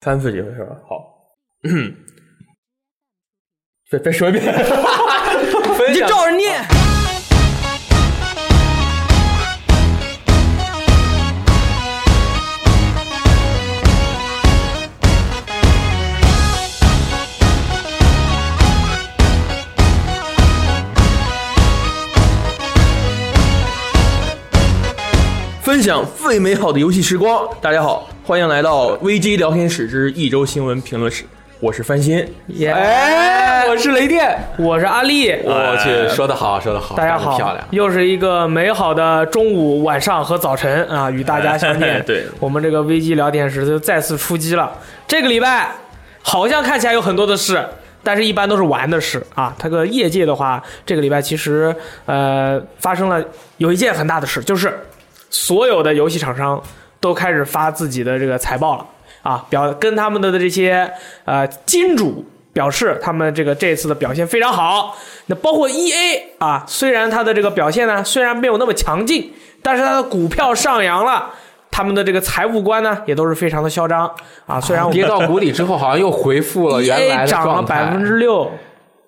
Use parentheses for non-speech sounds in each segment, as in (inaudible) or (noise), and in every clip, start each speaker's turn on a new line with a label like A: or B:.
A: 三次机会是吧？好，再再说一遍，分
B: (laughs) 你就
A: 享
B: 照着念。
A: 分享最美好的游戏时光。大家好，欢迎来到 VG 聊天室之一周新闻评论室，我是翻新。
B: 耶
A: 哎，我是雷电。
B: 我是阿丽，
C: 我去，说得好，说得好，
B: 大家
C: 干得
B: 好
C: 漂亮，。
B: 又是一个美好的中午、晚上和早晨啊，与
C: (laughs)
B: 大家相见。
A: 对
B: 我们这个危机聊天室就再次出击了。这个礼拜好像看起来有很多的事。但是，一般都是玩的事啊。这个业界的话，这个礼拜其实呃发生了有一件很大的事，就是所有的游戏厂商都开始发自己的这个财报了啊，表跟他们的这些呃金主表示他们这个这次的表现非常好。那包括 E A 啊，虽然它的这个表现呢虽然没有那么强劲，但是它的股票上扬了。他们的这个财务官呢，也都是非常的嚣张啊。虽然我们
C: 跌到谷底之后，好像又恢复了
B: E
C: 原来
B: A
C: 的
B: 涨了
C: 状
B: 百分
C: 态。
B: 之六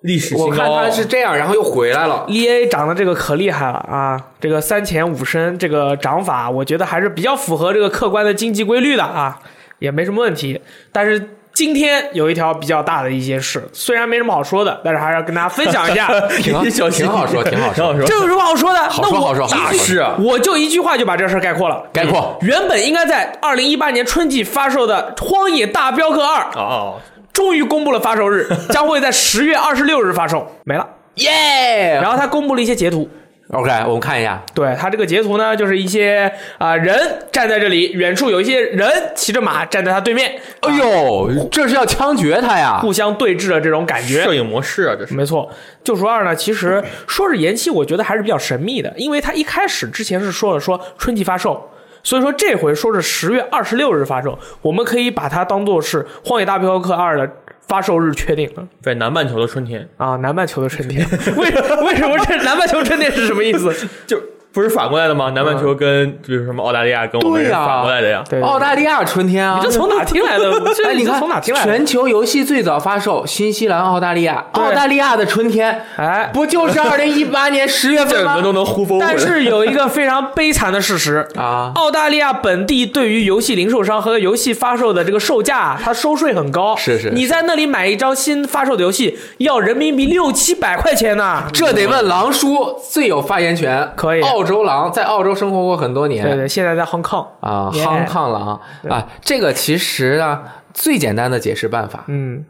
A: 历史 (laughs)
C: 我
A: 新
C: 看
A: 高
C: 他，是这样，然后又回来了。
B: E A 涨的这个可厉害了啊！这个三钱五升这个涨法，我觉得还是比较符合这个客观的经济规律的啊，也没什么问题。但是今天有一条比较大的一些事，虽然没什么好说的，但是还是要跟大家分享一
C: (laughs)
B: 下。
C: 挺好
A: 小心
C: 挺好说
A: (laughs)
C: 挺好说
B: 这有什么好说的？
C: 好说
B: 那我
C: 好说
B: 一句
C: 好说
A: 是啊
B: 我就一句话就把这事儿概括了。
C: 概括
B: 原本应该在二零一八年春季发售的《荒野大镖客二》，
A: 哦，
B: 终于公布了发售
C: (laughs)
B: 日，将会在十月二十六日发售，没了。
C: 耶
B: 然后他公布了一些截图，
C: ！OK，我们看一下，
B: 对他这个截图呢，就是一些啊、人站在这里，远处有一些人骑着马站在他对面，
C: 哎呦，这是要枪决他呀！
B: 互相对峙的这种感觉
A: 摄。影模式啊，这是
B: 没错，《救赎二》呢，其实说是延期，我觉得还是比较神秘的，因为它一开始之前是说了说春季发售，所以说这回说是十月二十六日发售，我们可以把它当做是《荒野大镖客二》的发售日确定了。
A: 在南半球的春天，
B: 啊，南半球的春天，为为什么这南半球春天是什么意思？
A: 就不是反过来的吗？南半球跟比如什么澳大利亚跟我们
C: 嗯对
A: 是
C: 呀
A: 反过来的呀。
B: 对，
C: 澳大利亚春天啊
B: 哦你，这从哪听来的？这
C: 哎，你
B: 这
C: 看
B: 从哪听来的？
C: 全球游戏最早发售，新西兰、澳大利亚，
B: 对
C: 澳大利亚的春天，
B: 哎
C: 不就是二零一八年十月
A: 这
C: 份 (laughs)
A: 我们都
C: 吗？
A: 能呼风唤
B: 但
A: 雨， (laughs)
B: 是有一个非常悲惨的事实
C: 啊
B: 澳大利亚本地对于游戏零售商和游戏发售的这个售价，它收税很高。
C: 是是
B: 你在那里买一张新发售的游戏，要人民币六七百块钱呢。
C: 这得问狼叔最有发言权。
B: 可以
C: 澳洲狼在澳洲生活过很多年，
B: 对对，现在在 Hong
C: (laughs)
B: Kong
C: 啊，
B: Yeah
C: 夯抗狼啊，这个其实呢，最简单的解释办法，
B: 嗯，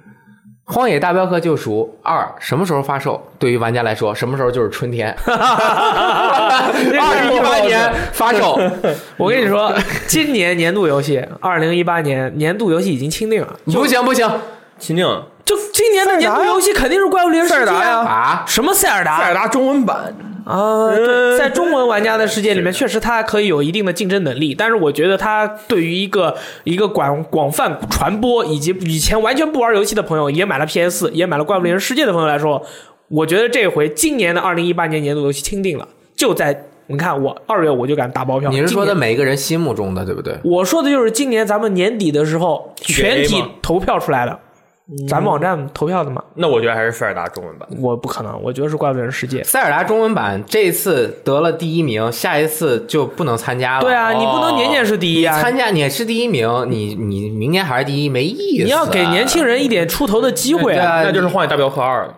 C: 《荒野大镖客：救赎二》什么时候发售？对于玩家来说，什么时候就是
B: (laughs)
C: 春天。二零一八年
B: (laughs)
C: 发售，
B: 我跟你说，今年年度游戏，二零一八年年度游戏已经钦定了。
C: 不行不行
A: 秦静
B: 就今年的年度游戏肯定是《怪物猎人世界》
A: 塞尔达呀
C: 啊！
B: 什么塞尔达？
A: 达中文版
B: 啊，对，
A: 嗯
B: 在中文玩家的世界里面，确实它可以有一定的竞争能力，但是我觉得它对于一个一个广广泛传播以及以前完全不玩游戏的朋友，也买了 PS 也买了《怪物猎人世界》的朋友来说，我觉得这回今年的二零一八年年度游戏钦定了，就在你看我二月我就敢打包票。
C: 你是说的
B: 今年？
C: 每一个人心目中的，对不对？
B: 我说的就是今年咱们年底的时候全
A: TGA
B: 体
A: 吗
B: 投票出来的，
C: 嗯
B: 咱们网站投票的嘛，
A: 那我觉得还是塞尔达中文版。
B: 我不可能，我觉得是《怪物猎人世界》。
C: 塞尔达中文版这一次得了第一名，下一次就不能参加了。
B: 对啊，你不能年年是第一啊，
C: 参加哦你是第一名，你你明年还是啊第一，没意思。
B: 你要给年轻人一点出头的机会啊。
C: 啊
A: 那就是《荒野大镖客二》了。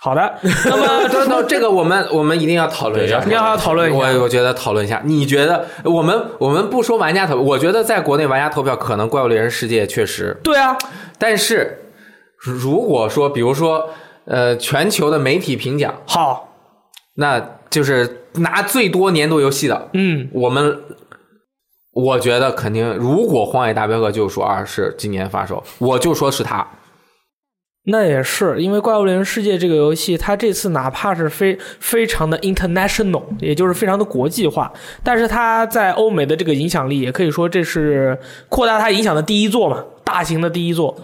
B: 好的，那
C: (laughs) 那
B: 么
C: 么，那这个我们我们一定要讨论一下，
A: 对
B: 要讨论一下
C: 我我觉得讨论一下，你觉得我们我们不说玩家投票，我觉得在国内玩家投票可能《怪物猎人世界》确实，
B: (laughs) 对啊，
C: 但是如果说比如说呃全球的媒体评奖，
B: 好，
C: 那就是拿最多年度游戏的，
B: 嗯，
C: 我们。我觉得肯定，如果《荒野大镖客：救赎二》是今年发售，我就说是它。
B: 那也是因为《怪物猎人世界》这个游戏，它这次哪怕是非非常的 international，也就是非常的国际化，但是它在欧美的这个影响力，也可以说这是扩大它影响的第一座嘛，大型的第一座。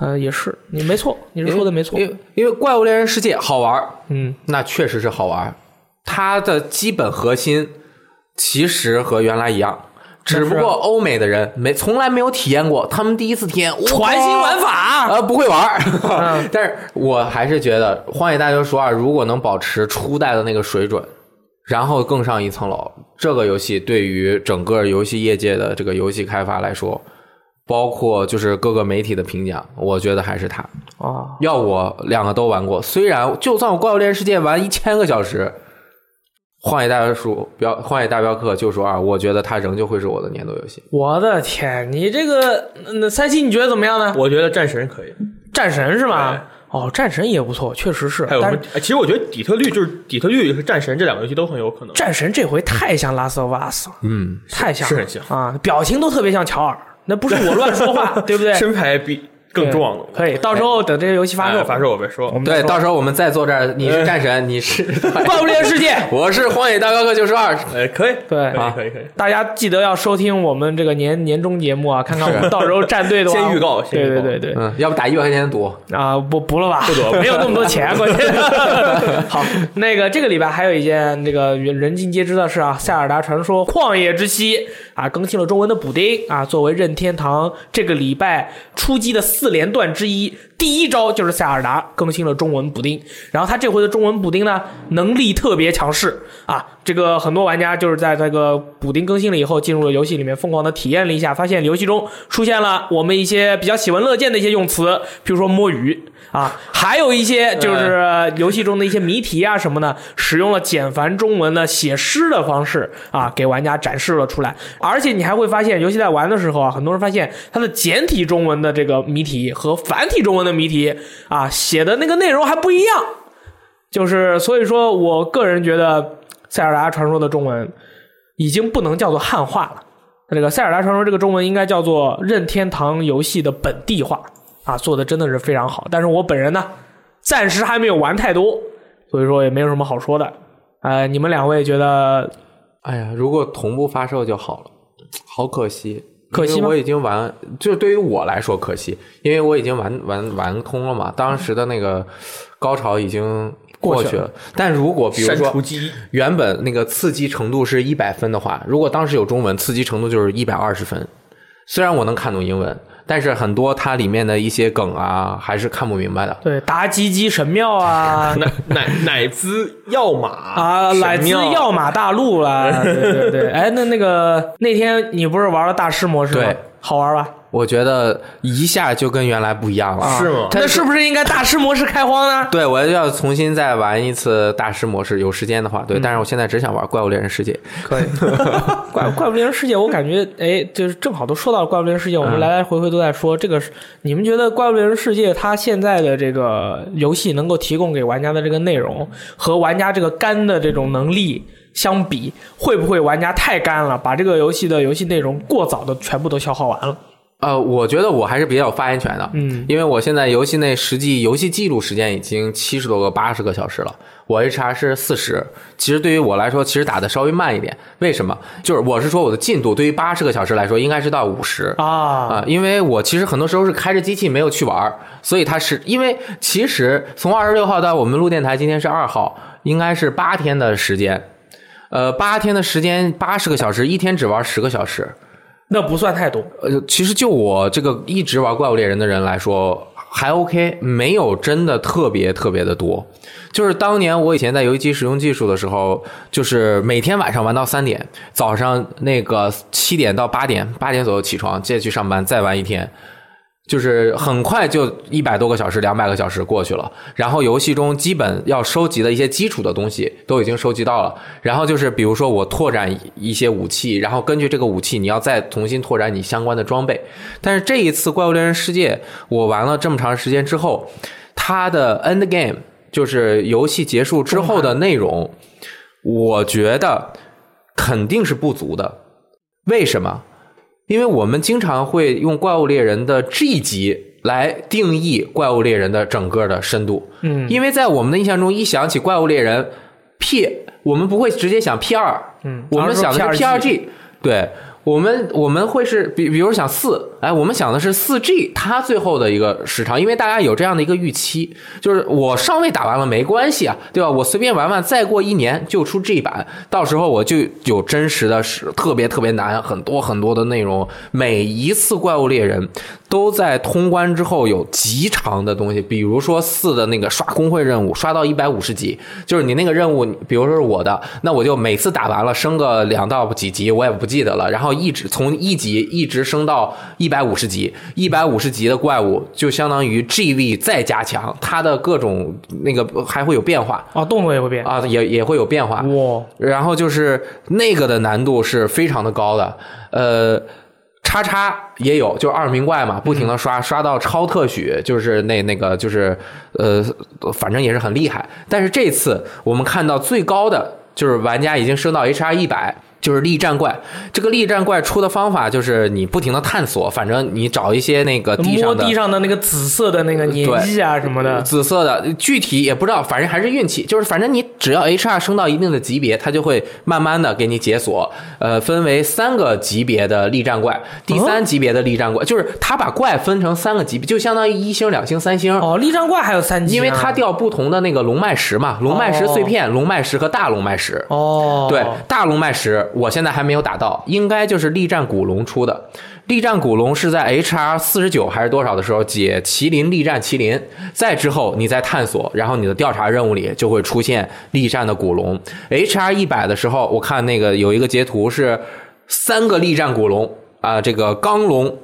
B: 呃，也是，你没错，你是说的没错
C: 因。为因为《怪物猎人世界》好玩儿，
B: 嗯，
C: 那确实是好玩儿。它的基本核心其实和原来一样，只不过欧美的人没从来没有体验过，他们第一次体验
B: 传心玩法，
C: 呃，不会玩儿
B: 嗯，
C: (laughs) 但是我还是觉得《荒野大镖十二》如果能保持初代的那个水准，然后更上一层楼，这个游戏对于整个游戏业界的这个游戏开发来说，包括就是各个媒体的评价，我觉得还是它。
B: 啊，
C: 要我两个都玩过，虽然就算我《怪物猎人世界》玩一千个小时，《荒野大镖鼠镖》《荒野大镖客》救赎二，我觉得它仍旧会是我的年度游戏。
B: 我的天，你这个那三七你觉得怎么样呢？
A: 我觉得战神可以，
B: 战神是吗？哦，战神也不错，确实是。
A: 还有什
B: 但
A: 么
B: 是？
A: 哎其实我觉得底特律就是底特律和战神这两个游戏都很有可能。
B: 战神这回太像拉斯瓦斯了，
C: 嗯，
B: 太像了
A: 是很像
B: 啊，表情都特别像乔尔，那不是我乱
A: (laughs)
B: 说话，对不对？
A: 身牌比更壮了。
B: 可以，到时候等这个游戏发
A: 哎
B: 售，
A: 发售我别说
B: 我，们再
C: 对，
B: 说
C: 到时候我们再坐这儿，你是战神，你是 (laughs)
B: 怪物猎人世
A: (laughs)
B: 界。
C: 我是《荒野大镖客》救赎二。
A: 哎，可以，可
B: 对
A: 以
C: 啊，
A: 可以，可以。
B: 大家记得要收听我们这个年年终节目啊，看看我们到时候战队的话，
A: 先预告先
B: 对
A: 预
B: 对
A: 告嗯
B: 对对，
C: 嗯，要不打一百块钱的赌？
B: 啊，不不了吧，不
A: 多
B: 没有那么多钱，关键。好，那个这个礼拜还有一件这个人尽皆知的事啊，《塞尔达传说：旷野之息》啊，更新了中文的补丁啊，作为任天堂这个礼拜出击的四连段之一，第一招就是塞尔达更新了中文补丁。然后他这回的中文补丁呢，能力特别强势啊，这个很多玩家就是在这个补丁更新了以后，进入了游戏里面疯狂的体验了一下，发现游戏中出现了我们一些比较喜闻乐见的一些用词，比如说摸鱼啊，还有一些就是游戏中的一些谜题啊什么的，使用了简繁中文的写诗的方式啊，给玩家展示了出来。而且你还会发现，游戏在玩的时候啊，很多人发现它的简体中文的这个谜题和繁体中文的谜题啊，写的那个内容还不一样。就是所以说我个人觉得《塞尔达传说》的中文已经不能叫做汉化了。这个《塞尔达传说》这个中文应该叫做任天堂游戏的本地化啊，做的真的是非常好。但是我本人呢，暂时还没有玩太多，所以说也没有什么好说的。呃，你们两位觉得
C: 哎呀，如果同步发售就好了，好可惜。
B: 可惜吗
C: 因为我已经玩，就是对于我来说可惜，因为我已经玩玩玩通了嘛，当时的那个高潮已经过
B: 过去
C: 去了。但如果比如
A: 删
C: 说
A: 除记忆，
C: 原本那个刺激程度是一百分的话，如果当时有中文，刺激程度就是一百二十分。虽然我能看懂英文，但是很多它里面的一些梗啊，还是看不明白的。
B: 对达基基神庙啊
A: (laughs) 奶奶奶滋药马
B: 啊，乃
A: 神
B: 兹
A: 庙
B: 药马大陆啦，对对对。哎，那那个那天你不是玩了大师模式吗
C: 对？
B: 好玩吧？
C: 我觉得一下就跟原来不一样了。
B: 啊
A: 是吗
B: 那是不是应该大师模式开荒呢？
C: 对，我要重新再玩一次大师模式，有时间的话，对。但是我现在只想玩《怪物猎人世界》。
B: 可以，
C: (laughs)
B: 怪怪物猎人世界，我感觉哎，就是正好都说到了怪物猎人世界，我们
C: 嗯
B: 来来回回都在说、这个是。你们觉得怪物猎人世界它现在的这个游戏能够提供给玩家的这个内容和玩家这个肝的这种能力相比，会不会玩家太干了，把这个游戏的游戏内容过早的全部都消耗完了？
C: 呃，我觉得我还是比较有发言权的，
B: 嗯，
C: 因为我现在游戏内实际游戏记录时间已经七十多个、八十个小时了，我 HR 是四十。其实对于我来说，其实打的稍微慢一点。为什么？就是我是说我的进度对于八十个小时来说，应该是到五十
B: 啊，
C: 啊，因为我其实很多时候是开着机器没有去玩儿，所以它是因为其实从二十六号到我们录电台今天是二号，应该是八天的时间，呃，八天的时间八十个小时，一天只玩十个小时，
B: 那不算太多。
C: 呃，其实就我这个一直玩怪物猎人的人来说，还 OK，没有真的特别特别的多。就是当年我以前在游戏机使用技术的时候，就是每天晚上玩到三点，早上那个七点到八点，八点左右起床，接着去上班，再玩一天。就是很快就一百多个小时、两百个小时过去了，然后游戏中基本要收集的一些基础的东西都已经收集到了，然后就是比如说我拓展一些武器，然后根据这个武器你要再重新拓展你相关的装备。但是这一次《怪物猎人世界》，我玩了这么长时间之后，它的 end game 就是游戏结束之后的内容，我觉得肯定是不足的。为什么？因为我们经常会用《怪物猎人》的 G 级来定义《怪物猎人》的整个的深度。
B: 嗯
C: 因为在我们的印象中，一想起《怪物猎人》P，我们不会直接想 P 二，
B: 嗯
C: 我们想的是
B: 而是
C: P
B: 说
C: 二
B: PRG
C: G。对，我们我们会是比比如想四，哎，我们想的是四 G 它最后的一个时长，因为大家有这样的一个预期，就是我尚未打完了没关系啊，对吧？我随便玩玩，再过一年就出 G 版，到时候我就有真实的是特别特别难很多很多的内容，每一次怪物猎人都在通关之后有极长的东西，比如说四的那个刷工会任务，刷到一百五十级，就是你那个任务，比如说是我的，那我就每次打完了升个两到几级，我也不记得了，然后一直从一级一直升到一百五十级，一百五十级的怪物就相当于 GV 再加强，它的各种那个还会有变化
B: 哦，动作也会变。
C: 啊，也也会有变化，
B: 哇，
C: 然后就是那个的难度是非常的高的，呃。叉叉也有，就是二名怪
B: 嗯
C: 嘛，不停的刷，刷到超特许，就是那那个就是呃，反正也是很厉害。但是这次我们看到最高的就是玩家已经升到 HR 一百，就是力战怪。这个力战怪出的方法就是你不停的探索，反正你找一些那个地
B: 摸
C: 上的
B: 地上的那个紫色的那个粘液啊什么的，
C: 紫色的，具体也不知道，反正还是运气。就是反正你只要 HR 升到一定的级别，它就会慢慢的给你解锁。呃，分为三个级别的力战怪，
B: 哦
C: 第三级别的力战怪，就是它把怪分成三个级别，就相当于一星、两星、三星。
B: 哦，力战怪还有三级啊，
C: 因为它掉不同的那个龙脉石嘛，龙脉石碎片、龙脉石和大龙脉石。
B: 哦，
C: 对，大龙脉石我现在还没有打到，应该就是力战古龙出的。力战古龙是在 HR 四十九还是多少的时候解麒麟力战麒麟，再之后你再探索，然后你的调查任务里就会出现力战的古龙。HR 一百的时候，我看那个有一个截图是三个力战古龙啊、这个钢龙、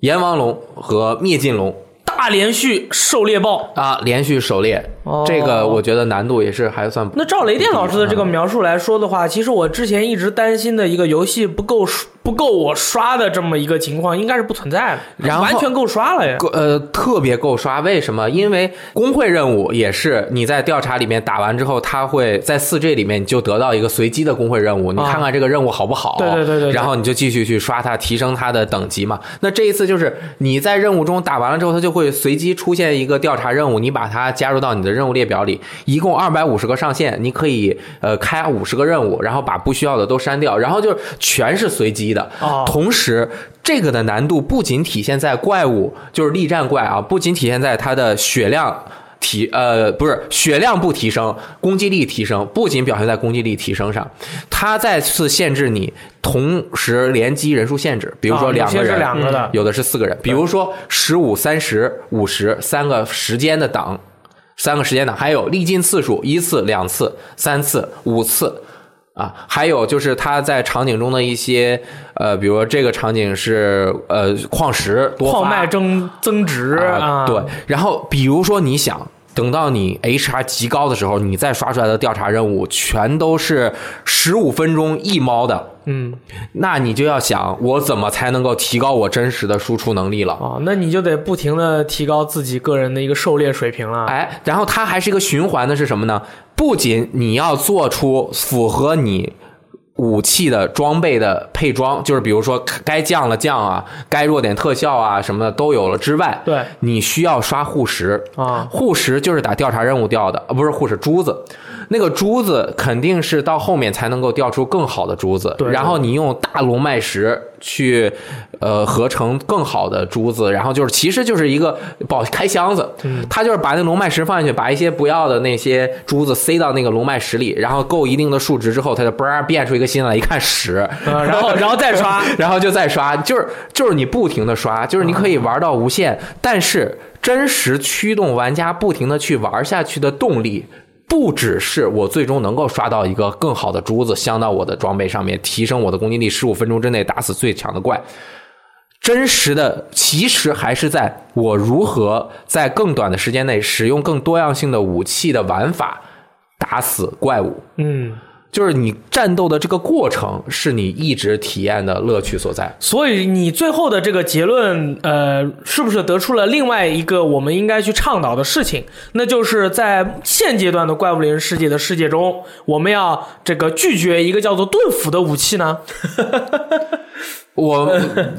C: 阎王龙和灭尽龙。
B: 大连续狩猎豹。
C: 啊，连续狩猎，
B: 哦
C: 这个我觉得难度也是还算不
B: 那照雷电老师的这个
C: 啊
B: 描述来说的话，其实我之前一直担心的一个游戏不够不够我刷的这么一个情况，应该是不存在的，
C: 然后
B: 完全够刷了呀。
C: 够呃特别够刷。为什么？因为工会任务也是你在调查里面打完之后，它会在四 G 里面你就得到一个随机的工会任务，你
B: 啊
C: 看看这个任务好不好？
B: 对对对对对
C: 然后你就继续去刷它，提升它的等级嘛。那这一次就是你在任务中打完了之后，它就会随机出现一个调查任务，你把它加入到你的任务列表里，一共二百五十个上限，你可以呃开五十个任务，然后把不需要的都删掉，然后就是全是随机的。
B: 哦
C: 同时，这个的难度不仅体现在怪物，就是力战怪啊，不仅体现在它的血量。提呃不是血量不提升，攻击力提升，不仅表现在攻击力提升上，它再次限制你同时联机人数限制，比如
B: 啊
C: 说两个
B: 有些
C: 人，嗯
B: 是两个的
C: 有的是四个人，比如说十五、三十、五十三个时间的档，三个时间档，还有历尽次数，一次、两次、三次、五次。啊，还有就是它在场景中的一些，呃，比如说这个场景是呃矿石多发
B: 矿脉增增值
C: 啊，对。然后比如说你想等到你 HR 极高的时候，你再刷出来的调查任务全都是十五分钟一猫的，
B: 嗯
C: 那你就要想我怎么才能够提高我真实的输出能力了。
B: 哦，那你就得不停的提高自己个人的一个狩猎水平了。
C: 哎，然后它还是一个循环的，是什么呢？不仅你要做出符合你武器的装备的配装，就是比如说该降了降啊，该弱点特效啊什么的都有了之外，
B: 对
C: 你需要刷护石
B: 啊
C: 护石就是打调查任务掉的，呃，不是护石珠子。那个珠子肯定是到后面才能够调出更好的珠子，
B: 对
C: 然后你用大龙脉石去，呃，合成更好的珠子，然后就是其实就是一个宝开箱子，
B: 嗯
C: 它就是把那龙脉石放进去，把一些不要的那些珠子塞到那个龙脉石里，然后够一定的数值之后，它就嘣儿变出一个新来，一看屎，
B: 啊然
C: (laughs)
B: 后然后再刷
C: 然后就再刷，就是就是你不停的刷，就是你
B: 啊
C: 可以玩到无限，但是真实驱动玩家不停的去玩下去的动力。不只是我最终能够刷到一个更好的珠子，镶到我的装备上面，提升我的攻击力，十五分钟之内打死最强的怪。真实的其实还是在我如何在更短的时间内使用更多样性的武器的玩法打死怪物。
B: 嗯，
C: 就是你战斗的这个过程是你一直体验的乐趣所在。
B: 所以你最后的这个结论，呃，是不是得出了另外一个我们应该去倡导的事情？那就是在现阶段的怪物猎人世界的世界中，我们要这个拒绝一个叫做盾斧的武器呢？
C: 我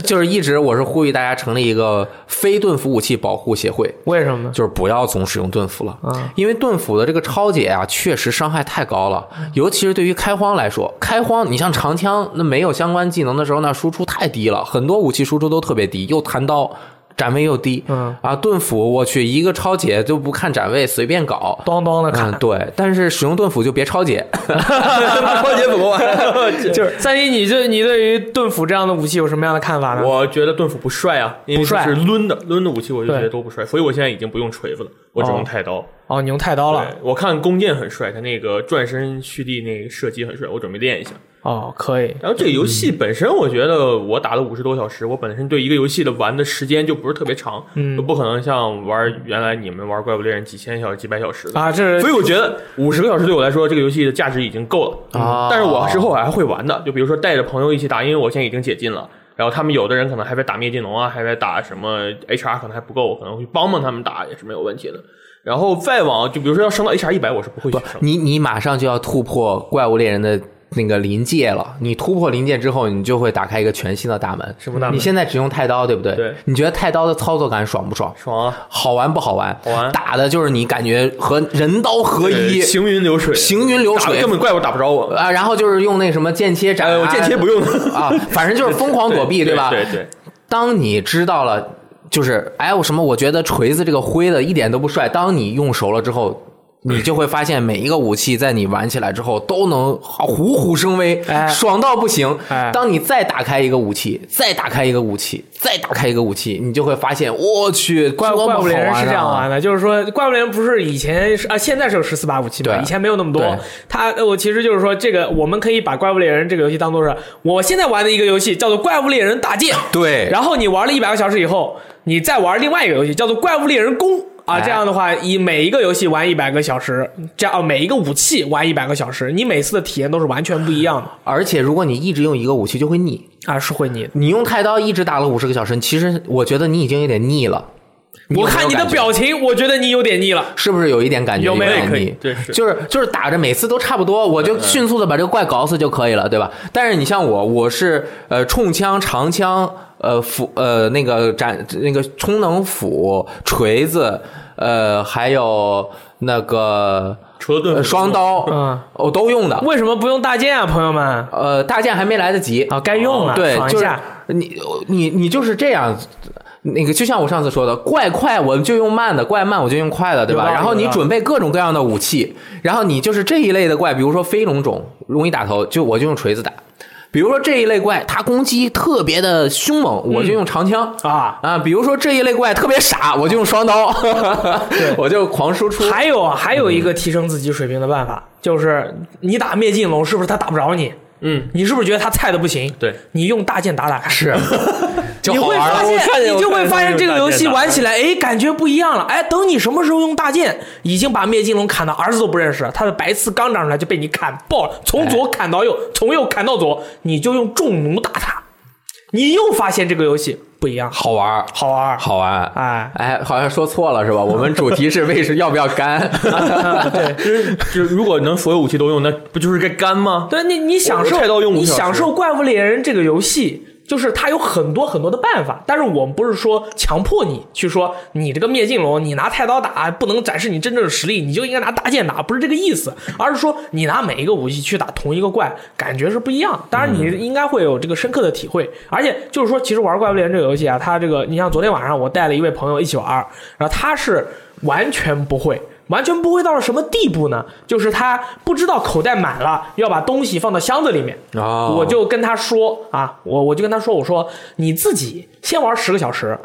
C: 就是一直我是呼吁大家成立一个非盾服武器保护协会，
B: 为什么呢？
C: 就是不要总使用盾斧了，
B: 嗯
C: 因为盾斧的这个超解啊，确实伤害太高了，尤其是对于开荒来说，开荒你像长枪，那没有相关技能的时候，那输出太低了，很多武器输出都特别低，又弹刀。展位又低，
B: 嗯
C: 啊，盾斧我去一个超解就不看展位，随便搞，
B: 当当的砍
C: 嗯，，对，但是使用盾斧就别超解，
A: 超解不过完， (laughs) 就是。
B: 三一，你对你对于盾斧这样的武器有什么样的看法呢？
A: 我觉得盾斧不帅啊，因为
B: 啊不帅
A: 是抡的，抡的武器我就觉得
B: 对
A: 都不帅，所以我现在已经不用锤子了，我只
B: 哦
A: 用太刀。
B: 哦，你用太刀了
A: 对，我看弓箭很帅，他那个转身蓄力那个射击很帅，我准备练一下。
B: 哦，可以，
A: 然后这个游戏
B: 嗯
A: 本身，我觉得我打了五十多小时，我本身对一个游戏的玩的时间就不是特别长，
B: 嗯
A: 就不可能像玩原来你们玩怪物猎人几千小时、几百小时的。
B: 啊，这
A: 所
B: 是
A: 以我觉得五十个小时对我来说，这个游戏的价值已经够了。嗯
C: 哦
A: 但是我之后还会玩的，就比如说带着朋友一起打，因为我现在已经解禁了。然后他们有的人可能还在打灭尽龙啊，还在打什么 HR，可能还不够，我可能会帮帮他们打也是没有问题的。然后再往就比如说要升到 HR 一百，我是不会去升的。
C: 你你马上就要突破怪物猎人的那个临界了。你突破临界之后，你就会打开一个全新的大门。
A: 什么大门
C: 你现在只用太刀，对不对？
A: 对
C: 你觉得太刀的操作感爽不爽？
A: 爽啊！
C: 好玩不好玩？
A: 好玩
C: 打的就是你感觉和人刀合一
A: 呃，行云流水，
C: 行云流
A: 打得
C: 水
A: 根本怪物打不着我。
C: 啊！然后就是用那什么剑切斩、啊，
A: 呃，我间歇不用
C: 啊，反正就是疯狂躲
A: (laughs)
C: 避，
A: 对
C: 吧？
A: 对对，
C: 当你知道了，就是哎，我什么？我觉得锤子这个挥的一点都不帅。当你用熟了之后，你就会发现每一个武器在你玩起来之后都能啊虎虎生威，
B: 哎
C: 爽到不行。
B: 哎
C: 当你再打开一个武器，再打开一个武器，再打开一个武器，你就会发现，我去，
B: 怪
C: 多
B: 怪
C: 么好
B: 物
C: 玩
B: 猎人是这样
C: 啊
B: 玩的，就是说怪物猎人不是以前是啊，现在是有十四把武器嘛，
C: 对
B: 以前没有那么多
C: 对。
B: 他呃我其实就是说，这个我们可以把怪物猎人这个游戏当做是我现在玩的一个游戏，叫做怪物猎人大剑。
C: 对，
B: 然后你玩了一百个小时以后，你再玩另外一个游戏，叫做《怪物猎人弓》啊。
C: 哎
B: 这样的话，以每一个游戏玩一百个小时，这样哦每一个武器玩一百个小时，你每次的体验都是完全不一样的
C: 而且如果你一直用一个武器，就会腻。
B: 啊，是会腻的。
C: 你用太刀一直打了五十个小时，其实我觉得你已经有点腻了。
B: 我
C: 有没有
B: 看你的
C: 感觉
B: 表情，我觉得你有点腻了。
C: 是不是有一点感觉
B: 有没有
C: 点
A: 可以
C: 腻
A: 对是嗯
C: 就是就是打着每次都差不多，我就迅速的把这个怪搞死就可以了，对吧？但是你像我，我是呃冲枪、长枪、呃斧呃那个斩那个充能斧、锤子，呃还有那个
A: 除了盾
C: 呃
A: 斧
C: 双，刀，
B: 嗯，
C: 我都用的。
B: 为什么不用大剑啊，朋友们？啊，
C: 呃，大剑还没来得及，
B: 该用了，
C: 哦对
B: 啊爽，一
C: 就是
B: 下。
C: 你你你就是这样。那个就像我上次说的，怪快我们就用慢的，怪慢我就用快的，对
B: 有道
C: 吧？
B: 理
C: 然后你
B: 有道理
C: 准备各种各样的武器，然后你就是这一类的怪，比如说飞龙种容易打头，就我就用锤子打；比如说这一类怪，它攻击特别的凶猛，我
B: 嗯
C: 就用长枪、
B: 啊。
C: 啊；比如说这一类怪特别傻，我就用双刀， (laughs) 我就狂输出。
B: 还有啊，还有一个提升自己水平的办法，就是你打灭尽龙，是不是他打不着你？
A: 嗯，
B: 你是不是觉得他菜的不行？
A: 对，
B: 你用大剑打打看。
C: 是，就
B: 你
C: 好
B: 会
C: 玩
B: 发
C: 了。
A: 啊我看见
B: 现，你就
A: 我看
B: 会
A: 见
B: 发现这个游戏
A: 他们用大剑打
B: 玩起来，哎，感觉不一样了。哎，等你什么时候用大剑，已经把灭尽龙砍的儿子都不认识了，他的白刺刚长出来就被你砍爆
A: 哎
B: 了，从左砍到右，从右砍到左，你就用重弩打他，你又发现这个游戏不一样，
C: 好玩儿，
B: 好玩儿。
C: 好玩，
B: 哎
C: 哎，好像说错了是吧？我们主题是为是要不要
B: (laughs)
C: 干？
A: 就是就是如果能所有武器都用，那不就是该干吗？
B: 对你，你享
A: 我
B: 受
A: 菜刀用五
B: 你
A: 小时
B: 享受《怪物猎人》这个游戏，就是它有很多很多的办法，但是我们不是说强迫你去说你这个灭尽龙，你拿太刀打不能展示你真正的实力，你就应该拿大剑打，不是这个意思，而是说你拿每一个武器去打同一个怪，感觉是不一样。当然，你应该会有这个深刻的体会，而且就是说，其实玩《怪物猎人》这个游戏啊，它这个，你像昨天晚上我带了一位朋友一起玩儿，然后他是完全不会。完全不会到了什么地步呢？就是他不知道口袋满了，要把东西放到箱子里面。
C: 哦
B: 我就跟他说啊，我我就跟他说，我说你自己先玩十个小时。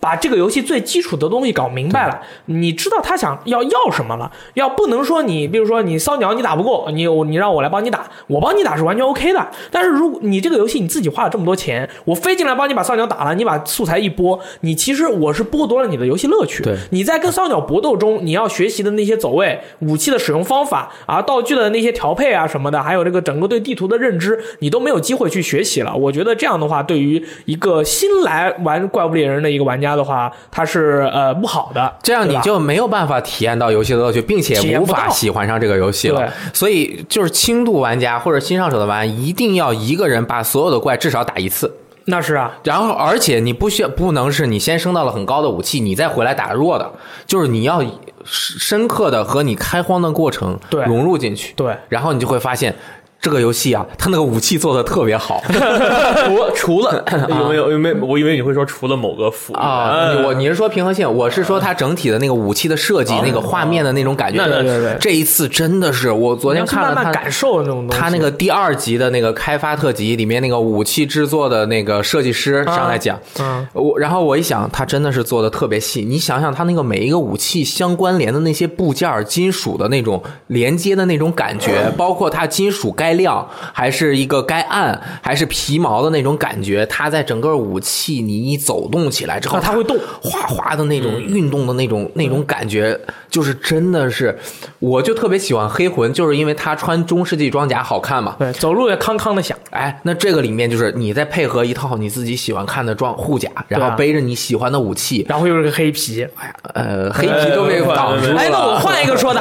B: 把这个游戏最基础的东西搞明白了，你知道他想要要什么了，要不能说你，比如说你骚鸟你打不过，你我你让我来帮你打，我帮你打是完全 OK 的。但是如果你这个游戏你自己花了这么多钱，我飞进来帮你把骚鸟打了，你把素材一播，你其实我是剥夺了你的游戏乐趣。
C: 对
B: 你在跟骚鸟搏斗中，你要学习的那些走位、武器的使用方法啊、道具的那些调配啊什么的，还有这个整个对地图的认知，你都没有机会去学习了。我觉得这样的话，对于一个新来玩怪物猎人的一个玩家的话，他是呃不好的。
C: 这样
B: 对
C: 你
B: 吧
C: 就没有办法体验到游戏的乐趣，并且
B: 体验
C: 无
B: 不到
C: 法喜欢上这个游戏了
B: 对。
C: 所以，就是轻度玩家或者新上手的玩，一定要一个人把所有的怪至少打一次。
B: 那是啊，
C: 然后，而且你不需要不能是你先升到了很高的武器，你再回来打弱的，就是你要深深刻的和你开荒的过程
B: 对
C: 融入进去，
B: 对
C: 然后你就会发现这个游戏啊，它那个武器做的特别好
A: 除除 (laughs) 了有没有有没有？我以为你会说除了某个辅
C: 啊！你我你是说平衡性，我是说它整体的那个武器的设计，那个画面的那种感觉。
A: 啊那
B: 对对对，
C: 这一次真的是我昨
B: 我
C: 天看了
B: 慢慢
C: 它
B: 感受那种东西。
C: 他那个第二集的那个开发特辑里面那个武器制作的那个设计师上来讲，
B: 嗯
C: 我然后我一想，他真的是做的特别细。你想想，他那个每一个武器相关联的那些部件儿、金属的那种连接的那种感觉，包括它金属该亮还是一个该暗，还是皮毛的那种感觉，它在整个武器你一走动起来之后，
B: 啊它会动，嗯
C: 哗哗的那种运动的那种、那种感觉，就是真的是，我就特别喜欢黑魂，就是因为他穿中世纪装甲好看嘛。
B: 对，走路也康康的响。
C: 哎，那这个里面就是你再配合一套你自己喜欢看的装护甲，然
B: 对啊
C: 后背着你喜欢的武器，
B: 然后又是个黑皮，
C: 呃，黑皮都被挡住了。
B: 哎，那我换一个说的，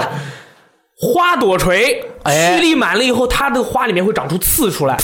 B: 花朵锤，
C: 哎
B: 蓄力满了以后，它的花里面会长出刺出来，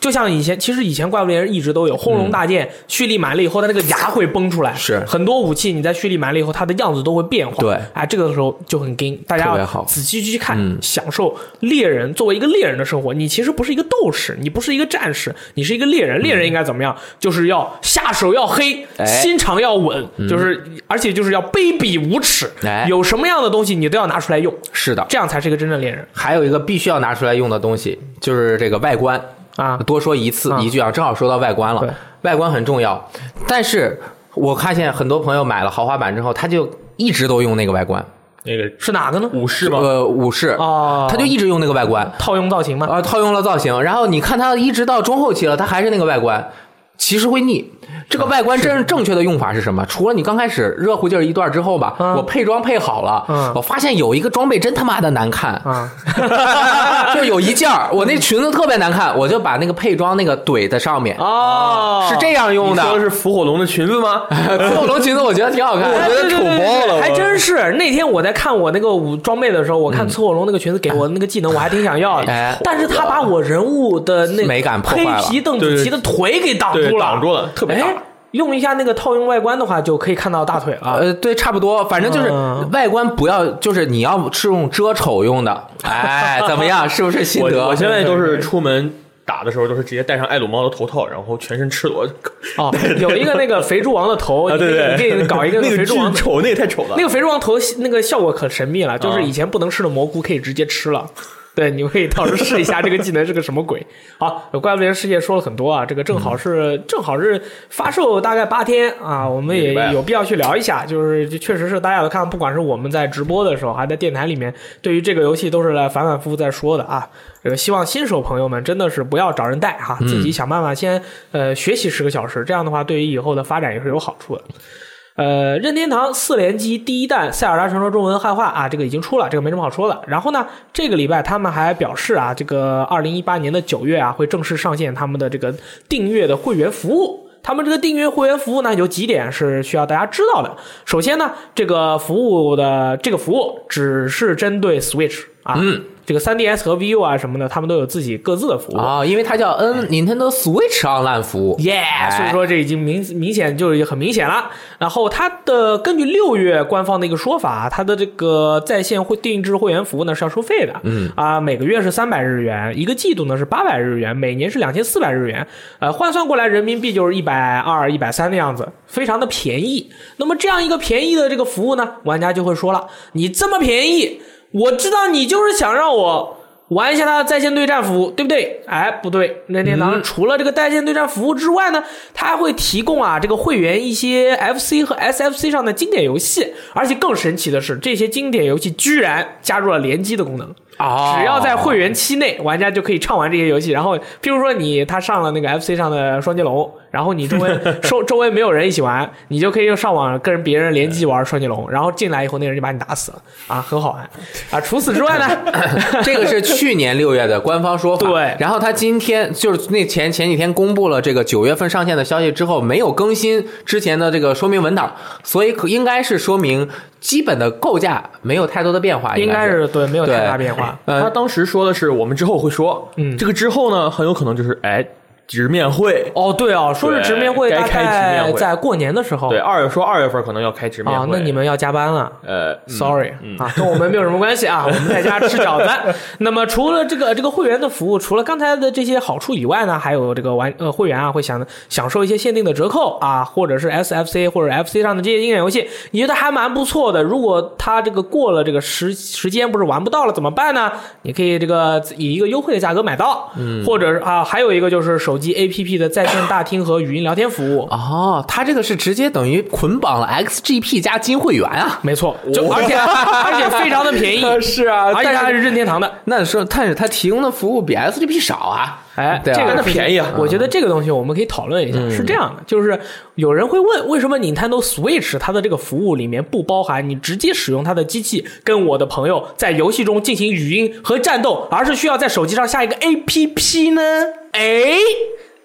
B: 就像以前，其实以前怪物猎人一直都有轰龙大剑，蓄力满了以后，它那个牙会崩出来，
C: 嗯是
B: 很多武器你在蓄力满了以后，它的样子都会变化，
C: 对
B: 啊，这个时候就很跟大家
C: 特别
B: 要
C: 好嗯
B: 仔细去看，享受猎人作为一个猎人的生活。你其实不是一个斗士，你不是一个战士，你是一个猎人。猎人应该怎么样？就是要下手要黑，
C: 嗯哎嗯
B: 心肠要稳，就是而且就是要卑鄙无耻，
C: 哎
B: 有什么样的东西你都要拿出来用，
C: 是的，
B: 这样才是一个真正猎人
C: 还有一个必须要拿出来用的东西，就是这个外观。
B: 啊。
C: 多说一次
B: 啊
C: 一句啊，正好说到外观
B: 对
C: 了，外观很重要。但是我看现在很多朋友买了豪华版之后，他就一直都用那个外观，
A: 那个
B: 是哪个呢？
A: 武士吗？
C: 呃，武士
B: 哦
C: 他就一直用那个外观，
B: 套用造型吗？
C: 呃，套用了造型，然后你看他一直到中后期了，他还是那个外观，其实会腻。这个外
A: 啊
C: 观真正确的用法是什么？除了你刚开始热乎劲儿一段之后吧，
A: 啊
B: 嗯
C: 我配装配好了，
B: 嗯
C: 我发现有一个装备真他妈的难看，
B: 啊，
C: (laughs) 就是有一件儿，我那裙子特别难看，我就把那个配装那个怼在上面，
B: 哦，
C: 是这样呃用
A: 你
C: 的。
A: 说的是伏火龙的裙子吗？
C: (laughs) 恐龙裙子我觉得挺好看，
A: 我觉得丑嗯爆了我
B: 还真是。那天我在看我那个武装备的时候，我看刺火龙那个裙子给我那个技能，我还挺想要的
C: 哎。
B: 但是他把我人物的那
C: 美感破
B: 黑
C: 坏了
B: 皮邓紫棋的腿给挡
A: 对
B: 住，了，
A: 挡住了，特别
B: 哎
A: 大。，
B: 用一下那个套用外观的话，就可以看到大腿了。
C: 呃，对，差不多，反正就是
A: 啊
B: 嗯
C: 外观不要，就是你要是用遮丑用的，哎，怎么样？是不是心
A: 我
C: 得？
A: 我现在都是出门打的时候，都是直接戴上爱鲁猫的头套，然后全身赤裸。 (laughs)
B: 哦，有一个那个肥猪王的头，
A: 啊，对对，
B: 你可以你可以搞一个
A: (laughs) 那
B: 肥
A: 个
B: 猪
A: 巨
B: 王的。
A: 丑，那个太丑了
B: 那。个肥猪王头那个效果可神秘了，就是
A: 啊
B: 以前不能吃的蘑菇可以直接吃了。对，你们可以到时候试一下这个技能是个什么鬼。好，有怪物猎人世界说了很多啊，这个正好
A: 嗯
B: 是、正好是发售大概八天啊，我们也
A: 明白
B: 有必要去聊一下，就是就确实是大家有看，不管是我们在直播的时候，还在电台里面，对于这个游戏都是来反反复复在说的啊。这个希望新手朋友们真的是不要找人带哈，自
A: 嗯
B: 己想办法先呃学习十个小时，这样的话对于以后的发展也是有好处的。呃，任天堂四连击第一弹《塞尔达传说》中文汉化啊，这个已经出了，这个没什么好说的。然后呢，这个礼拜他们还表示啊，这个二零一八年的九月啊，会正式上线他们的这个订阅的会员服务。他们这个订阅会员服务呢，有几点是需要大家知道的。首先呢，这个服务的这个服务只是针对 Switch 啊，嗯，这个 3DS 和 VU 啊什么的，他们都有自己各自的服务。
C: 啊、因为它叫 N Nintendo Switch Online 服务。哎
B: 耶、哎所以说这已经明明显就是很明显了。然后它的根据六月官方的一个说法，它的这个在线会定制会员服务呢是要收费的，嗯啊，每个月是三百日元，一个季度呢是八百日元，每年是两千四百日元，呃，换算过来人民币就是一百二、一百三的样子，非常的便宜。那么这样一个便宜的这个服务呢，玩家就会说了，你这么便宜，我知道你就是想让我。玩一下它的在线对战服务，对不对？哎，不对，任天堂除了这个在线对战服务之外呢，它还会提供啊这个会员一些 FC 和 SFC 上的经典游戏，而且更神奇的是，这些经典游戏居然加入了联机的功能。
C: 哦
B: 只要在 (laughs) 会员期内，玩家就可以畅玩这些游戏。然后，譬如说你他上了那个 FC 上的双截龙，然后你周围周周围没有人一起玩，你就可以用上网跟别人联机玩双截龙，然后进来以后那人就把你打死了啊，很好玩啊。除此之外呢， (laughs)
C: 这个是去年六月的官方说法，
B: 对
C: 然后他今天就是那前前几天公布了这个九月份上线的消息之后，没有更新之前的这个说明文档，所以可应该是说明基本的构架没有太多的变化，
B: 应
C: 应
B: 该
C: 是
B: 是对，没有太大变化。
A: 他
C: 呃
A: 当时说的是我们之后会说，
B: 嗯
A: 这个之后呢，很有可能就是哎，直面会。
B: 哦，对哦，说是
A: 对
B: 直面会，
A: 该
B: 大
A: 开直面会
B: 概在过年的时候。
A: 对，二月说二月份可能要开直面会。
B: 啊，那你们要加班了。
A: 呃嗯
B: Sorry 啊，跟我们没有什么关系啊，我们在家吃饺子。那么除了这个这个会员的服务，除了刚才的这些好处以外呢，还有这个玩呃会员啊会享享受一些限定的折扣啊，或者是 SFC 或者 FC 上的这些经典游戏，你觉得还蛮不错的。如果它这个过了这个时时间不是玩不到了怎么办呢？你可以这个以一个优惠的价格买到，嗯，或者是啊还有一个就是手机 APP 的在线大厅和语音聊天服务。
C: 哦，他这个是直接等于捆绑了 XGP 加金会员啊。
B: 没错，就而且而且非常的便宜，
C: 是啊
B: 而且它
C: 但
B: (laughs) 是
C: 是
B: 任天堂的，
C: 那说，但是他提供的服务比 XGP 少啊。
B: 哎，
C: 对啊
B: 这个
A: 那
B: 是
A: 便宜啊嗯
B: 我觉得这个东西我们可以讨论一下。是这样的，就是有人会问，为什么 Nintendo Switch 它的这个服务里面不包含你直接使用它的机器跟我的朋友在游戏中进行语音和战斗，而是需要在手机上下一个 APP 呢？哎。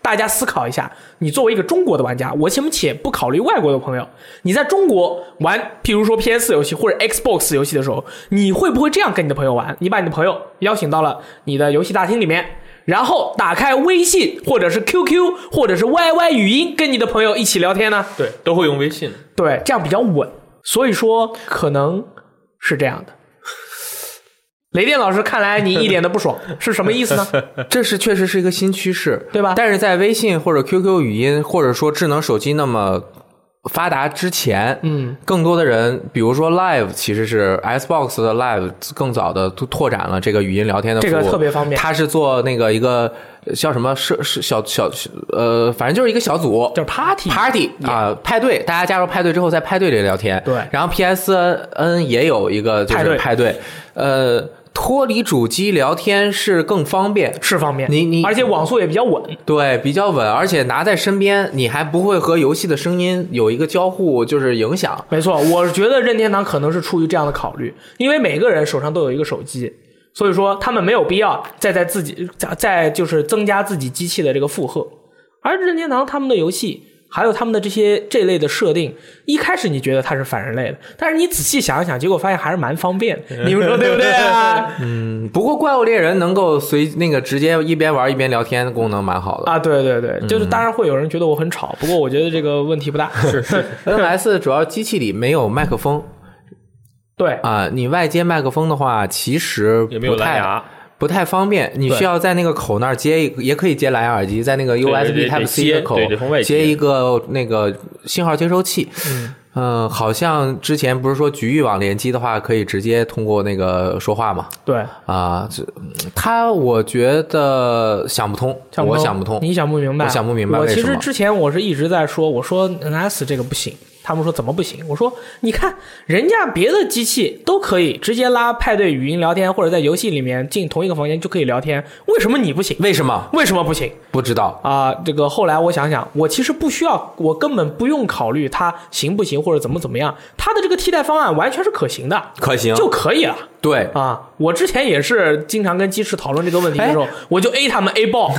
B: 大家思考一下，你作为一个中国的玩家，我且且不考虑外国的朋友，你在中国玩，譬如说 PS 游戏或者 Xbox 游戏的时候，你会不会这样跟你的朋友玩？你把你的朋友邀请到了你的游戏大厅里面，然后打开微信或者是 QQ 或者是 YY 语音，跟你的朋友一起聊天呢？
A: 对都会用微信。
B: 对，这样比较稳。所以说，可能是这样的。雷电老师，看来你一脸的不爽，是什么意
C: (laughs)
B: 思呢？
C: 这是确实是一个新趋势，
B: 对吧
C: 但是在微信或者 QQ 语音，或者说智能手机那么发达之前，
B: 嗯，
C: 更多的人，比如说 Live，其实是 Xbox 的 Live 更早的拓展了这个语音聊天的服务，
B: 这个特别方便
C: 它是做那个一个呃叫什么社社小小呃，反正就是一个小组，
B: 就是 party
C: party 啊、派对，大家加入派对之后在派对里聊天。
B: 对
C: 然后 PSN 也有一个就
B: 派对
C: 是派对，呃，脱离主机聊天是更方便，
B: 是方面，
C: 你你
B: 而且网速也比较稳。
C: 对，比较稳，而且拿在身边，你还不会和游戏的声音有一个交互，就是影响。
B: 没错，我觉得任天堂可能是出于这样的考虑，因为每个人手上都有一个手机，所以说他们没有必要再在自己再再就是增加自己机器的这个负荷。而任天堂他们的游戏，还有他们的这些这类的设定，一开始你觉得它是反人类的，但是你仔细想一想，结果发现还是蛮方便的，你们说对不对啊？
C: (laughs)
B: (laughs)
C: 嗯，不过怪物猎人能够随那个直接一边玩一边聊天，功能蛮好
B: (laughs)
C: 的。
B: 啊，对对对，就是当然会有人觉得我很吵，不过我觉得这个问题不大。是是，
C: NS 主要机器里没有麦克风
B: 对，
C: 啊、你外接麦克风的话，其实
A: 也没有
C: 不太
A: 蓝牙，
C: 不太方便。你
A: 对
C: 需要在那个口那儿接一个，也可以接蓝牙耳机，在那个
A: 对
C: USB
A: 得
C: Type
A: 得
C: C
A: 接
C: 的口
A: 对得从外接
C: 接一个那个信号接收器。嗯，呃，好像之前不是说局域网联机的话，可以直接通过那个说话嘛？
B: 对，
C: 啊，这它我觉得想不通，
B: 想
C: 我想不通。
B: 你想不明白，
C: 我想不明白
B: 我
C: 为
B: 其
C: 什
B: 实
C: 么
B: 之前我是一直在说，我说 NS 这个不行，他们说怎么不行？我说你看人家别的机器都可以直接拉派对语音聊天，或者在游戏里面进同一个房间就可以聊天，为什么你不行？
C: 为什么
B: 为什么不行？
C: 不知道？
B: 啊、这个后来我想想，我其实不需要，我根本不用考虑它行不行或者怎么怎么样，它的这个替代方案完全是可行的，
C: 可行，
B: 就可以了。
C: 对，
B: 啊，我之前也是经常跟鸡翅讨论这个问题的
C: 哎
B: 时候，我就 A 他们 A 爆，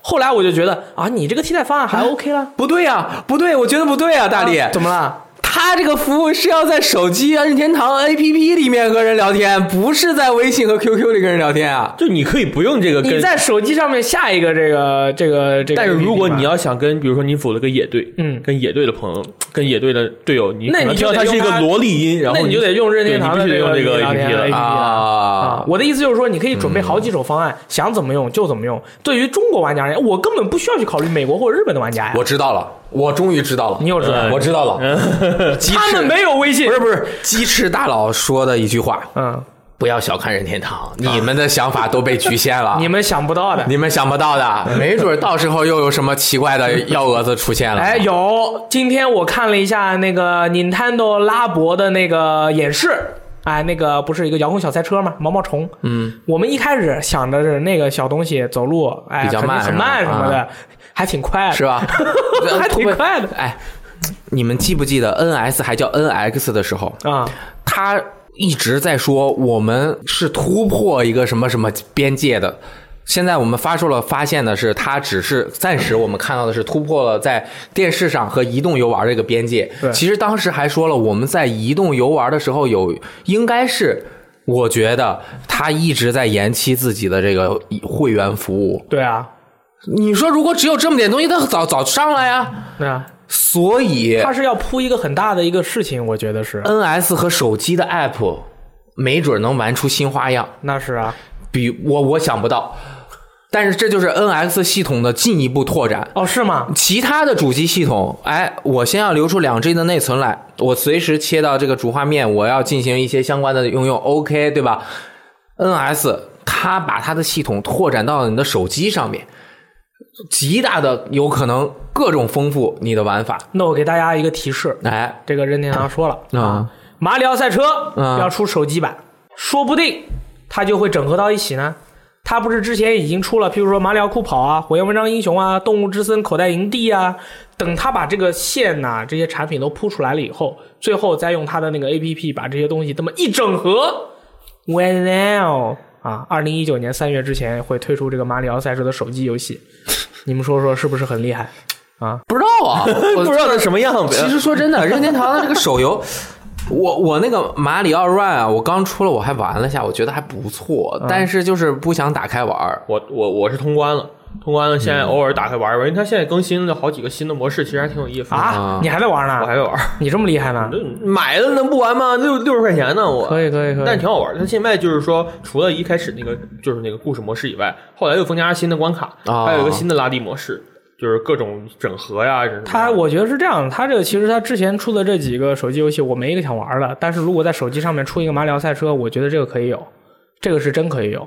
B: 后来我就觉得啊，你这个替代方案还 OK 了。
C: 不对啊，不对，我觉得不对啊，大力，
B: 怎么了？
C: 他这个服务是要在手机任天堂 APP 里面和人聊天，不是在微信和 QQ 里跟人聊天啊。
A: 就你可以不用这个跟。
B: 你在手机上面下一个这个这个这个 APP 吧，
A: 但是如果你要想跟，比如说你组了个野队，
B: 嗯
A: 跟野队的朋友，跟野队的队友，你
B: 那
A: 可能
B: 你
A: 知
B: 就
A: 道
B: 得
A: 他
B: 用
A: 是一个
B: 它
A: 萝莉音，然后
B: 那
A: 你
B: 你就得用任天堂
A: 对
B: 的
A: 你必须得用
B: 这
A: 这
B: 个
A: 个
B: 聊天
A: APP 了。哎
B: APP 哎啊，我的意思就是说，你可以准备好几手方案，想怎么用就怎么用。对于中国玩家而言，我根本不需要去考虑美国或者日本的玩家呀，
C: 我知道了，我终于知道了。
B: 你又知道了
C: 我知道了。
B: (laughs)
C: 鸡
B: 他们
C: 翅
B: 没有微信
C: 不，是不是鸡翅大佬说的一句话：
B: 嗯，
C: 不要小看任天堂，你们的想法都被局限了。
B: 啊 (laughs) 你们想不到的。
C: 你们想不
B: (laughs)
C: 到的，没准到时候又有什么奇怪的幺蛾子出现了。
B: 哎，有！今天我看了一下那个 Nintendo 拉博的那个演示，哎，那个不是一个遥控小赛车吗？毛毛虫。嗯，我们一开始想着是那个小东西走路，哎，
C: 比较
B: 肯定
C: 慢
B: 很
C: 是吧
B: 慢什么的，
C: 啊
B: 还挺快的，？
C: 是吧
B: (laughs) 还挺快
C: (laughs)
B: 的
C: 哎，你们记不记得 NS 还叫 NX 的时候，
B: 啊、
C: 他一直在说我们是突破一个什么什么边界的。现在我们发出了发现的是，它只是暂时我们看到的是突破了在电视上和移动游玩这个边界
B: 对。
C: 其实当时还说了，我们在移动游玩的时候有应该是。我觉得他一直在延期自己的这个会员服务，
B: 对啊，
C: 你说如果只有这么点东西，他早早上来呀。
B: 对啊，
C: 所以
B: 他是要铺一个很大的一个事情，我觉得是，
C: NS 和手机的 App 没准能玩出新花样，
B: 那是啊，
C: 比我我想不到。但是这就是 NX 系统的进一步拓展，
B: 哦，是吗？
C: 其他的主机系统，哎，我先要留出两 G 的内存来，我随时切到这个主画面，我要进行一些相关的应用，OK，对吧？NS 它把它的系统拓展到了你的手机上面，极大的有可能各种丰富你的玩法。
B: 那我给大家一个提示，
C: 哎，
B: 这个任天堂说了，
C: 啊、
B: 马里奥赛车
A: 啊
C: 嗯
B: 要出手机版，说不定它就会整合到一起呢。它不是之前已经出了，譬如说马里奥酷跑啊、火焰纹章英雄啊、动物之森口袋营地啊，等它把这个线呐、这些产品都铺出来了以后，最后再用它的那个 APP 把这些东西这么一整合，Well now 啊，二零一九年三月之前会推出这个马里奥赛车的手机
A: (laughs)
B: 游戏，你们说说是不是很厉害？
C: 不知
A: (laughs)
C: 道啊，我
A: 不知道它什么样子。
C: 其实说真的，任天堂的这个手游，我我那个马里奥 Run 啊，我刚出了，我还玩了一下，我觉得还不
B: 嗯
C: 错，但是就是不想打开玩儿。
A: 我我我是通关了，通关了，现
B: 嗯
A: 在偶尔打开玩一玩，因为它现在更新了好几个新的模式，其实还挺有意思的。
B: 啊
C: 啊，
B: 你还在玩
A: 我
B: 呢？
A: 还会玩，
B: 你这么厉害呢？
A: 买了能不玩吗？六六十块钱呢，我。
B: 可以可以可以，
A: 但挺好玩的。它现在就是说，除了一开始那个就是那个故事模式以外，后来又增加了新的关卡，
C: 啊
A: 还有一个新的拉力模式，就是各种整合呀。什么的
B: 它我觉得是这样，它这个其实它之前出的这几个手机游戏，我没一个想玩的。但是如果在手机上面出一个马里奥赛车，我觉得这个可以有，这个是真可以有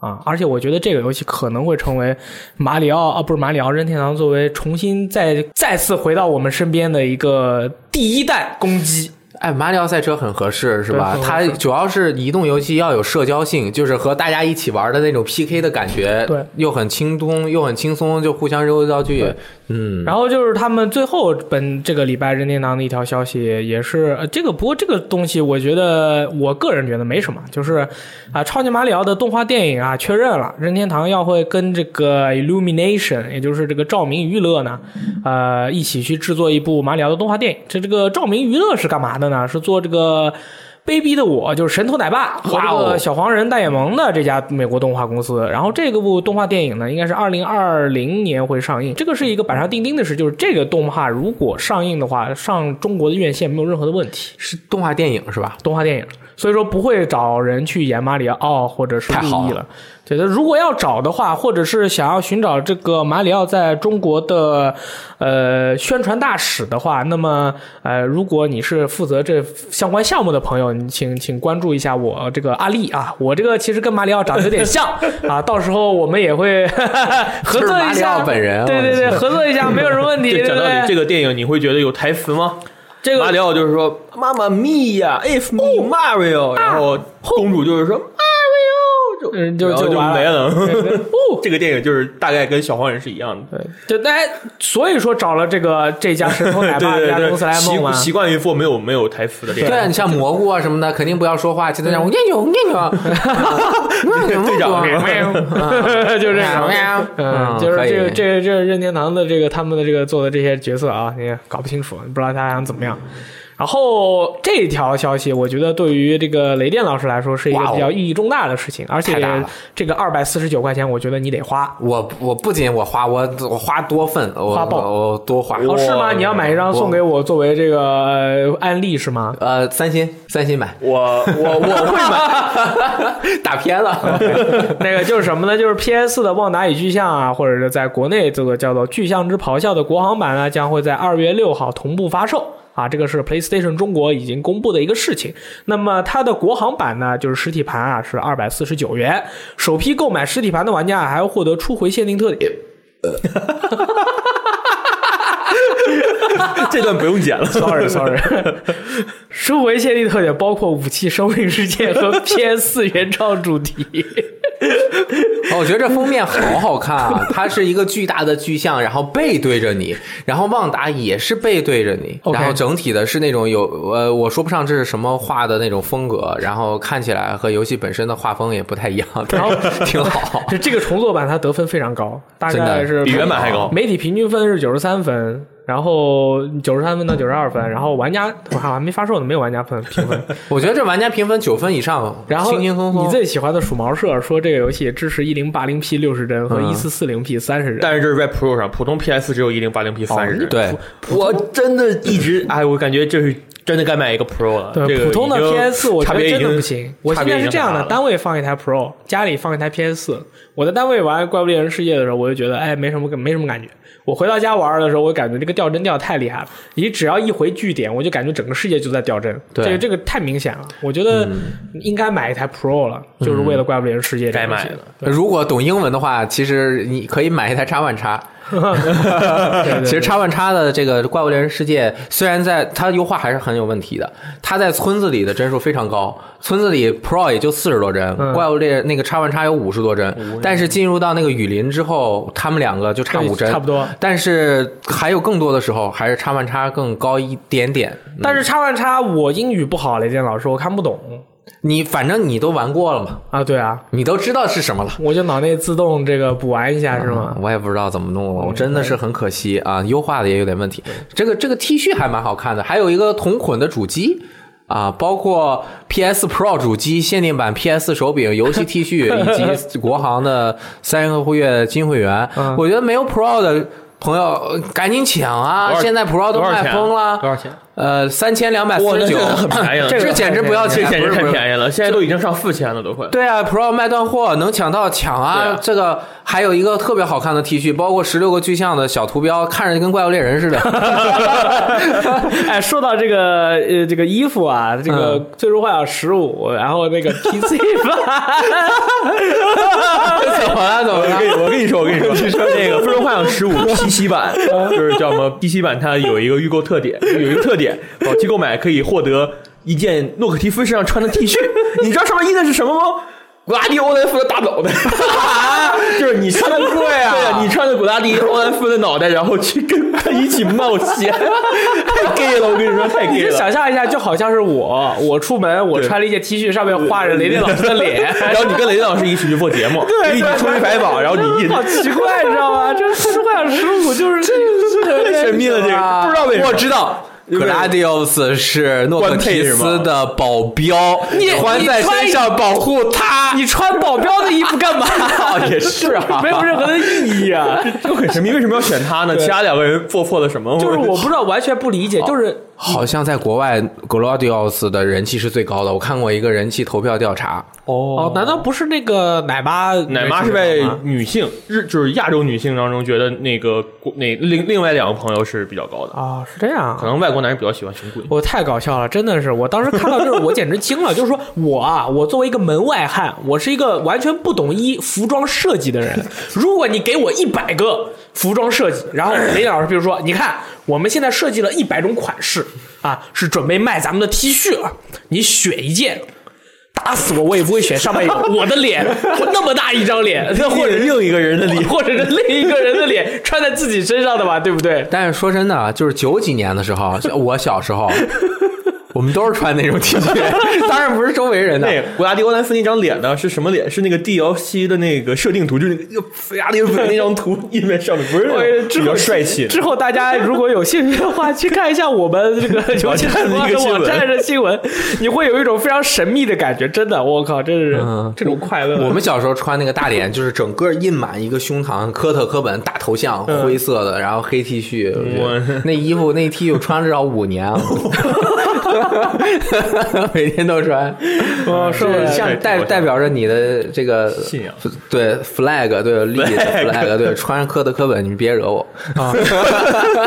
B: 啊！而且我觉得这个游戏可能会成为马里奥啊，不是马里奥，任天堂作为重新再再次回到我们身边的一个第一代攻击。
C: 哎，马里奥赛车很合适，是吧
B: 对？很合
C: 它
B: 适
C: 主要是移动游戏要有社交性，就是和大家一起玩的那种 PK 的感觉，
B: 对，
C: 又很轻松，又很轻松，就互相扔道具，嗯，
B: 然后就是他们最后本这个礼拜任天堂的一条消息，也是、呃、这个，不过这个东西我觉得我个人觉得没什么，就是啊、超级马里奥的动画电影啊确认了，任天堂要会跟这个 Illumination，也就是这个照明娱乐呢，呃，一起去制作一部马里奥的动画电影。这这个照明娱乐是干嘛的呢？是做这个。卑鄙的我就是神偷奶爸和
C: 哇
B: 这
C: 哦
B: 个小黄人大眼萌的这家美国动画公司。然后这个部动画电影呢，应该是二零二零年会上映。这个是一个板上钉钉的事，就是这个动画如果上映的话，上中国的院线没有任何的问题。
C: 是动画电影是吧？
B: 动画电影，所以说不会找人去演马里奥或者是
C: 太
B: 利
C: 好
B: 益
C: 了
B: 了。对的，如果要找的话，或者是想要寻找这个马里奥在中国的呃宣传大使的话，那么呃，如果你是负责这相关项目的朋友，你请请关注一下我这个阿丽啊，我这个其实跟马里奥长得有点
C: (laughs)
B: 像啊，到时候我们也会 (laughs) 合
C: 就是
B: 作
C: 马
B: 一
C: 里
B: 下
C: 奥本人
B: 对对对，
C: 我
B: 合作一下没有什么问题，
C: (laughs)
A: 这
B: 对
A: 讲
B: 不
A: 道理，这
B: 对？
A: 个电影你会觉得有台词吗？
B: 这
A: 马
B: 个 (laughs) Oh,
A: 里奥就是说妈妈咪呀，If me Mario，然后公主就是说 Mario，就
B: ah, 嗯就
A: 然后
B: 就
A: 就
B: 完了
A: 没了。
B: 哦，
A: (laughs) 这个电影就是大概跟小黄人是一样的。
B: 对，哎，所以说找了这个这家神偷
A: (laughs)
B: 奶
A: 对
B: 爸这
A: 对
B: 家
A: 对
B: 公司
A: 对，
B: 来
A: 习
B: 弄啊嘛，
A: 习惯于做没有没有台词的电
C: 对啊，
A: 影。
C: 你像蘑菇啊什么的，肯定不要说话，就在那我念扭念扭，
A: 队长
B: (laughs)
C: (laughs) 嗯
B: 就是这样。
C: (laughs) 嗯
B: 嗯， (laughs) 就是
C: 可以
B: 这个这个这个任天堂的这个他们的这个做的这些角色啊，你也搞不清楚，你不知道他想怎么样。然后这条消息，我觉得对于这个雷电老师来说是一个
C: 哇哦
B: 比较意义重大的事情，而且
C: 太大了
B: 这个二百四十九块钱，我觉得你得花。
C: 我我不仅我花，我我花多份，我
B: 花爆
C: 我我多花。
A: 哎
B: 哦，是吗？
A: 哇
B: 你要买一张送给我作为这个呃案例是吗？
C: 呃，三星三星买，
A: (laughs) 我
B: (laughs)
A: 我我会买，
C: (laughs) 打偏
A: (laughs)
C: 了。
B: (laughs) 那个就是什么呢？就是 PS 的《旺达与巨像》啊，或者是在国内这个叫做《巨像之咆哮》的国行版呢，将会在二月六号同步发售。啊，这个是 PlayStation 中国已经公布的一个事情。那么它的国行版呢，就是实体盘啊是二百四十九元，首批购买实体盘的玩家还要获得初回限定特点。
A: 这段不用剪了。
B: Sorry Sorry，初回限定特点包括武器、生命世界和 PS 原创主题。
C: 哦我觉得这封面好好看啊！它是一个巨大的巨像，然后背对着你，然后旺达也是背对着你，
B: OK
C: 然后整体的是那种有呃，我说不上这是什么画的那种风格，然后看起来和游戏本身的画风也不太一样，然后挺好。
B: (laughs) 就这个重做版，它得分非常高，大
C: 真的
B: 概是
A: 比原版还高
B: 媒体平均分是九十三分，然后九十三分到九十二分，然后玩家我看还没发售呢，没有玩家分评分。
C: 我觉得这玩家评分九分以上，
B: 然后
C: 轻轻松松。
B: 你最喜欢的鼠毛社说这个游戏支持一零八零 P 六十帧和
C: 嗯
B: 一四四零 P 三十帧，
A: (laughs) 但是这是在 Pro 上，普通 PS 只有一零八零 P
B: 哦
A: 三十帧。
C: 对，
A: 我真的一直哎，我感觉这是真的该买一个 Pro 了。
B: 啊对、
A: 这个
B: 普通的
A: 已经
B: PS 我觉
A: 差
B: 得
A: 别已
B: 真的
A: 经
B: 不行。我现
A: 差别
B: 在
A: 已
B: 是
A: 经
B: 这样
A: 很
B: 的，
A: 大了
B: 单位放一台 Pro，家里放一台 PS 四。我在单位玩《怪物猎人世界》的时候，我就觉得哎没什么没什么感觉。我回到家玩的时候，我感觉这个掉帧掉得太厉害了。你只要一回据点，我就感觉整个世界就在掉帧。
C: 对
B: 这个这个太明显了。我觉得应该买一台 Pro 了，就是为了《怪物猎人世界》这个
A: 该 (laughs)
B: 东
A: 买
B: 西
A: 了。
C: 如果懂英文的话，其实你可以买一台叉万叉。
B: 对对
C: 其实叉万叉的这个《怪物猎人世界》，虽然在它优化还是很有问题的，它在村子里的帧数非常高，村子里 Pro 也就四十多帧，
B: 嗯
C: 怪物猎那个叉万叉有五十多帧，但是进入到那个雨林之后，他们两个就差五帧，
B: 差不多。
A: 嗯
C: 但是还有更多的时候，还是叉万叉更高一点点。
B: 但是叉万叉我英语不好，雷电老师，我看不懂
C: 你反正你都玩过了嘛，
B: 啊。对啊，
C: 你都知道是什么了。
B: 我就脑内自动这个补完一下是吗？
C: 嗯我也不知道怎么弄
A: 嗯
C: 了，我真的是很可惜啊，优化的也有点问题。这个这个 T 恤还蛮好看的，还有一个同捆的主机。啊，包括 PS Pro 主机、限定版 PS 手柄、游戏
A: (laughs)
C: T 恤以及国行的三个月金会员，
B: 嗯
C: 我觉得没有 Pro 的朋友呃赶紧抢啊！
A: 多少
C: 现在 Pro 都
A: 多少钱
C: 卖疯了，
A: 多少钱？
C: 呃，三千两百四
A: 哇
C: 十
A: 那这
C: 九，
A: 个很便宜了
B: 这个
C: (laughs) 啊这简直不要
B: 太
A: 这
C: 钱，
A: 简
C: 不
A: 直
C: 是
A: 太
C: 不是
A: 便宜了，现在都已经上四千了，都快。
C: 对啊，Pro 卖断货，能抢到抢
A: 对
C: 啊！
A: 啊
C: 这个还有一个特别好看的 T 恤，包括十六个巨像的小图标，看着跟怪物猎人似的。
B: (laughs) 哎，说到这个呃，这个衣服啊，这个
A: 嗯
B: 《最终幻想十五》，然后
A: (laughs)
B: 那个 PC 版，
C: 怎么了？怎么
A: 我
C: 了
A: 跟？你我跟你说，我跟你说，那个《最终幻想十五》PC 版，就是叫什么 PC 版，它有一个预购特点，有一个特点，早期购买可以获得一件诺克提夫身上穿的 T 恤，你知道上面印的是什么吗？古拉迪欧文夫的大脑袋，就是你穿的贵
C: 啊
A: 对啊，你穿的古拉迪欧文夫的脑袋，然后去跟他一起冒险，太 gay 了！我跟你说，太
B: 你
A: gay
B: 就
A: 了。
B: 想象一下，就好像是我，我出门我穿了一件 T 恤，上面画着雷电老师的脸，
A: (laughs) 然后你跟雷老师一起去做节目，
B: 对
A: 一起出去百宝，然后你一
B: (laughs) 好奇怪，你知道吗？这《最终幻想十五》就是这
A: 太神秘了，这个 (laughs) 不知道为什么。
C: 啊我知道。Gladius 是诺克提斯的保镖，
B: 你
C: 穿在身上保护 (laughs) 他。
B: 你穿保镖的衣服干嘛？
C: 也是啊
B: 没有任何的意
A: (laughs)
B: 义啊！
A: 就很神秘，为什么要选他呢？其他两个人做错了什么？
B: 就是我不知道，完全不理
A: 哦
B: 解，就是
C: (laughs) 好像在国外 Gladius 的人气是最高的。我看过一个人气投票调查，
B: 哦，难道不是那个奶妈？
A: 奶妈是
B: 被
A: 被女性日就是亚洲女性当中觉得那个国那另另外两个朋友是比较高的，
B: 啊，是这样啊
A: 可。能外国男人比较喜欢穷鬼。
B: 我太搞笑了，真的是！我当时看到这儿，我简直惊了。就是说我啊，我作为一个门外汉，我是一个完全不懂衣服装设计的人。如果你给我一百个服装设计，然后雷老师，比如说，你看我们现在设计了一百种款式啊，是准备卖咱们的 T 恤啊，你选一件。打死我，我也不会选上面有我的脸，我那么大一张脸，或
A: (laughs)
B: 者
A: 另一个人的
B: 是或者是另一个人的脸穿在自己身上的吧，对不对？
C: 但是说真的，啊，就是九几年的时候，像我小
B: (laughs)
C: 时候，我们都是穿那种 T 恤，当然不是周围人的。
A: 那古拉迪欧兰夫那张脸呢？是什么脸？是那个 DLC 的那个设定图，就是那个菲亚利夫那张图页面上面，不是那
B: (laughs) 我也
A: 种
B: 之
A: 比
B: 后
A: 较帅气的。
B: 之后大家如果有兴趣的话，去看一下我们这个游戏时光的网站的新闻，你会有一种非常神秘的感觉。真的，我靠，真是
C: 嗯
B: 这种快乐。
C: 我们小时候穿那个大脸，就是整个印满一个胸膛，科特·科本大头像，
B: 嗯
C: 灰色的，然后黑 T 恤，我觉得那衣服那 T 恤穿了至少五年了， (laughs) 每天都穿，
B: 哦是
C: 是
A: 对
C: 像代
A: 我想
C: 代表着你的这个
A: 信仰，
C: 对 flag，对立 flag，对穿科特·科本，你别惹我
B: 啊，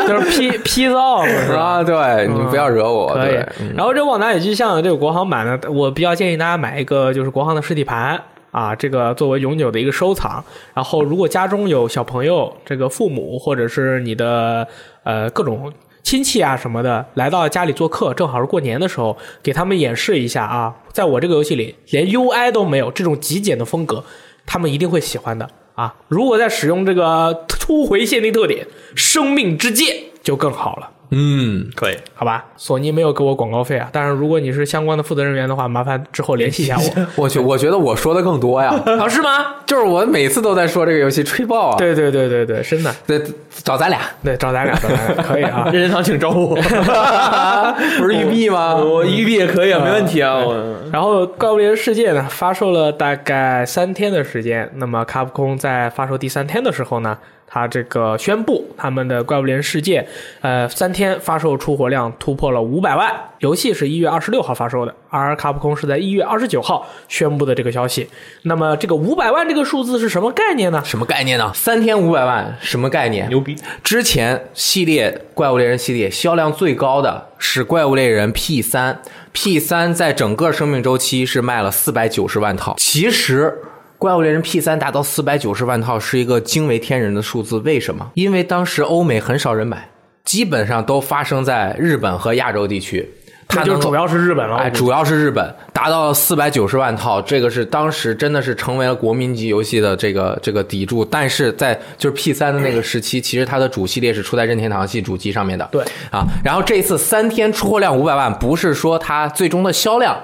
B: 就是 P P 造是吧？
C: 啊！对你不要惹我，
B: 可以
C: 对。嗯。
B: 然后这《旺达与巨像》这个国行版呢，我比较建议大家买一个就是国行的实体盘啊，这个作为永久的一个收藏。然后如果家中有小朋友、这个父母或者是你的呃各种。亲戚啊什么的来到家里做客，正好是过年的时候，给他们演示一下啊。在我这个游戏里，连 UI 都没有，这种极简的风格，他们一定会喜欢的啊。如果再使用这个突回限定特点“生命之戒”，就更好了。
C: 嗯，
A: 可以，
B: 好吧？索尼没有给我广告费啊，但是如果你是相关的负责人员的话，麻烦之后联系一下我。
C: 我去，我觉得我说的
B: (laughs)
C: 更多呀，
B: 啊，是吗？
C: 就是我每次都在说这个游戏吹爆啊，
B: 对对对对对，真的，
C: 对，找咱俩，
B: 对，找咱俩，找咱俩可以 (laughs) 啊。
A: 任天堂请找我，
B: (laughs)
C: 不是玉璧吗？
A: (laughs)
B: 哦
A: 我育碧也可以啊，没问题啊，我
B: 然后《怪物猎人世界》呢，发售了大概三天的时间。那么，卡普空在发售第三天的时候呢，它这个宣布他们的《怪物猎人世界》呃，三天发售出货量突破了五百万。游戏是一月二十六号发售的，而卡普空是在一月二十九号宣布的这个消息。那么，这个五百万这个数字是什么概念呢？
C: 什么概念呢？三天五百万，什么概念？
A: 牛 (laughs) 逼，
C: 之前系列《怪物猎人》系列销量最高的是《怪物猎人 P 三》，P 三在整个生命周期是卖了四百九十万套。其实，《怪物猎人 P 三》达到四百九十万套是一个惊为天人的数字。为什么？因为当时欧美很少人买，基本上都发生在日本和亚洲地区。它
B: 那就
C: 能够
B: 主要是日本了。
C: 哎，
B: 我估计
C: 主要是日本达到四百九十万套，这个是当时真的是成为了国民级游戏的这个这个底柱。但是在就是 P 三的那个时期，其实它的主系列是出在任天堂系主机上面的。
B: 对
C: 啊，然后这一次三天出货量五百万，不是说它最终的销量。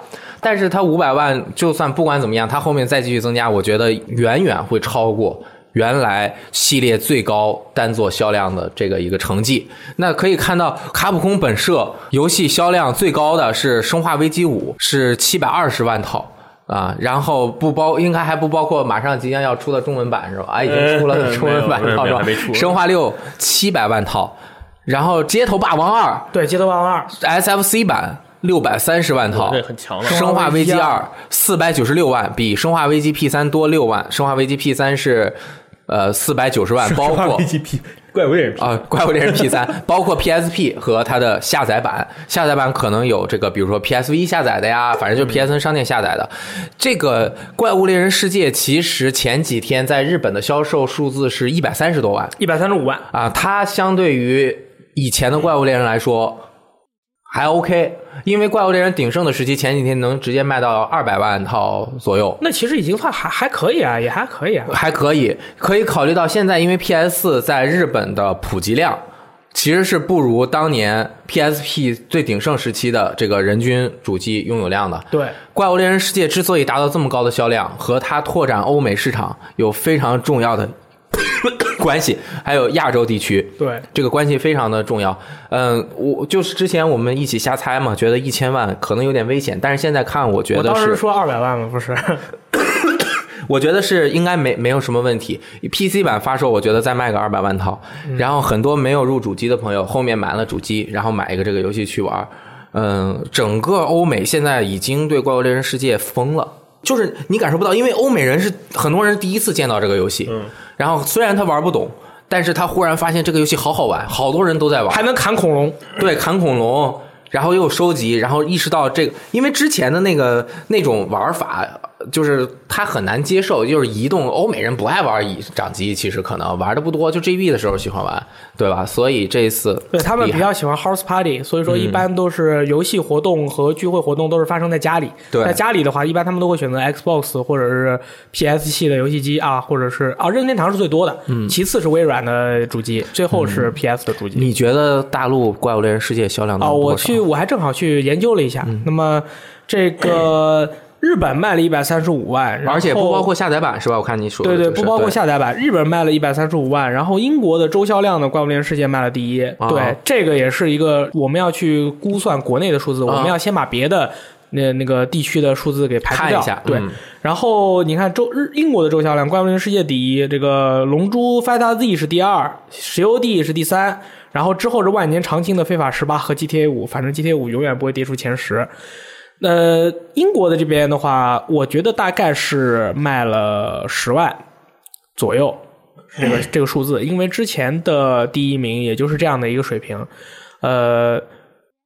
C: 但是它五百万，就算不管怎么样，它后面再继续增加，我觉得远远会超过原来系列最高单作销量的这个一个成绩。那可以看到，卡普空本社游戏销量最高的是《生化危机五》，是七百二十万套。啊，然后不包，应该还不包括马上即将要出的中文版是吧？啊，已经出了
A: 呃
C: 中文版
A: 没有没有
C: 套是吧？
A: 还没出
C: 生化六七百万套，然后《街头霸王二
B: 对《街头霸王二》》
C: SFC 版六百三十万套，
A: 哦这很强了。
C: 生化危
B: 危
C: 机
B: 机
C: 二四百九十六万，比生化危机 P 三多六万。生化危机 P 三是呃四百九十 (laughs) 万，包括
A: P G P 怪物猎人 P，
C: 啊、怪物猎人 P (laughs) 三，包括 PSP 和它的下载版，下载版可能有这个，比如说 PSV 下载的呀，反正就是 PSN 商店下载的。这个《怪物猎人世界》其实前几天在日本的销售数字是一百三十多万
B: 一百三十五万，
C: 啊，它相对于以前的《怪物猎人》来说还 OK，因为《怪物猎人》鼎盛的时期前几天能直接卖到二百万套左右，
B: 那其实已经算还还可以啊，也还可以啊。
C: 还可以，可以考虑到现在因为 PS 在日本的普及量。其实是不如当年 PSP 最鼎盛时期的这个人均主机拥有量的。
B: 对，
C: 《怪物猎人世界》之所以达到这么高的销量，和它拓展欧美市场有非常重要的 (coughs) 关系，还有亚洲地区。
B: 对，
C: 这个关系非常的重要。嗯，我就是之前我们一起瞎猜嘛，觉得一千万可能有点危险，但是现在看，我觉
B: 我
C: 得
B: 当时
C: 是，
B: 说二百万嘛，不是？
C: 我觉得是应该没没有什么问题。PC 版发售，我觉得再卖个二百万套，然后很多没有入主机的朋友后面买了主机，然后买一个这个游戏去玩。嗯，整个欧美现在已经对《怪物猎人世界》疯了。就是你感受不到，因为欧美人是很多人是第一次见到这个游戏，嗯，然后虽然他玩不懂，但是他忽然发现这个游戏好好玩，好多人都在玩，
B: 还能砍恐龙，
C: (laughs) 对，砍恐龙，然后又收集，然后意识到这个，因为之前的那个那种玩法，就是他很难接受，就是移动，欧美人不爱玩移掌机，其实可能玩的不多，就 GB 的时候喜欢玩，对吧？所以这一次
B: 对他们
C: 厉
B: 比
C: 害嗯
B: 较喜欢 house party，所以说一般都是游戏活动和聚会活动都是发生在家里。
C: 对
B: 在家里的话，一般他们都会选择 Xbox 或者是 PS 系的游戏机啊，或者是啊任天堂是最多的，
C: 嗯
B: 其次是微软的主机，最后是 PS 的主机。
C: 你觉得大陆《怪物猎人世界》销量能
B: 啊，
C: 有
B: 我
C: 多少？嗯
B: 去，我还正好去研究了一下，那么这个日本卖了一百三十五万，然后
C: 而且不包括下载版是吧？我看你说的
B: 对对，
C: 这个事
B: 不
C: 儿
B: 包括下载版，日本卖了一百三十五万，然后英国的周销量呢，《怪物猎人世界》卖了第一。
C: 啊
B: 对，这个也是一个我们要去估算国内的数字，
C: 啊
B: 我们要先把别的。那那个地区的数字给排除掉，
C: 看一下
B: 对。
C: 嗯
B: 然后你看周日英国的周销量，《怪物猎人世界》第一，这个《龙珠 Fighter Z》是第二，《石油 D》是第三，然后之后是万年长青的《非法十八》和 GTA 五，反正 GTA 五永远不会跌出前十。呃，英国的这边的话，我觉得大概是卖了十万左右，这 (laughs) 个这个数字，因为之前的第一名也就是这样的一个水平，呃，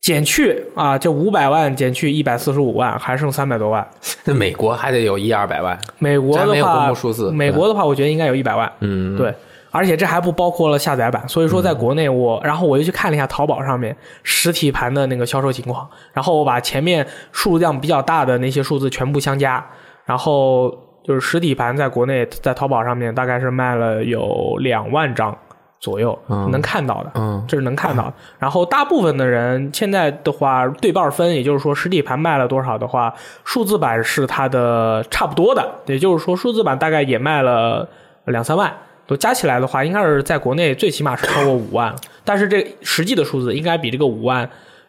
B: 减去啊，这五百万减去一百四十五万，还剩三百多万。
C: 那美国还得有一二百万，
B: 美国
C: 咱没
B: 的
C: 有公
B: 话，
C: 布数字
B: 美国的话，我觉得应该有一百万，
C: 嗯，
B: 对。而且这还不包括了下载版，所以说在国内我，
C: 嗯
B: 然后我又去看了一下淘宝上面实体盘的那个销售情况，然后我把前面数量比较大的那些数字全部相加，然后就是实体盘在国内在淘宝上面大概是卖了有两万张，左右，
C: 嗯
B: 能看到的，
C: 嗯
B: 这是能看到的。然后大部分的人现在的话，对半分，也就是说实体盘卖了多少的话，数字版是它的差不多的，也就是说数字版大概也卖了两三万。都加起来的话，应该是在国内最起码是超过五
C: (coughs)
B: 万，但是这实际的数字应该比这个五万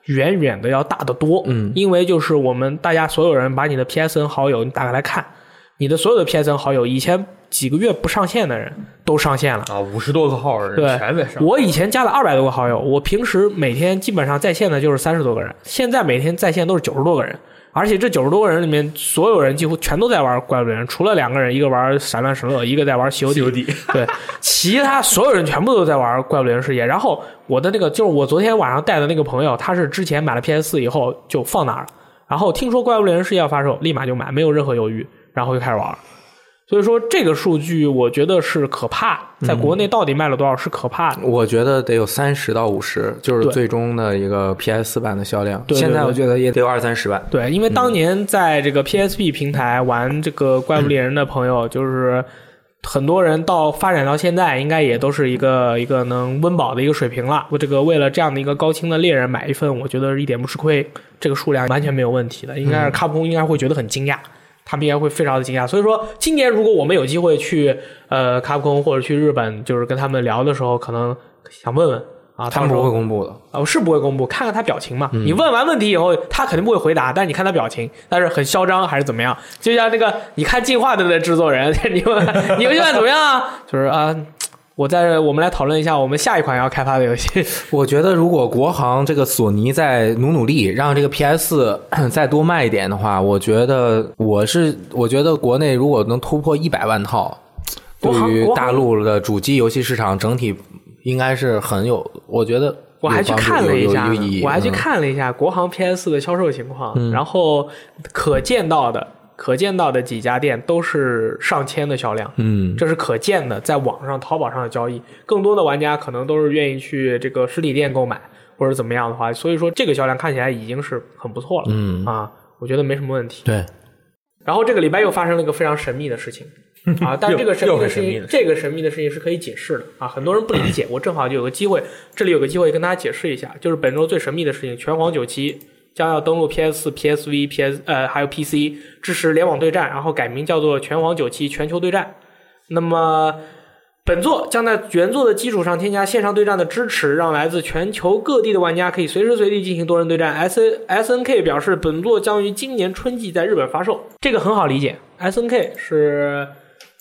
B: 远远的要大得多。嗯，因为就是我们大家所有人把你的 PSN 好友你打开来看，你的所有的 PSN 好友，以前几个月不上线的人都上线了。
A: 啊，五十多个号人
B: 对
A: 全在上，
B: 我以前加了二百多个好友，我平时每天基本上在线的就是三十多个人，现在每天在线都是九十多个人，而且这九十多个人里面，所有人几乎全都在玩怪物猎人，除了两个人，一个玩闪乱神乐，一个在玩西游记。
A: COD
B: 对，其他所有人全部都在玩《怪物猎人世界》。然后我的那个就是我昨天晚上带的那个朋友，他是之前买了 PS 4以后就放那儿了，然后听说《怪物猎人世界》要发售，立马就买，没有任何犹豫，然后就开始玩了。所以说这个数据我觉得是可怕，在国内到底卖了多少是可怕的。
C: 我觉得得有三十到五十，就是
B: 对
C: 最终的一个 PS 版的销量。
B: 对对
C: 现在
B: 对
C: 我觉得也得有二三十万。
B: 对，因为当年在这个 PSP 平台玩这个《怪物猎人》的朋友，就是很多人到发展到现在，应该也都是一个呃一个能温饱的一个水平了。我这个为了这样的一个高清的猎人买一份，我觉得一点不吃亏，这个数量完全没有问题的。应该是卡普空应该会觉得很惊讶。他们应该会非常的惊讶，所以说今年如果我们有机会去呃卡普空或者去日本，就是跟他们聊的时候，可能想问问啊，到
C: 他们
B: 时
C: 不
B: 候
C: 会公布的，
B: 啊，我是不会公布，看看他表情
C: 嗯
B: 嘛。你问完问题以后，他肯定不会回答，但是你看他表情，但是很嚣张还是怎么样？就像那个你看《进化》的那制作人， (laughs) 你问你们现在怎么样啊？就是啊。我在我们来讨论一下我们下一款要开发的游戏，
C: 我觉得如果国行这个索尼再努努力，让这个 PS (coughs) 再多卖一点的话，我觉得我是我觉得国内如果能突破一百万套，
B: 国
C: 对
B: 行
C: 于
B: 国行
C: 大陆的主机游戏市场整体应该是很有，我觉得
B: 我还去
C: 有帮助
B: 看了一
C: 有
B: 下
C: 有
B: 呢
C: 有意义，
B: 我还去
C: 嗯
B: 看了一下国行 PS 的销售情况，然后可见到的可见到的几家店都是上千的销量，
C: 嗯，
B: 这是可见的，在网上、淘宝上的交易，更多的玩家可能都是愿意去这个实体店购买，或者怎么样的话，所以说这个销量看起来已经是很不错了，
C: 嗯
B: 啊，我觉得没什么问题。
C: 对，
B: 然后这个礼拜又发生了一个非常神秘的事情啊，但这个神秘的事
A: 又又很神秘
B: 情
A: 的，事
B: 这个神秘的事情是可以解释的啊，很多人不理解，我正好就有个机会，这里有个机会跟大家解释一下，就是本周最神秘的事情，拳皇九七。将要登陆 PS、PSV、PS 呃还有 PC，支持联网对战，然后改名叫做《拳皇九七全球对战》。那么本作将在原作的基础上添加线上对战的支持，让来自全球各地的玩家可以随时随地进行多人对战。S S N K 表示，本作将于今年春季在日本发售。这个很好理解，S N K 是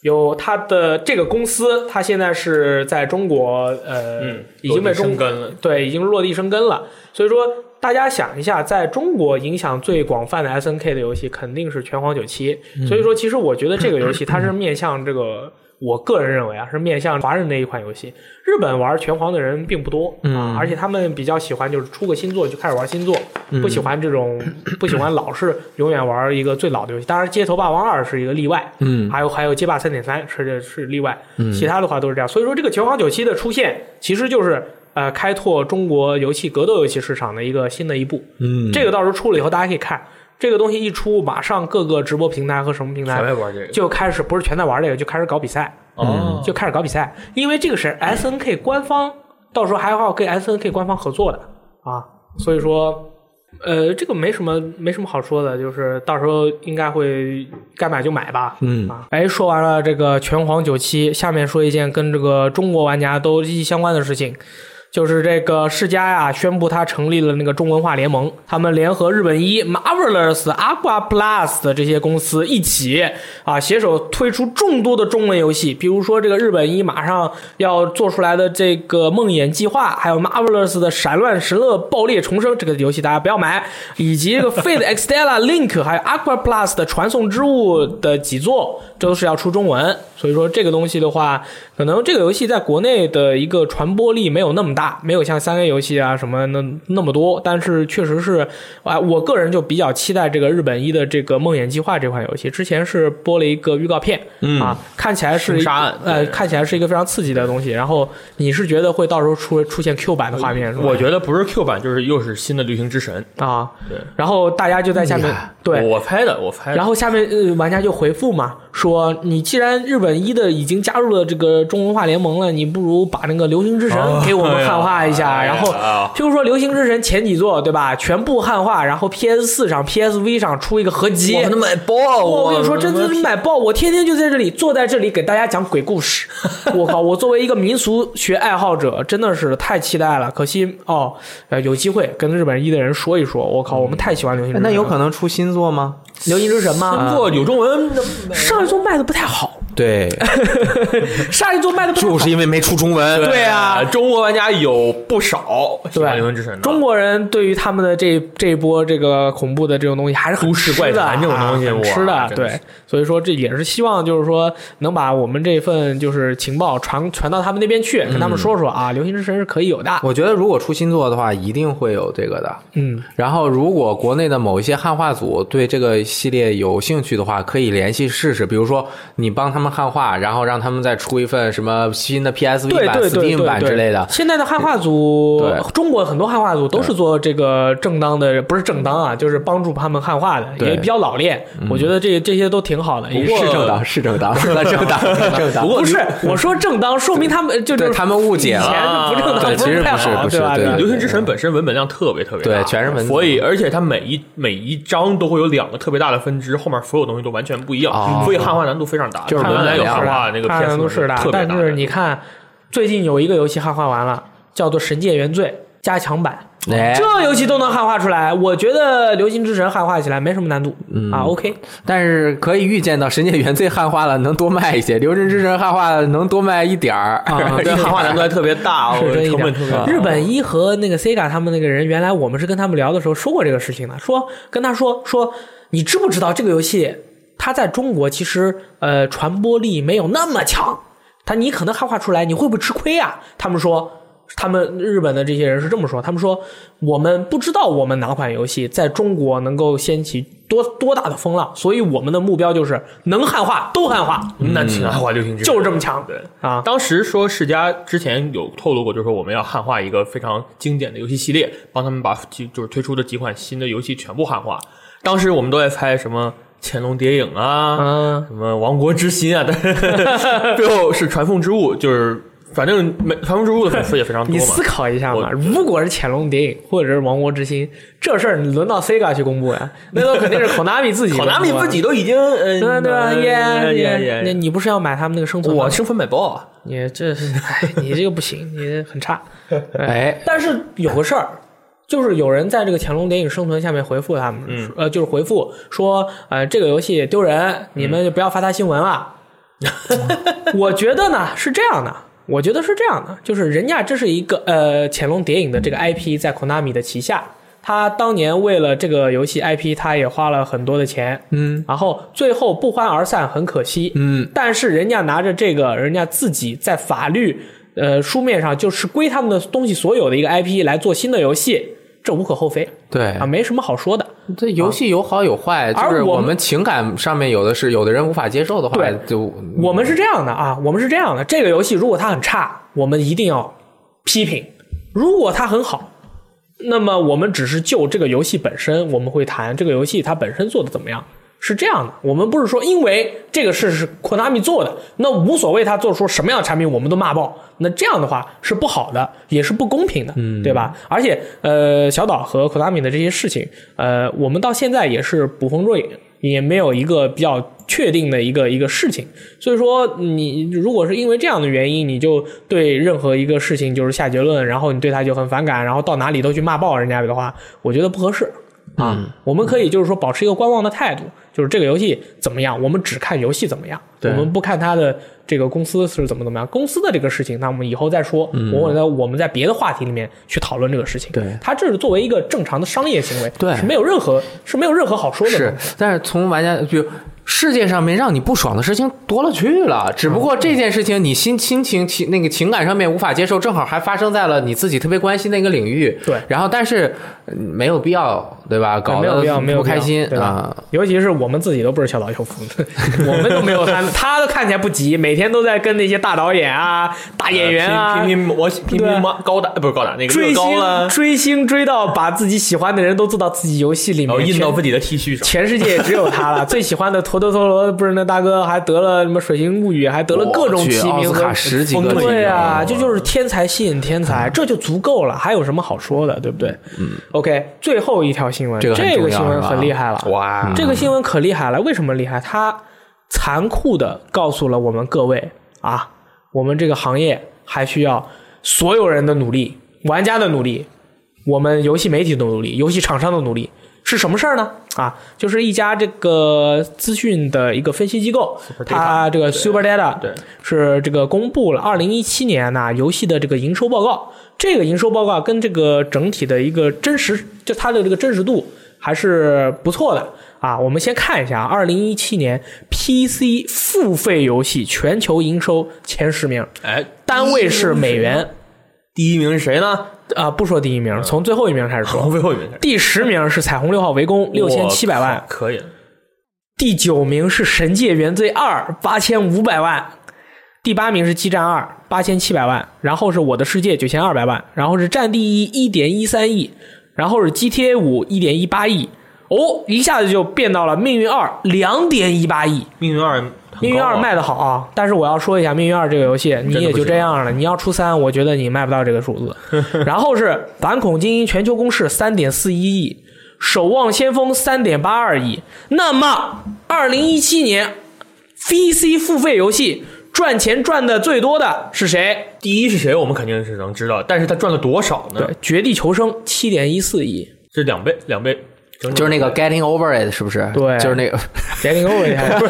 B: 有它的这个公司，它现在是在中国，呃，
A: 嗯
B: 已经被中
A: 生根了。
B: 对，已经落地生根了。所以说，大家想一下，在中国影响最广泛的 SNK 的游戏肯定是《拳皇九七》，所以说，其实我觉得这个游戏它是面向这个，我个人认为啊，是面向华人的一款游戏。日本玩拳皇的人并不多啊，而且他们比较喜欢就是出个新作就开始玩新作，不喜欢这种不喜欢老是永远玩一个最老的游戏。当然，《街头霸王二》是一个例外，
C: 嗯，
B: 还有还有街霸三点三是是例外，
A: 嗯
B: 其他的话都是这样。所以说，这个拳皇九七的出现，其实就是呃开拓中国游戏格斗游戏市场的一个新的一步。
C: 嗯，
B: 这个到时候出了以后，大家可以看这个东西一出，马上各个直播平台和什么平
A: 全
B: 台
A: 在玩这个
B: 就开始不是全在玩这个，就开始搞比赛，
A: 哦，
B: 就开始搞比赛，因为这个是 S N K 官方，到时候还要跟 S N K 官方合作的啊，所以说。呃，这个没什么没什么好说的，就是到时候应该会该买就买吧，
C: 嗯，
B: 啊，哎，说完了这个拳皇九七，下面说一件跟这个中国玩家都息息相关的事情，就是这个世嘉呀、宣布它成立了那个中文化联盟，他们联合日本一 Marvelous、Aqua Plus 的这些公司一起啊，携手推出众多的中文游戏，比如说这个日本一马上要做出来的这个《梦魇计划》，还有 Marvelous 的《闪乱神乐爆裂重生》这个游戏大家不要买，以及这个 Fate (laughs) Extella Link 还有 Aqua Plus 的《传送之物》的几座，这都是要出中文，所以说这个东西的话，可能这个游戏在国内的一个传播力没有那么大。大，没有像三 A 游戏啊什么那那么多，但是确实是啊，我个人就比较期待这个日本一的这个《梦魇计划》这款游戏。之前是播了一个预告片，
A: 嗯
B: 啊，看起来是
A: 凶杀案
B: 呃，
A: 对
B: 看起来是一个非常刺激的东西。然后你是觉得会到时候出出现 Q 版的画面是吧？
A: 我觉得不是 Q 版，就是又是新的旅行之神。
B: 啊
A: 对，
B: 然后大家就在下面对
A: 我拍的，我拍的。
B: 然后下面呃玩家就回复嘛，说你既然日本一的已经加入了这个中文化联盟了，你不如把那个《流星之神
A: 哦》
B: 给我们汉化一下。
A: 哎呀
B: 然后
A: 哎呀
B: 譬如说《流星之神》前几座对吧，全部汉化，然后 PS 四上、PSV 上出一个合集。
A: 我他妈买爆！
B: 我跟你说，
A: 他
B: 真
A: 妈
B: 的是买爆！我天天就在这里，坐在这里给大家讲鬼故
C: (laughs)
B: 事。我靠！我作为一个民俗学爱好者，真的是太期待了。可惜哦，呃，有机会跟日本一的人说一说。我靠，我们太喜欢流星之神了。
C: 哎那有可能出新作吗？
B: 流星之神吗？
A: 不过有中文，
B: 上一座卖的不太好，
C: (laughs) 对，
B: 上一座卖的不太好。
C: 就是因为没出中文。
B: 对啊
A: 中国玩家有不少喜欢《
B: 对
A: 灵魂之神》的。
B: 中国人对于他们的这这一波这个恐怖的这种东西还是很
A: 都市
B: 吃的
A: 怪谈这种东西
B: 啊很
A: 哇
B: 吃的
A: 真的
B: 对
A: 是，
B: 所以说这也是希望就是说能把我们这份就是情报传传到他们那边去，跟他们说说啊，流行之神是可以有的，
C: 我觉得如果出新作的话，一定会有这个的。
B: 嗯，
C: 然后，如果国内的某一些汉化组对这个系列有兴趣的话，可以联系试试。比如说，你帮他们汉化，然后让他们再出一份什么新的 PSV
B: 对
C: 版、
B: 对对
C: Steam
B: 对
C: 版之类
B: 对
C: 的。。
B: 现在的汉化组
C: 对，
B: 中国很多汉化组都是做这个正当的，不是正当啊，就是帮助他们汉化的，
C: 对
B: 也比较老练，我觉得这这些都挺好的，也
A: 不过
C: 是正当，是正当，是正当，是正当。
B: 不是，我说正当，说明他们呃就
C: 对
B: 是
C: 他们误解了
B: (laughs)
C: 啊
B: 以前是不正当，
C: 对其实
B: 太
C: 不是
B: 好，
C: 不是
B: 吧？
C: 对
A: 流行之神本身文本量特别特别大，
C: 对全是文字
A: 所以而且它每一每一章都会有两个特别大的分支，后面所有东西都完全不一样，
C: 哦
A: 所以汉化难度非常大。
C: 就是
A: 它
C: 文
A: 原来
C: 本
A: 有
C: 量
A: 汉化那个
B: 看
A: 片
B: 上
A: 子
B: 都是的
A: 特，别
B: 但
A: 大，
B: 是你看，最近有一个游戏汉化完了，叫做《神界原罪》加强版。
C: 哎
B: 这游戏都能汉化出来，我觉得《流星之神》汉化起来没什么难度、
C: 嗯
B: 啊。OK，
C: 但是可以预见到，《神界原罪》汉化了能多卖一些，《流日之神》汉化了能多卖一点儿。 (laughs)
B: 啊
A: (laughs) 对汉化难度还特别大，
B: (laughs) 是
A: 我
B: 真一
A: 成
B: 点
A: 本特别大。
B: 日本一和那个 Sega 他们那个人，原来我们是跟他们聊的时候说过这个事情的，说跟他说说，嗯你知不知道这个游戏它在中国其实呃传播力没有那么强，它你可能汉化出来，你会不会吃亏啊？他们说。他们日本的这些人是这么说，他们说我们不知道我们哪款游戏在中国能够掀起多多大的风浪，所以我们的目标就是能汉化都嗯汉化，
A: 那请汉化流行之神
B: 就是这么强
A: 嗯对
B: 啊！
A: 当时说世嘉之前有透露过，就是说我们要汉化一个非常经典的游戏系列，帮他们把几就是推出的几款新的游戏全部汉化。当时我们都在猜什么《潜龙谍影》啊，
B: 嗯
A: 什么《王国之心》啊，但
B: (laughs)
A: 是最后是《传凤之物》，就是反正没《传凤之物》的粉丝也非常多
B: 你
A: 嘛。
B: 思考一下嘛，
A: 我
B: 如果是《潜龙谍影》或者是《王国之心》，这事儿轮到 Sega 去公
A: (laughs)
B: 布呀？那都肯定是 Konami 自己公
A: 考
B: 布啊，
A: 纳米自己都已经，嗯，
B: 对啊对吧？
A: 嗯
B: 耶耶，那
A: 耶耶，
B: 你不是要买他们那个生存吗？
A: 我兴奋买爆啊！
B: 你这 (laughs) 是，哎，你这个不行，你很差。
C: 哎，
B: 但是有个事儿，就是有人在这个《潜龙谍影生存》下面回复他们，呃，就是回复说，呃，这个游戏丢人，你们就不要发它新闻了。我觉得呢是这样的。我觉得是这样的，就是人家这是一个呃《潜龙谍影》的这个 IP 在 Konami 的旗下，他当年为了这个游戏 IP，他也花了很多的钱，
C: 嗯，
B: 然后最后不欢而散，很可惜。
C: 嗯，
B: 但是人家拿着这个，人家自己在法律呃书面上就是归他们的东西所有的一个 IP 来做新的游戏，这无可厚非
C: 对
B: 啊，没什么好说的。
C: 这游戏有好有坏，
B: 而
C: 就是
B: 我
C: 我
B: 们
C: 们情感上面有的是，有的人无法接受的话
B: 对，
C: 就
B: 我们是这样的啊，我们是这样的，这个游戏如果它很差，我们一定要批评；如果它很好，那么我们只是就这个游戏本身，我们会谈这个游戏它本身做的怎么样。是这样的，我们不是说因为这个事是 Konami 做的，那无所谓他做出什么样的产品，我们都骂爆。那这样的话是不好的，也是不公平的，对吧？而且，呃，小岛和 Konami 的这些事情，呃，我们到现在也是捕风捉影，也没有一个比较确定的一个一个事情。所以说，你如果是因为这样的原因，你就对任何一个事情就是下结论，然后你对他就很反感，然后到哪里都去骂爆人家的话，我觉得不合适。
C: 嗯
B: 啊，我们可以就是说保持一个观望的态度，就是这个游戏怎么样，我们只看游戏怎么样，我
C: 对
B: 们不看它的这个公司是怎么怎么样。公司的这个事情，那我们以后再说。我们在我们在别的话题里面去讨论这个事情。
C: 嗯对
B: 它这是作为一个正常的商业行为，
C: 对
B: 是没有任何是没有任何好说的。
C: 是，但是从玩家就世界上面让你不爽的事情多了去
B: 嗯
C: 了，只不过这件事情你心心情情那个情感上面无法接受，正好还发生在了你自己特别关心的一个领域。
B: 对
C: 然后但是嗯没有必要，对吧？搞
B: 没有
C: 得
B: 必要，没有
C: 不
B: 必要
C: 开心
B: 对吧
C: 啊。？
B: 尤其是我们自己都不是小岛秀夫，我们都没有他，他都看起来不急，每天都在跟那些大导演啊、大演员啊
A: 拼拼拼我拼
B: 对
A: 拼妈高达呃不是高达那个
B: 追
A: 乐高啊
B: 星
A: 啦，
B: 追星追到把自己喜欢的人都做到自己游戏里
A: 然后哦
B: 面，
A: 印
B: 全
A: 到自己的 T 恤上。
B: 全世界也只有他了。最喜欢的陀陀陀螺不是那大哥还得了什么《水形物语》，还得了各种
C: 我去
B: 提名
C: 奥斯
B: 和
C: 卡十几个
A: 疯了
B: 对啊，
C: 已
B: 这
C: 经
B: 就是天才吸引天才，这就足够了，还有什么好说的，对不对？嗯。OK，最后一条新闻，
C: 这
B: 这
C: 个很重要
B: 新闻很厉害了，
A: 哇
B: 这个新闻可厉害了，为什么厉害？它残酷的告诉了我们各位啊，我们这个行业还需要所有人的努力，玩家的努力，我们游戏媒体的努力，游戏厂商的努力。是什么事儿呢？啊，就是一家这个资讯的一个分析机构，
A: Superdata，
B: 它这个 Super Data
A: 对
B: 是这个公布了二零一七年呐游戏的这个营收报告。这个营收报告跟这个整体的一个真实，就它的这个真实度还是不错的啊。我们先看一下二零一七年 PC 付费游戏全球营收前十名，
A: 哎，
B: 单位是美元
A: 第一名是谁呢？
B: 啊、不说第一名，从最后一名开始
A: 从
B: 说。
A: 最后一名开始，
B: 第十名是《彩虹六号：围攻》，六千七百
A: 我
B: 万
A: 靠。可以了。
B: 第九名是《神界原罪二》，八千五百万；第八名是《激战二》，八千七百万；然后是《我的世界》九千二百万；然后是《战地一》一点一三亿；然后是《GTA 五》一点一八亿。哦，一下子就变到了《命运二》两点一八亿。
A: 命运二，
C: 啊
B: 命运二卖的好啊，但是我要说一下，命运二这个游戏你也就这样了。你要出三，我觉得你卖不到这个数
C: (laughs)
B: 字。然后是《反恐精英》全球公示三点四一亿，《守望先锋》三点八二亿。那么，二零一七年 VC 付费游戏赚钱赚的最多的是谁？
A: 第一是谁，我们肯定是能知道，但是他赚了多少呢
B: 对，？《绝地求生》七点一四亿，
A: 是两倍，两倍，整整
C: 就是那个 getting over it 是不是？
B: 对
C: 就
B: (laughs)
C: 是那个，
B: 《杰林欧》也
C: (laughs)
B: 还
C: 就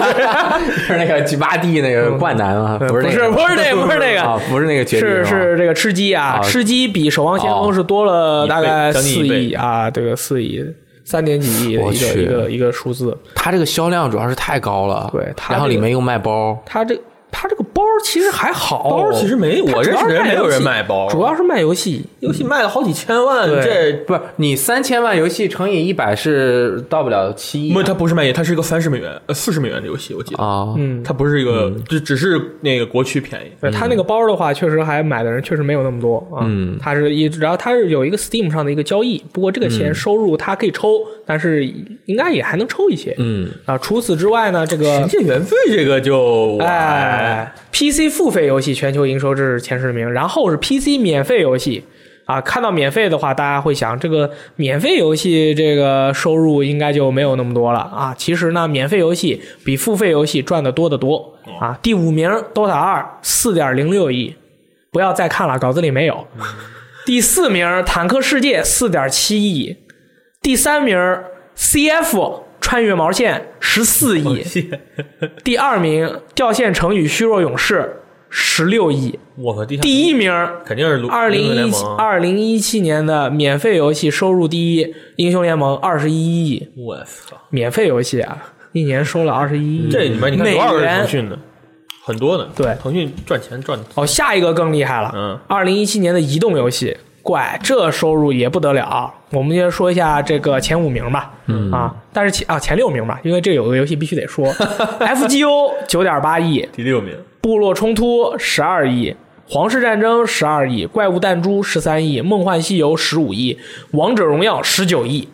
C: 是那个 G 八 D 那个灌篮啊，不
B: 不
C: 是那
B: 是
C: 个，
B: 嗯不是这个不是这
C: 啊
B: 个，，
C: 不是那个绝
B: 是
C: 地
B: 是这个吃鸡啊，
C: 啊
B: 吃鸡比守望先锋
C: 哦
B: 是多了大概
A: 一倍将近
B: 四
A: 一倍
B: 亿啊，这个四亿三点几亿的
C: 我
B: 一个
C: 去
B: 一个一个数字。
C: 它这个销量主要是太高了，
B: 对它
C: 然后
B: 这个
C: 里面又卖包，
B: 它这它这个包其实还好，
A: 包其实没，
B: 它
A: 我
B: 主
A: 认
B: 要
A: 识
B: 是
A: 的人没有
B: 游戏
A: 人卖包，
B: 主要是卖游戏。
A: 游戏卖了好几千万，
B: 对
A: 这
C: 不是你三千万游戏乘以一百是到不了七亿
A: 不，它不是卖它是一个三十美元、呃四十美元的游戏，我记得，
C: 啊，
B: 嗯，
A: 它不是一个，就只是那个国区便宜。
B: 对它那个包的话，确实还买的人确实没有那么多啊。
C: 嗯
B: 它是一，然后它是有一个 Steam 上的一个交易，不过这个
A: 嗯
B: 钱收入它可以抽，但是应该也还能抽一些。
C: 嗯，
B: 啊，除此之外呢，这个
A: 神界原罪这个就，
B: 哎，PC 付费游戏全球营收这是前十名，然后是 PC 免费游戏。啊，看到免费的话，大家会想，这个免费游戏这个收入应该就没有那么多了啊。其实呢，免费游戏比付费游戏赚的多得多啊。第五名《DOTA 二》四点零六亿，不要再看了，稿子里没有。第四名《坦克世界》四点七亿，第三名《CF》穿越毛线十四亿，第二名掉线成语虚弱勇士十六亿，
A: 我靠，第
B: 第一名
A: 肯定是
B: 二零
A: 联
B: 一
A: 盟啊，
B: 二零一七年的免费游戏收入第一，《英雄联盟》二十一亿，
A: 我操，
B: 免费游戏啊，一年收了二十一亿，
A: 这里面你看
B: 美
A: 多少个是腾
B: 元。
A: 讯的？很多的，
B: 对
A: 腾讯赚钱赚，
B: 哦，下一个更厉害了，
A: 嗯，
B: 二零一七年的移动游戏，怪这收入也不得了。我们先说一下这个前五名吧，嗯啊，但是前啊前六名吧，因为这有个游戏必须得说
A: (laughs)
B: ，FGO 九点八亿，
A: 第六名，
B: 部落冲突十二亿，皇室战争十二亿，怪物弹珠十三亿，梦幻西游十五亿，王者荣耀十九亿，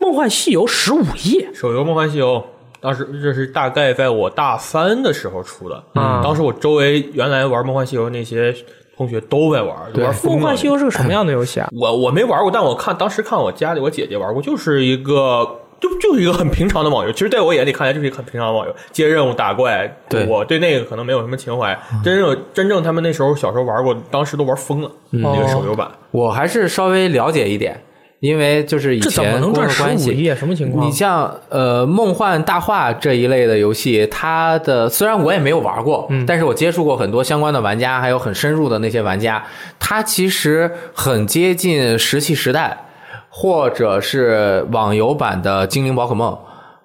B: 梦幻西游十五亿，
A: 手游《梦幻西游》，当时这是大概在我大三的时候出的。
B: 嗯
A: 当时我周围原来玩《梦幻西游》那些同学都在玩，都玩疯了。
B: 梦幻西游是个什么样的游
C: 嗯
B: 戏啊？
A: 我我没玩过，但我看当时看我家里我姐姐玩过，就是一个就就是一个很平常的网游。其实在我眼里看来就是一个很平常的网游，接任务打怪。
C: 对
A: 我对那个可能没有什么情怀。真正真正他们那时候小时候玩过，当时都玩疯了、
B: 嗯
A: 那
B: 哦
A: 个手游版。
C: 我还是稍微了解一点，因为就是以
B: 这怎么
C: 前
B: 能
C: 工作
B: 赚十
C: 关
B: 五
C: 系，
B: 亿啊？什么情况
C: 你？像呃《梦幻大话》这一类的游戏，它的虽然我也没有玩过，
B: 嗯
C: 但是我接触过很多相关的玩家，还有很深入的那些玩家，它其实很接近石器时代，或者是网游版的《精灵宝可梦》。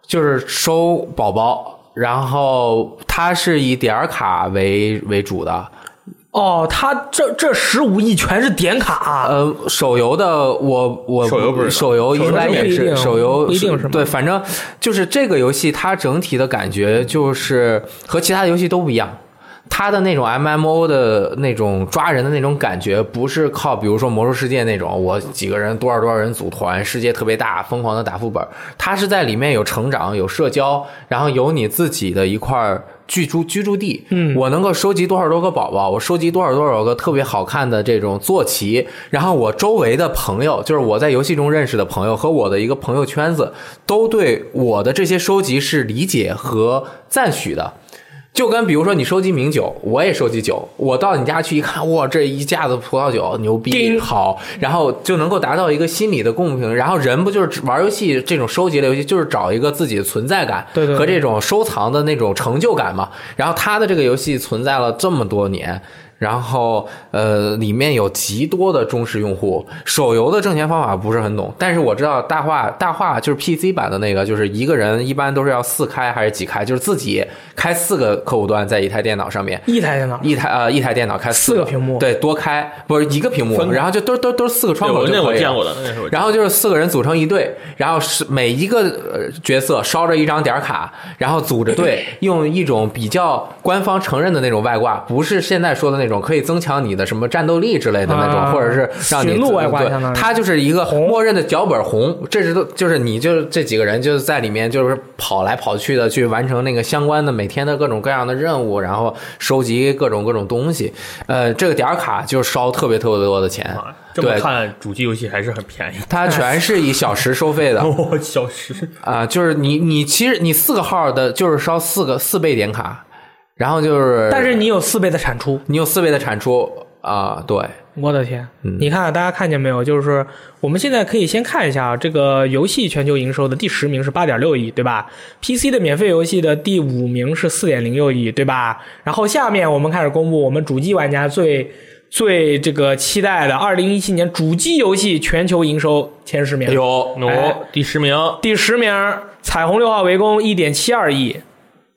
C: 就是收宝宝，然后它是以点儿卡为为主的。
B: 哦，他这这十五亿全是点卡，啊
C: 呃，手游的我我
A: 手游不是
C: 手游应该也
B: 手游不一定不
C: 是手游
B: 一定是吗
C: 对，反正就是这个游戏它整体的感觉就是和其他的游戏都不一样。它的那种 MMO 的那种抓人的那种感觉，不是靠比如说《魔兽世界》那种，我几个人多少多少人组团，世界特别大，疯狂的打副本。它是在里面有成长、有社交，然后有你自己的一块儿居住居住地。嗯，我能够收集多少多个宝宝，我收集多少多少个特别好看的这种坐骑，然后我周围的朋友，就是我在游戏中认识的朋友和我的一个朋友圈子，都对我的这些收集是理解和赞许的。就跟比如说你收集名酒，我也收集酒，我到你家去一看，哇，这一架子葡萄酒牛逼，好，然后就能够达到一个心理的共鸣。然后人不就是玩游戏这种收集类游戏，就是找一个自己的存在感
B: 对对对
C: 和这种收藏的那种成就感嘛。然后他的这个游戏存在了这么多年。然后，呃，里面有极多的忠实用户。手游的挣钱方法不是很懂，但是我知道大话大话就是 PC 版的那个，就是一个人一般都是要四开还是几开，就是自己开四个客户端在一台电脑上面，
B: 一台电脑
C: 一台呃一台电脑开
B: 四个
C: 个
B: 屏幕
C: 对，多开不是一个屏幕
A: 分，开
C: 然后就都都都是四个窗
A: 对
C: 口
A: 我
C: 就可以
A: 那
C: 了。
A: 我见过的，那是我见过的
C: 然后就是四个人组成一队，然后是每一个呃角色烧着一张点儿卡，然后组着队，用一种比较官方承认的那种外挂，不是现在说的那种可以增强你的什么战斗力之类的那种，
B: 啊
C: 或者是让你
B: 寻路
C: 自
B: 外挂
C: 对
B: 相当于
C: 它就是一个默认的脚本红，这是都就是你就这几个人就是在里面就是跑来跑去的去完成那个相关的每天的各种各样的任务，然后收集各种各种东西。呃，这个点儿卡就烧特别特别多的钱
A: 啊，这么
C: 对，
A: 看主机游戏还是很便
C: (laughs)
A: 宜。
C: 它全是以小时收费
A: (laughs)
C: 的。
A: 我小 (laughs) 时
C: 啊，就是你你其实你四个号的，就是烧四个四倍点卡，然后就是，
B: 但是你有四倍的产出，
C: 你有四倍的产出啊、对，
B: 我的天！
A: 嗯
B: 你看啊大家看见没有？就是我们现在可以先看一下啊，这个游戏全球营收的第十名是八点六亿，对吧？PC 的免费游戏的第五名是四点零六亿，对吧？然后下面我们开始公布我们主机玩家最最这个期待的二零一七年主机游戏全球营收前十名。
A: 有有
B: 哎
A: 第十名，
B: 第十名，《彩虹六号围攻》一点七二亿。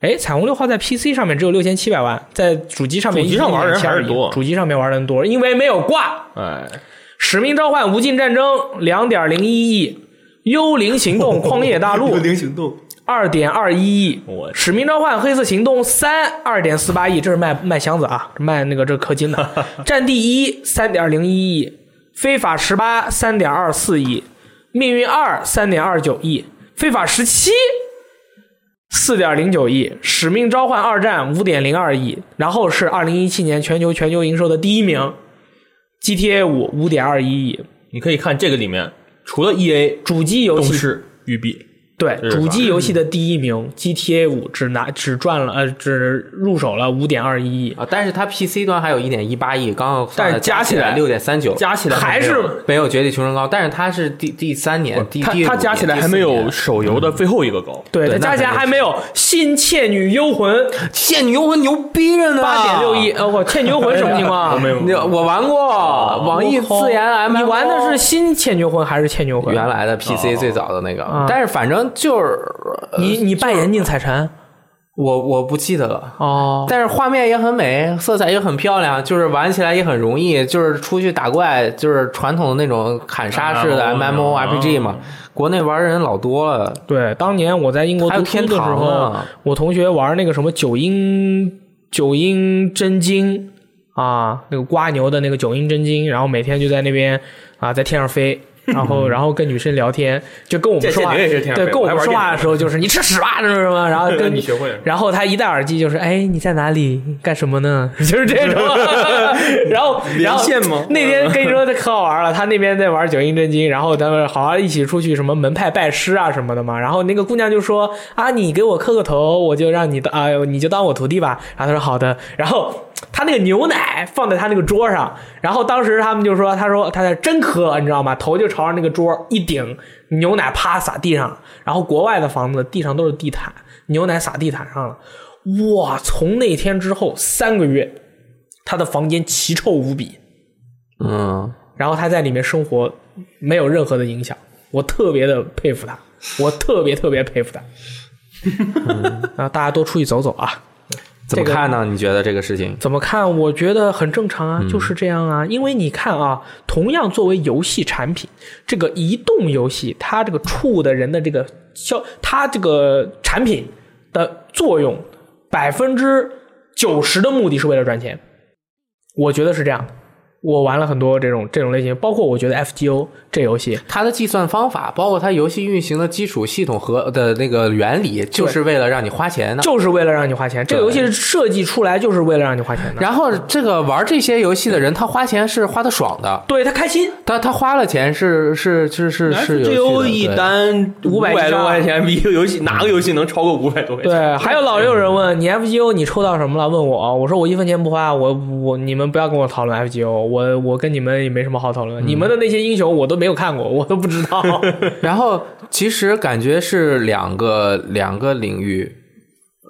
B: 哎，《彩虹六号》在 PC 上面只有六千七百万，在主机上面
A: 主机上玩的人还是多
B: 主机上面玩的人多，因为没有挂。
A: 哎，
B: 《使命召唤：无尽战争》两点零一亿，《幽灵行动：旷野大
A: (laughs)
B: 陆》
A: 灵行动，
B: 二点二一亿，
A: 我
B: 《使命召唤：黑色行动三》二点四八亿，这是卖卖箱子啊，卖那个这氪金的，《战地一》三点零一亿，《非法十八》三点二四亿，《命运二》三点二九亿，《非法十七》四点零九亿，《使命召唤：二战》五点零二亿，然后是二零一七年全球全球营收的第一名，《GTA 五》五点二一亿，
A: 你可以看这个里面，除了 E A
B: 主机游
A: 都
B: 戏
A: 是育碧，
B: 对，
A: 这是
B: 主
A: 吧
B: 机游戏的第一名 GTA 五只拿只赚了呃只入手了五点二一亿，
C: 啊，但是它 PC 端还有一点一八亿，刚刚
A: 但是加
C: 加
A: 起来
C: 六点三九，
A: 加起来
B: 还
A: 没有
B: 是
C: 没有绝地求生高，但是它是第第三年，第
A: 它
C: 第
A: 它
C: 五
A: 加
C: 年
A: 起来
C: 第
A: 还
C: 四
A: 没有
C: 年嗯
A: 手游的最后一个高，
B: 对，
C: 对
B: 它加
C: 那
B: 起来
C: 肯定
B: 还没有《新倩女幽魂》
C: 倩女幽魂牛逼着
B: (laughs)
C: 呢，
B: 八点六亿，。呃，我《倩女 (laughs) 幽魂》什么情况
A: 我
B: 啊
A: 没？有
C: 你我玩过网易自研 M，
B: 你玩的是新《倩女幽魂》还是《倩女幽魂》？
C: 原来的
A: 哦
C: PC 最早的那个，
B: 啊
C: 但是反正就是
B: 你你扮演宁采臣
C: 我我不记得了。
B: 哦，
C: 但是画面也很美，色彩也很漂亮，就是玩起来也很容易，就是出去打怪，就是传统的那种砍杀式的
A: MMO
C: MMO RPG 嘛。国内玩的人老多了，
B: 对，当年我在英国
C: 还有
B: 读书
C: 天
B: 的时
C: 堂
B: 候
C: 啊，
B: 我同学玩那个什么九阴九阴真经啊，那个瓜牛的那个九阴真经，然后每天就在那边啊在天
A: (laughs)
B: 上飞。然后，然后跟女生聊天，就跟我们
A: 这
B: 说话，
A: 这你也是天上
B: 对，
A: 飞
B: 跟
A: 我
B: 我
A: 还玩
B: 们说
A: 这
B: 话
A: 个
B: 的时候就是你吃屎吧，什么什么，
A: (laughs)
B: 然后跟
A: 你学会了
B: 然后他一戴耳机就是，哎，你在哪里？干什么呢？ (laughs) 就是这种。然后，然后
A: 连线吗
B: 那天跟你说可好玩了，他那边在玩九阴真经，然后他们好像一起出去什么门派拜师啊什么的嘛。然后那个姑娘就说啊，你给我磕个头，我就让你当啊、你就当我徒弟吧。然后他说好的。然后他那个牛奶放在他那个桌上，然后当时他们就说，他说他在真磕，你知道吗？头就朝着那个桌一顶，牛奶啪洒地上了。然后国外的房子地上都是地毯，牛奶洒地毯上了。哇！从那天之后三个月，他的房间奇臭无比。
C: 嗯，
B: 然后他在里面生活没有任何的影响，我特别的佩服他。我特别特别佩服他。啊，大家多出去走走啊！
C: 怎么看呢？你觉得这个事情？
B: 怎么看？我觉得很正常
C: 嗯
B: 啊，就是这样啊。因为你看啊，同样作为游戏产品，这个移动游戏，它这个触的人的这个消，它这个产品的作用，百分之九十的目的是为了赚钱，我觉得是这样的。我玩了很多这种这种类型，包括我觉得 FGO 这游戏，
C: 它的计算方法，包括它游戏运行的基础系统和的那个原理，就是为了让你花钱的。
B: 就是为了让你花钱。这个游戏是设计出来就是为了让你花钱的。
C: 然后这个玩这些游戏的人，他花钱是花的爽的，
B: 对他开心，
C: 他他花了钱是是是是是
A: 只
C: 有
A: 有
C: 趣
A: 一
C: 的对
A: 单
B: 500
A: 百多
B: 以上
A: 块钱，一个游戏哪个游戏能超过五百多块钱？
B: 对，还有老有人问你 FGO 你抽到什么了？问我，我说我一分钱不花，我我你们不要跟我讨论 FGO，我我跟你们也没什么好讨论，你们的那些英雄我都没有看过，我都不知 (laughs) 道。
C: 然后其实感觉是两个两个领域，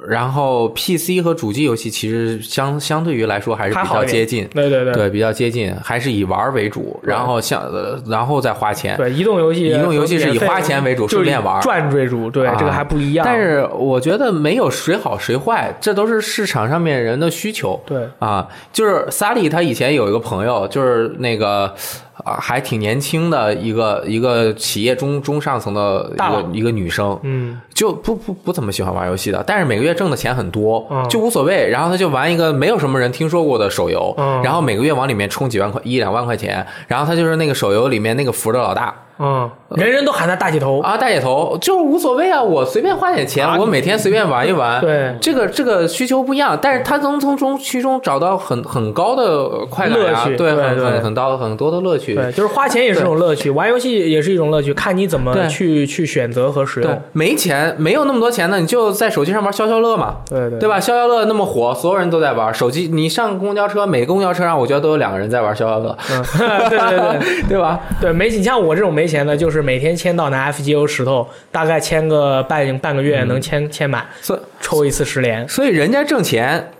C: 然后 PC 和主机游戏其实相相对于来说还是
B: 还
C: 比
B: 好
C: 较
B: 一点
C: 接近，
B: 对对对
C: 对比较接近，还是以玩儿为主，然后像呃然后再花钱。
B: 对，移动游戏，
C: 移动游戏是以花钱为主
B: 就是
C: 顺便玩
B: 以赚为主，对，
C: 啊
B: 这个还不一样。
C: 但是我觉得没有谁好谁坏，这都是市场上面人的需求。
B: 对
C: 啊，就是萨利他以前有一个朋友，就是那个啊还挺年轻的一个一个企业中中上层的一
B: 大
C: 个
B: 佬
C: 一个女生，
B: 嗯，
C: 就不不不怎么喜欢玩游戏的，但是每个月挣的钱很多
B: 嗯，
C: 就无所谓。然后他就玩一个没有什么人听说过的手游
B: 嗯，
C: 然后每个月往里面充几万块一两万块钱，然后他就是那个手游里面那个服的老大
B: 嗯，人人都喊他大姐头，
C: 呃啊，大姐头，就是无所谓啊，我随便花点钱，我每天随便玩一玩。
B: 啊对
C: 这个这个需求不一样，但是他能从中其中找到很很高的快感啊
B: 乐趣，
C: 对，
B: 对
C: 很
B: 对
C: 很很高很多的乐趣。
B: 对，就是花钱也是一种乐趣，玩游戏也是一种乐趣，看你怎么
C: 对
B: 去去选择和使 (laughs)
C: 对
B: 用。，
C: 没钱，没有那么多钱呢，你就在手机上玩消消乐嘛，
B: 对对
C: 对吧？消消乐那么火，所有人都在玩。手机，你上公交车，每个公交车上，我觉得都有两个人在玩消消乐，
B: 嗯对对对。
C: (laughs) 对吧？
B: 对，没你像我这种没钱的，就是每天签到拿 FGO 石头，大概签个半半个月能签、签满，
C: 所以
B: 抽一次十连。
C: 所以人家挣钱，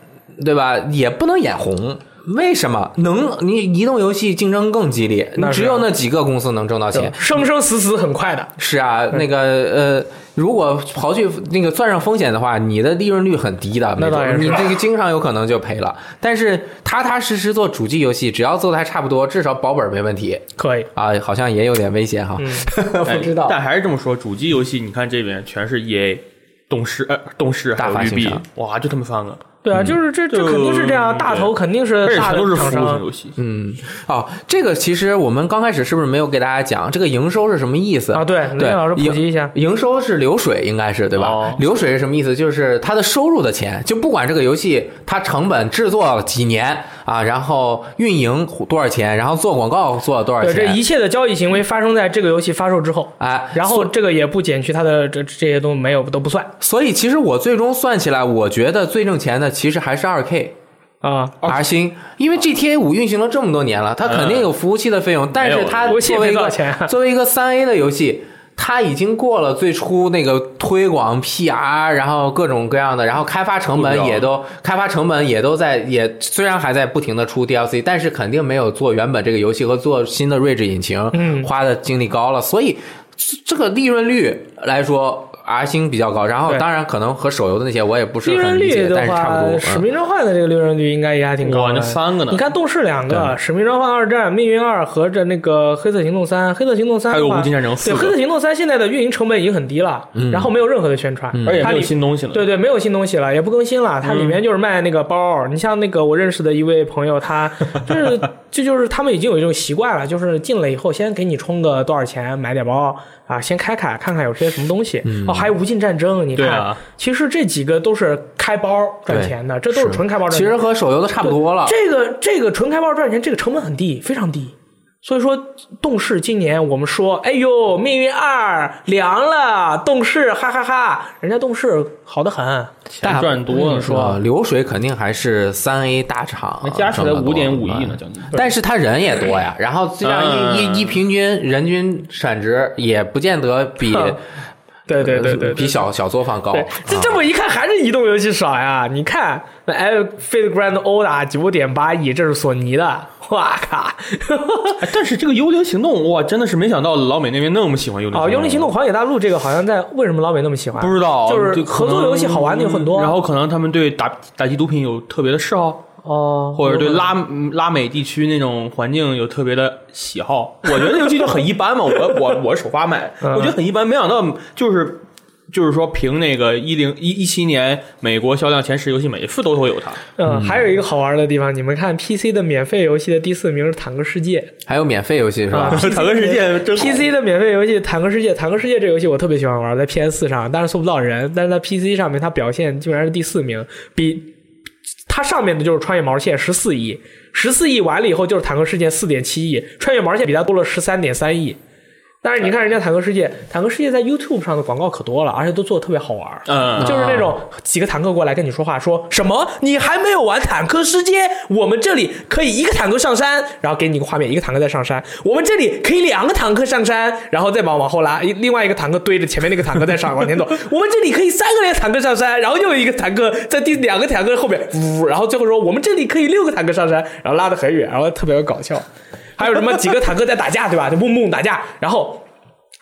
C: 对吧？也不能眼红。为什么能？你移动游戏竞争更激烈
B: 那，是啊
C: 只有那几个公司能挣到钱。
B: 生生死死很快的，
C: 是啊，那个呃，如果刨去那个算上风险的话，你的利润率很低的，
B: 那当然
C: 没
B: 是
C: 准你这个经常有可能就赔了。但是踏踏实实做主机游戏，只要做的还差不多，至少保本没问题
B: 可以。
C: 啊。好像也有点危险哈，
B: 嗯
C: (laughs) 不知道
A: 哎
B: 哎
A: 但还是这么说，主机游戏你看这边全是 E EA。董事呃，董事还
C: 大发
A: 有育
C: 行
A: 碧
C: 商，
A: 哇，就他们三个，
B: 对啊，就是这
A: 嗯
B: 这
A: 就
B: 肯定是这样，大头肯定是
A: 而且
B: 大
A: 全
B: 的
A: 都是服
B: 厂
A: 务型
B: 商
A: 游戏，
C: 嗯，哦，这个其实我们刚开始是不是没有给大家讲这个营收是什么意思
B: 啊。对，林
C: 对，
B: 老师普
C: 营
B: 及一下，
C: 营收是流水，应该是对吧？
A: 哦
C: 流水是什么意思？就是它的收入的钱，就不管这个游戏它成本制作几年啊，然后运营多少钱，然后做广告做了多少
B: 对，
C: 钱，
B: 这一切的交易行为发生在这个游戏发售之后，
C: 哎，
B: 然后这个也不减去它的这这些都没有都不算
C: 所以其实我最终算起来，我觉得最挣钱的其实还是二 K。
B: 啊。
C: R 星，因为 GTA 五运行了这么多年了，它肯定有服务器的费用，但是它
A: 没
B: 哦有服务
C: 作为一
B: 器也没多少
C: 个
B: 钱 (laughs) 啊
C: 作为一个三 A 的游戏，它已经过了最初那个推广 PR，然后各种各样的，然后开发成本也都开发成本也都在也虽然还在不停的出 DLC，但是肯定没有做原本这个游戏和做新的睿智引擎，
B: 嗯
C: 花的精力高了，所以这个利润率来说。R 星比较高，然后
B: 对
C: 当然可能和手游的那些我也不
B: 利
C: 是
B: 润
C: 很理
B: 率
C: 解，
B: 的
C: 但是差
B: 话
C: 不多，。
B: 使
C: 嗯
B: 命召唤的这个利润率应该也还挺高
A: 哇，
B: 的。
A: 那三个呢
B: 你？看《动视》两个，《使命召唤二战》《命运二》和这那个《黑色行动三》，《黑色行动三》
A: 还有
B: 的话
A: 无尽战争四
B: 对，《
A: 个嗯
B: 黑色行动三》现在的运营成本已经很低了，然后没有任何的宣传，
A: 而且
B: 嗯它
A: 还
B: 里
A: 有新东西呢。
B: 对对，没有新东西了，也不更新了。它里面就是卖那个包儿。你像那个我认识的一位朋友，他就是这就是他们已经有一种习惯了，就是进了以后先给你充个多少钱买点包啊，先开开看看有些什么东西。哦，还有无尽战争，你
A: 对
B: 看，
A: 啊
B: 其实这几个都是开包赚
C: 对
B: 钱的，这都是纯开包赚
C: 其
B: 钱。
C: 实和手游都差不多了。
B: 这个这个纯开包赚钱，这个成本很低，非常低。所以说，动视今年我们说，哎呦，命运二凉了，动视哈哈哈人家动视好的很，
A: 钱赚多
B: 嗯
A: 了，
C: 啊，流水肯定还是三 A 大厂
A: 那加起来
C: 挣得多嗯
A: 五点五亿
B: 嗯
A: 呢，。将近。
C: (laughs) 但是他人也多呀，然后这样一
A: 嗯
C: 一一平均人均产值也不见得比
B: 哼 (laughs) 对对对对对
C: 比小小作坊高
B: 对。，这这
C: 啊
B: 么一看还是移动游戏少呀！你看那 Battlefield Grand Order 九点八亿，这是索尼的，哇靠！ (laughs)
A: 哎但是这个《幽灵行动》哇，真的是没想到老美那边那么喜欢《幽灵
B: 哦，《幽灵行动：
A: 动
B: 狂野大陆》这个好像在为什么老美那么喜》，欢？
A: 不知道
B: 就是
A: 就可能
B: 合作游戏好玩的有很多
A: 然后可能他们对打打击毒品有特别的嗜好，
B: 哦，
A: 或者对拉嗯拉美地区那种环境有特别的喜好。我觉得这游戏就很一般嘛，我我我首发买，
B: 嗯
A: 我觉得很一般。没想到就是就是说，凭那个一零一一七年美国销量前十游戏，每一次都会有它。
B: 嗯，还有一个好玩的地方，你们看 PC 的免费游戏的第四名是《坦克世界》
C: 还有免费游戏是
B: 啊
C: 吧？
A: (laughs) 坦克世界真好
B: ，PC 的免费游戏《坦克世界》，《坦克世界》这游戏我特别喜欢玩，在 PS 四上，但是搜不到人，但是在 PC 上面它表现竟然是第四名，比它上面的就是《穿越毛线》十四亿，十四亿完了以后就是《坦克世界》四点七亿，《穿越毛线》比它多了十三点三亿。但是你看人家《坦克世界》，《坦克世界》在 YouTube 上的广告可多了，而且都做的特别好玩。
A: 嗯，
B: 就是那种几个坦克过来跟你说话，说什么你还没有玩坦克世界？我们这里可以一个坦克上山，然后给你一个画面，一个坦克在上山；我们这里可以两个坦克上山，然后再往往后拉，一另外一个坦克堆着前面那个坦克在上往前走；我们这里可以三个坦克上山，然后又有一个坦克在第两个坦克后面，呜，然后最后说我们这里可以六个坦克上山，然后拉得很远，然后特别搞笑。还有什么几个坦克在打架，对吧？就嗡嗡打架，然后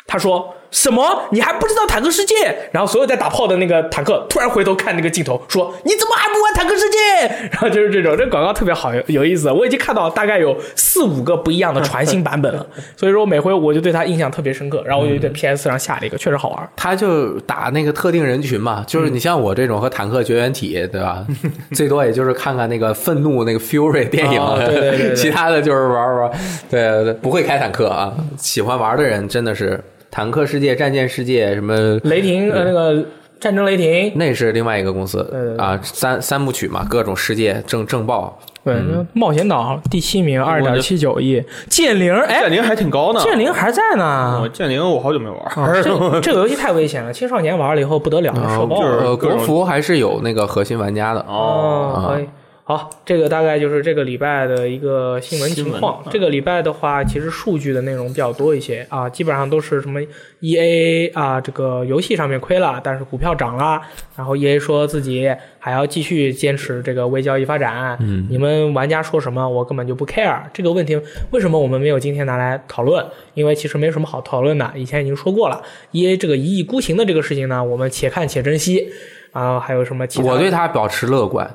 B: 他说什么？你还不知道坦克世界？然后所有在打炮的那个坦克突然回头看那个镜头，说你怎么还不玩坦克世界？ (laughs) 然后就是这种，这广告特别好有有意思。我已经看到大概有四五个不一样的船型版本了， (laughs) 所以说每回我就对它印象特别深刻。然后我就对 PS 上下了一个，确实好玩。
C: 他就打那个特定人群
B: 嗯
C: 嘛，就是你像我这种和坦克绝缘体，对吧？
B: (laughs)
C: 最多也就是看看那个愤怒那个 Fury 电影，
B: 哦对对对对
C: (laughs) 其他的就是玩玩，对对对，不会开坦克啊。喜欢玩的人真的是坦克世界、战舰世界什么，
B: 雷霆呃那个战争雷霆，
C: 那是另外一个公司
B: 对对对
C: 啊，三三部曲嘛，各种世界正正爆，
B: 对，冒险岛第七名二点七九亿，剑灵哎
A: 剑，灵还挺高呢。
B: 剑灵还在呢
A: 啊
C: 嗯
A: 我。剑灵我好久没玩儿， (laughs) 哦
B: 啊，这这个游戏太危险了，青少年玩了以后不得了，
C: 然
B: 射
C: 后
B: 爆
A: 就是
B: 了。
C: 呃
A: 各
C: 国
A: 种
C: 服还是有那个核心玩家的
B: 哦，可以。好，这个大概就是这个礼拜的一个新闻啊情况
A: 新。闻
B: 这个礼拜的话，其实数据的内容比较多一些啊，基本上都是什么 E A 啊，这个游戏上面亏了，但是股票涨了，然后 E A 说自己还要继续坚持这个微交易发展。嗯，你们玩家说什么，我根本就不 care 这个问题。为什么我们没有今天拿来讨论？因为其实没什么好讨论的，以前已经说过了。E A 这个一意孤行的这个事情呢，我们且看且珍惜。然后还有什么其他的？
C: 我对他保持乐观，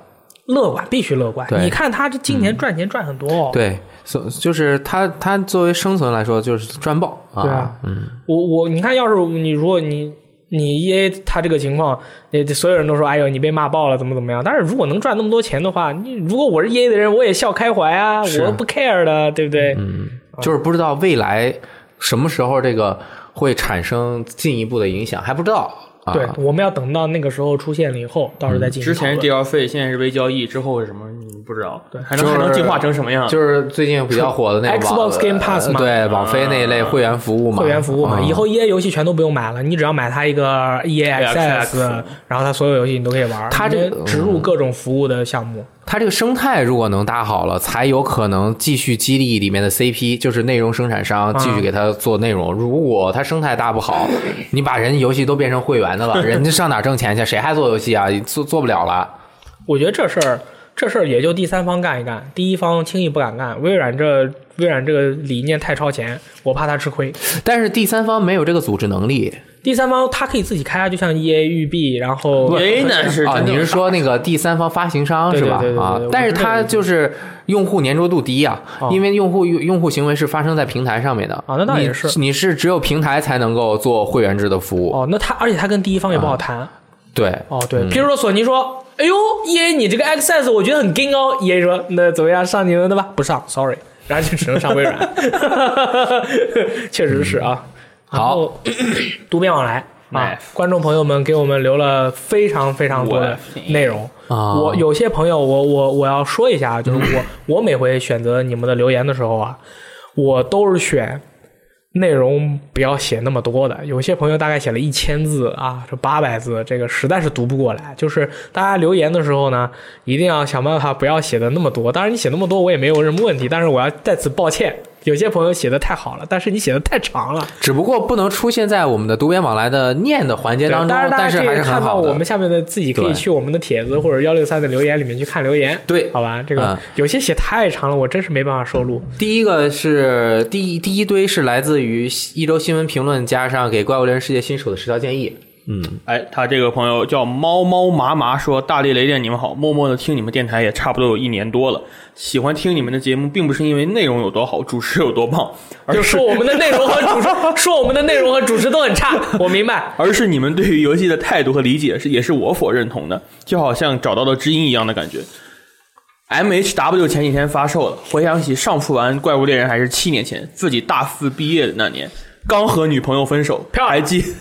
B: 乐观，必须乐观。
C: 对嗯
B: 你看他这今年赚钱赚很多哦。
C: 对，所就是他他作为生存来说就是赚爆
B: 对啊，
C: 嗯
B: 我我你看，要是你如果你你 E A 他这个情况，也所有人都说，哎呦，你被骂爆了，怎么怎么样？但是如果能赚那么多钱的话，你如果我是 E A 的人，我也笑开怀啊，
C: 是啊嗯
B: 我不 care 的，对不对？
C: 就是不知道未来什么时候这个会产生进一步的影响，还不知道。啊、嗯
B: 对，我们要等到那个时候出现了以后，到时候再进行
A: 之
B: 讨论。
A: 前是 DLC，现在是微交易，之后是什么你不知道，对，还能
C: 就是
A: 还能进化成什么样？
C: 就是最近比较火的那个
B: Xbox
C: 网
B: Game Pass 嘛
C: 对，网飞那一类会员服务嘛，
B: 会员服务嘛，
C: 嗯
B: 以后 E A 游戏全都不用买了，你只要买它一个 E A X S，
A: EAXS
B: 然后它所有游戏你都可以玩。
C: 它这个嗯
B: 你们植入各种服务的项目，
C: 它这个生态如果能搭好了，才有可能继续激励里面的 CP，就是内容生产
B: 嗯
C: 商继续给他做内容。如果它生态搭不好，你把人游戏都变成会员的
B: (laughs)
C: 了，人家上哪挣钱去？谁还做游戏啊？做做不了了。
B: 我觉得这事儿，这事儿也就第三方干一干，第一方轻易不敢干。微软这微软这个理念太超前，我怕他吃亏。
C: 但是第三方没有这个组织能力，
B: 第三方他可以自己开啊，就像 E A 育碧，然后 E
A: 为难哎是
C: 啊，
A: 真的
C: 你是说那个第三方发行商
B: 对
C: 是
B: 对
C: 吧
B: 对对？对
C: 啊
B: 对，
C: 但
B: 我
C: 是
B: 知道
C: 它
B: 这个
C: 就是用户粘着度低啊，因为用户用用户行为是发生在平台上面的
B: 啊那倒也
C: 你
B: 是
C: 你是只有平台才能够做会员制的服务，
B: 哦，那他而且他跟第一方也不好谈。
C: 对，
B: 哦，对，譬如说索尼说，哎呦，E A 你这个 X S 我觉得很 gay 哦，E A 说那怎么样上你们的吧？不上，sorry，然后就只能上微软。 (laughs) 确实是啊。然
C: 好
B: 后，读遍往来啊
A: Nice，
B: 观众朋友们给我们留了非常非常多的内容。
C: 啊
B: 我有些朋友，我我我要说一下啊，就是我我每回选择你们的留言的时候啊，我都是选内容不要写那么多的。有些朋友大概写了一千字啊，这八百字，这个实在是读不过来。就是大家留言的时候呢，一定要想办法不要写的那么多。当然，你写那么多我也没有什么问题，但是我要在此抱歉，有些朋友写的太好了，但是你写的太长了。
C: 只不过不能出现在我们的读编往来的念的环节
B: 对
C: 当中，
B: 当然大
C: 但
B: 家
C: 是
B: 可
C: 还
B: 以
C: 是
B: 看
C: 很
B: 到
C: 好
B: 我
C: 的
B: 们。下面的自己可以
C: 对
B: 去我们的帖子或者幺六三的留言里面去看留言。
C: 对
B: 好吧，这个
C: 嗯
B: 有些写太长了，我真是没办法收录。
C: 第一个是第一第一堆是来自于一周新闻评论，加上给怪物猎人世界新手的十条建议。嗯，
A: 哎，他这个朋友叫猫猫麻麻说：“大力雷电，你们好，默默的听你们电台也差不多有一年多了。喜欢听你们的节目，并不是因为内容有多好，主持有多棒，而
B: 就是说我们的内容和主持， (laughs) 说我们的内容和主持都很差，我明白。
A: 而是你们对于游戏的态度和理解是也是我所认同的，就好像找到了知音一样的感觉。MHW 前几天发售了，回想起上次玩《怪物猎人》还是七年前，自己大四毕业的那年，刚和女朋友分手，
B: 漂亮
A: 还记 (laughs)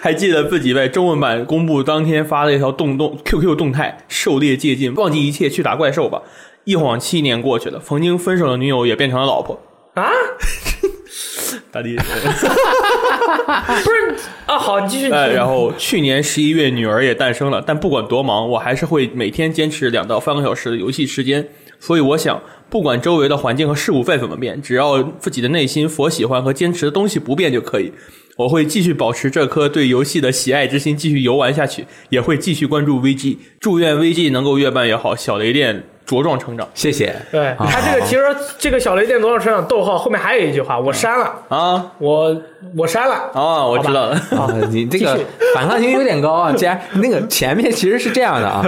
A: 还记得自己在中文版公布当天发了一条动动 QQ 动态，狩猎借镜，忘记一切去打怪兽吧。一晃七年过去了，曾经分手的女友也变成了老婆。 (laughs)
B: 啊，
A: 大地，
B: 不是啊，好，你继
A: (laughs)
B: 续。
A: 哎，然后去年十一月，女儿也诞生了。但不管多忙，我还是会每天坚持两到三个小时的游戏时间。所以我想，不管周围的环境和事物再怎么变，只要自己的内心所喜欢和坚持的东西不变就可以。我会继续保持这颗对游戏的喜爱之心，继续游玩下去，也会继续关注 VG。祝愿 VG 能够越办越好，小雷电茁壮成长
C: 谢谢。
B: 对
C: 好
B: 他这个其实这个小雷电多少车长逗号后面还有一句话，我删了，
A: 啊！
B: 我我删了。
A: 啊，我知道了。
C: 啊，
B: (laughs)
C: 你这个
B: 继续
C: 反抗性有点高啊！既然
B: (laughs)
C: 那个前面其实是这样的啊，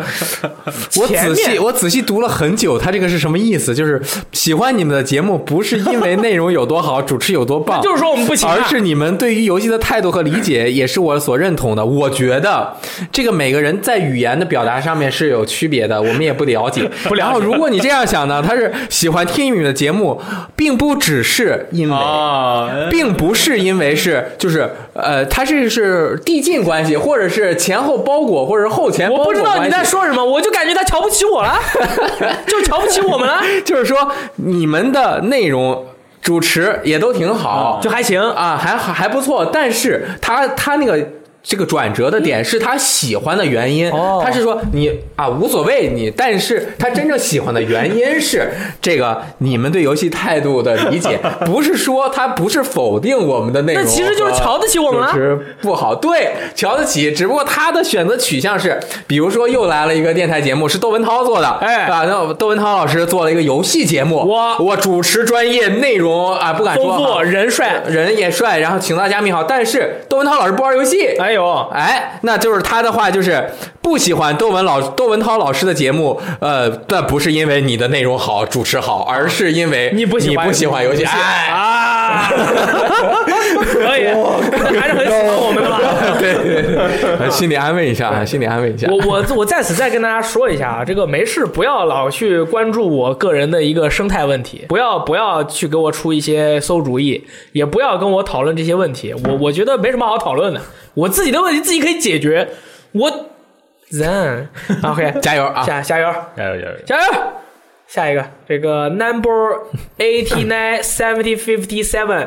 C: 我
B: 前
C: 仔
B: 面
C: 细我仔细读了很久，他这个是什么意思？就是喜欢你们的节目，不是因为内容有多好，主持有多棒，
B: 就是说我们不 (laughs) 行啊
C: 而是你们对于游戏的态度和理
B: (laughs)
C: 解也是我所认同的。我觉得这个每个人在语言的表达上面是有区别的，我们也不
B: (laughs)
C: 了解。不了解。如果你这样想呢，他是喜欢听你们的节目，并不只是因
A: (laughs)
C: 为
B: 哦
A: 啊，
C: 并不是因为是就是呃，它是是递进关系，或者是前后包裹，或者是后前包
B: 我
C: 裹
B: 不知道你
C: 关
B: 在
C: 系。
B: 说什么，我就感觉他瞧不起我了， (laughs) 就瞧不起我们了，
C: 就是说你们的内容主持也都挺好，
B: 就还行。
C: 啊还还还不错，但是他他那个。这个转折的点是他喜欢的原因，
B: 哦
C: 他是说你啊无所谓你，但是他真正喜欢的原因是这个你们对游戏态度的理解，不是说他不是否定我们的内容
B: 那
C: 和，
B: 其实就是啊瞧得起我们了
C: 主持不好，对，瞧得起，只不过他的选择取向是，比如说又来了一个电台节目，是窦文涛做的，
B: 哎
C: 啊，那窦文涛老师做了一个游戏节目，
B: 哇
C: 我主持专业，内容啊不敢说
B: 丰富
C: 哈
B: 人帅，
C: 人也帅，然后请大家密好，但是窦文涛老师不玩游戏，
B: 哎呦，
C: 哎，那就是他的话就是不喜欢窦文老窦文涛老师的节目，呃，但不是因为你的内容好，主持好，而是因为
B: 你不喜
C: 你
B: 欢
C: 不喜欢游戏，哎，
B: 啊， (laughs) 可以，还是很喜欢我们的吧？
C: (laughs) 对
B: (laughs)
C: 对对，心里安慰一下，啊，心里安慰一下。
B: 我我我在此再跟大家说一下啊，这个没事，不要老去关注我个人的一个生态问题，不要不要去给我出一些馊主意，也不要跟我讨论这些问题，我我觉得没什么好讨论的，我自己的问题自己可以解决，我人 OK，
C: (laughs) 加油啊！
B: 加加油
A: 加油加油！
B: 加油！下一个，这个 number eighty nine (laughs) seventy fifty seven。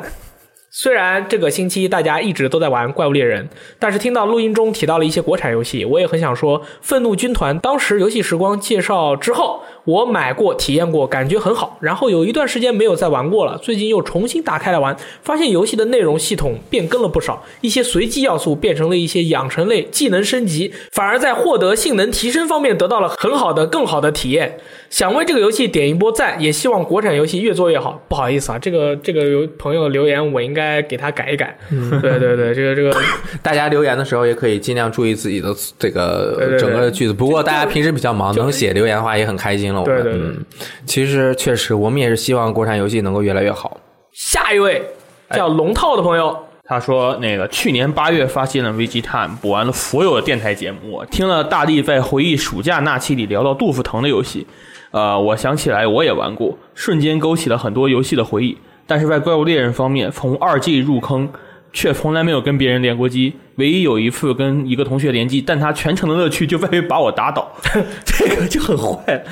B: 虽然这个星期大家一直都在玩《怪物猎人》，但是听到录音中提到了一些国产游戏，我也很想说，《愤怒军团》当时游戏时光介绍之后，我买过、体验过，感觉很好。然后有一段时间没有再玩过了，最近又重新打开来玩，发现游戏的内容系统变更了不少，一些随机要素变成了一些养成类技能升级，反而在获得性能提升方面得到了很好的、更好的体验。想为这个游戏点一波赞，也希望国产游戏越做越好。不好意思啊，这个这个有朋友留言，我应该给他改一改。
A: 嗯
B: 对对对，这
A: (laughs)
B: 个这个
C: 大家留言的时候也可以尽量注意自己的这
B: 对
C: 个
B: 对
C: 整个的句子。不过大家平时比较忙，能写留言的话也很开心了。我
B: 对
C: 们
B: 对对
C: 嗯，其实确实我们也是希望国产游戏能够越来越好。
B: 下一位叫龙套的朋友，
A: 他说：“那个去年八月发现了 VG Time，补完了所有的电台节目。我听了大力在回忆暑假那期里聊到杜甫腾的游戏，呃，我想起来我也玩过，瞬间勾起了很多游戏的回忆。但是在怪物猎人方面，从二 G 入坑，却从来没有跟别人联过机。唯一有一次跟一个同学联机，但他全程的乐趣就在于把我打倒， (laughs) 这个就很坏。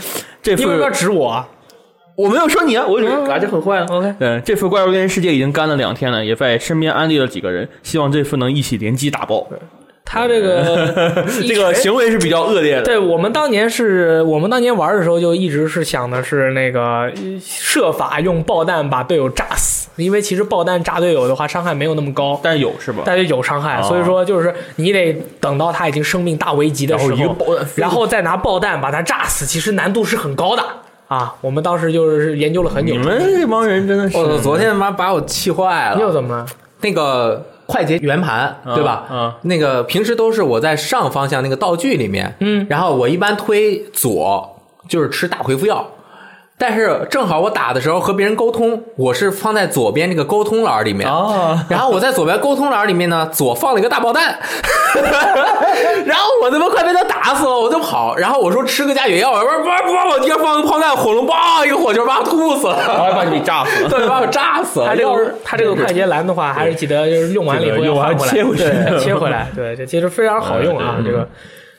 A: 这
B: 你
A: 次
B: 为什么要指
A: (laughs)
B: 我啊
A: 我没有说你啊，我就啊，这很坏啊。
B: ？OK，
A: 嗯，这次怪物猎人世界已经干了两天了，也在身边安利了几个人，希望这次能一起联机打爆。
B: 他这个
A: (laughs) 这个行为是比较恶劣的。
B: 对我们当年是我们当年玩的时候，就一直是想的是那个设法用爆弹把队友炸死，因为其实爆弹炸队友的话伤害没有那么高，
A: 但是有是吧？
B: 但是有伤害，
A: 啊
B: 所以说就是你得等到他已经生命大危急的时
A: 然后一个
B: 候
A: 爆弹，飞
B: 然后再拿爆弹把他炸死，其实难度是很高的啊。我们当时就是研究了很久
A: 你。们这帮人真的是，
B: 嗯
C: 我、操！哦昨天他妈把我气坏
B: 又
C: 了。
B: 怎么了？
C: 那个快捷圆盘，
A: 嗯
C: 对吧？
A: 嗯
C: 那个平时都是我在上方向那个道具里面，嗯，然后我一般推左，就是吃大回复药。但是正好我打的时候和别人沟通，我是放在左边这个沟通栏里面，
A: 啊，
C: 然后我在左边沟通栏里面呢，左放了一个大爆弹，然后我他妈快被他打死了，我就跑。然后我说吃个加血药，我说不不不，往地上放个炮弹，火龙爆一个火球把我吐死
A: 然
C: 了，
A: 后把你给炸死了。
C: (laughs) 对，把我炸死了。
B: 他这
C: 要
B: 个
C: 是
B: 他这个快捷栏的话，还是记得就是用完了以后
A: 这个
B: 要
A: 用完
B: 换回来，
A: 切回去
B: 对，切回来，
A: (laughs)
B: 对，这其实非常好用啊，
A: 嗯
B: 这个。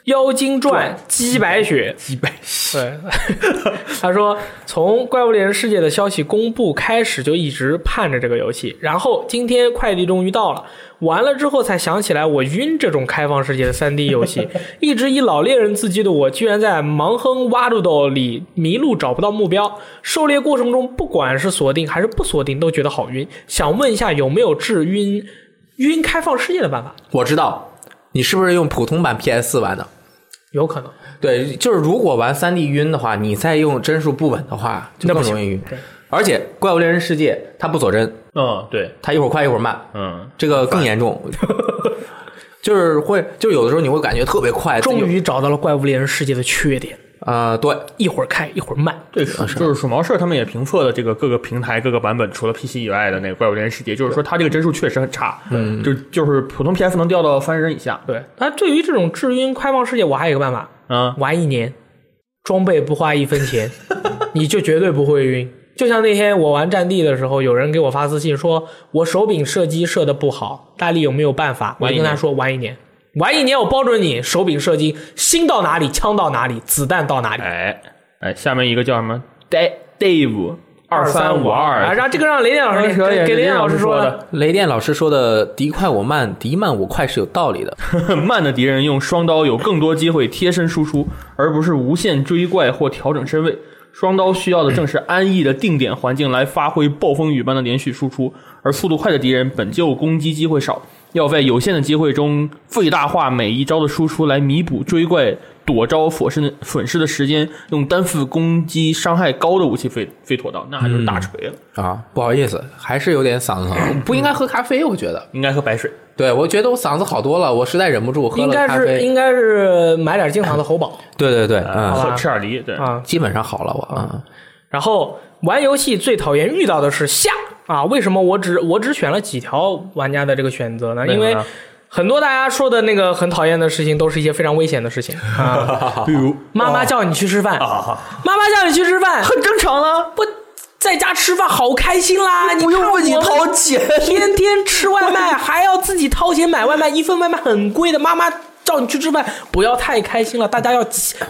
B: 妖精传姬白雪，
A: 几百
B: 对， (laughs) 他说从《怪物猎人世界》的消息公布开始就一直盼着这个游戏，然后今天快递终于到了，玩了之后才想起来我晕这种开放世界的 3D 游戏，一直以老猎人自居的我，居然在盲哼挖豆豆里迷路找不到目标，狩猎过程中不管是锁定还是不锁定都觉得好晕，想问一下有没有治晕晕开放世界的办法？
C: 我知道，你是不是用普通版 PS 4玩的？
B: 有可能，
C: 对，就是如果玩3 D 晕的话，你再用帧数不稳的话，就
B: 那不
C: 更
B: 行
C: 容易晕
B: 对。
C: 而且《怪物猎人世界》它不锁帧，
A: 嗯，对，
C: 它一会儿快一会儿
B: (laughs)
C: 慢，
A: 嗯，
C: 这个更严重。就是会，就有的时候你会感觉特别快，
B: 终于找到了怪物猎人世界的缺点，
C: 啊、呃对，
B: 一会儿开一会儿慢。
A: 对，就是啊鼠毛社他们也评测了这个各个平台各个版本，除了 PC 以外的那个《怪物猎人世界》，就是说它这个帧数确实很差，嗯，就就是普通 PS 能掉到三十帧以下，
B: 对，那对于这种至晕开放世界，我还有一个办法，
A: 嗯，
B: 玩一年，装备不花一分
A: (laughs)
B: 钱，你就绝对不会晕。就像那天我玩战地的时候，有人给我发私信说，我手柄射击射的不好，大力有没有办法？我
A: 玩一
B: 就
A: 年
B: 跟他说玩一年，玩一年，我包准你手柄射击，心到哪里，枪到哪里，子弹到哪里。
A: 哎哎，下面一个叫什么 Da- Dave 二三五
B: 啊，
A: 二，啊
B: 让这个让雷电老师
A: 可以
B: 给给雷
A: 雷
B: 电
A: 电
B: 老
A: 老师
B: 师说
A: 说
B: 了
A: 的，
C: 雷电老师说的“敌快我慢，敌慢我快”是有道
B: (laughs)
C: 理的。
A: 慢的敌人用双刀有更多机会贴身输出，而不是无限追怪或调整身位。双刀需要的正是安逸的定点环境来发挥暴风雨般的连续输出，而速度快的敌人本就攻击机会少，要在有限的机会中最大化每一招的输出来弥补追怪躲招损失的损失的时间，用单次攻击伤害高的武器最最妥当，那就是大锤了，
C: 啊，不好意思，还是有点嗓
B: (laughs)
C: 子疼，不应该喝咖啡。我觉得，
A: 应该喝白水。
C: 对我觉得我嗓子好多了，我实在忍不住喝
B: 应
C: 了
B: 该
C: 咖
B: 是
C: 啡。
B: 应该是买点经常的喉宝
C: 对对对，
B: 好
C: 嗯，
A: 喝
B: 吧
A: 吃点梨，对，
B: 啊。
C: 基本上好了，我啊，
B: (laughs) 然后玩游戏最讨厌遇到的是下啊，为什么我只我只选了几条玩家的这个选择呢？因
A: 为
B: 为
A: 什么呢
B: 很多大家说的那个很讨厌的事情，都是一些非常危险的事情
A: (laughs)
B: 啊。
A: 比如
B: 妈妈叫你去吃饭，
A: 啊
B: 妈妈叫你去吃饭，很正常啊，不。在家吃饭好开心啦！你不用自己掏钱，天天吃外卖还要自己掏钱买外卖，一份外卖很贵的。妈妈叫你去吃饭，不要太开心了，大家要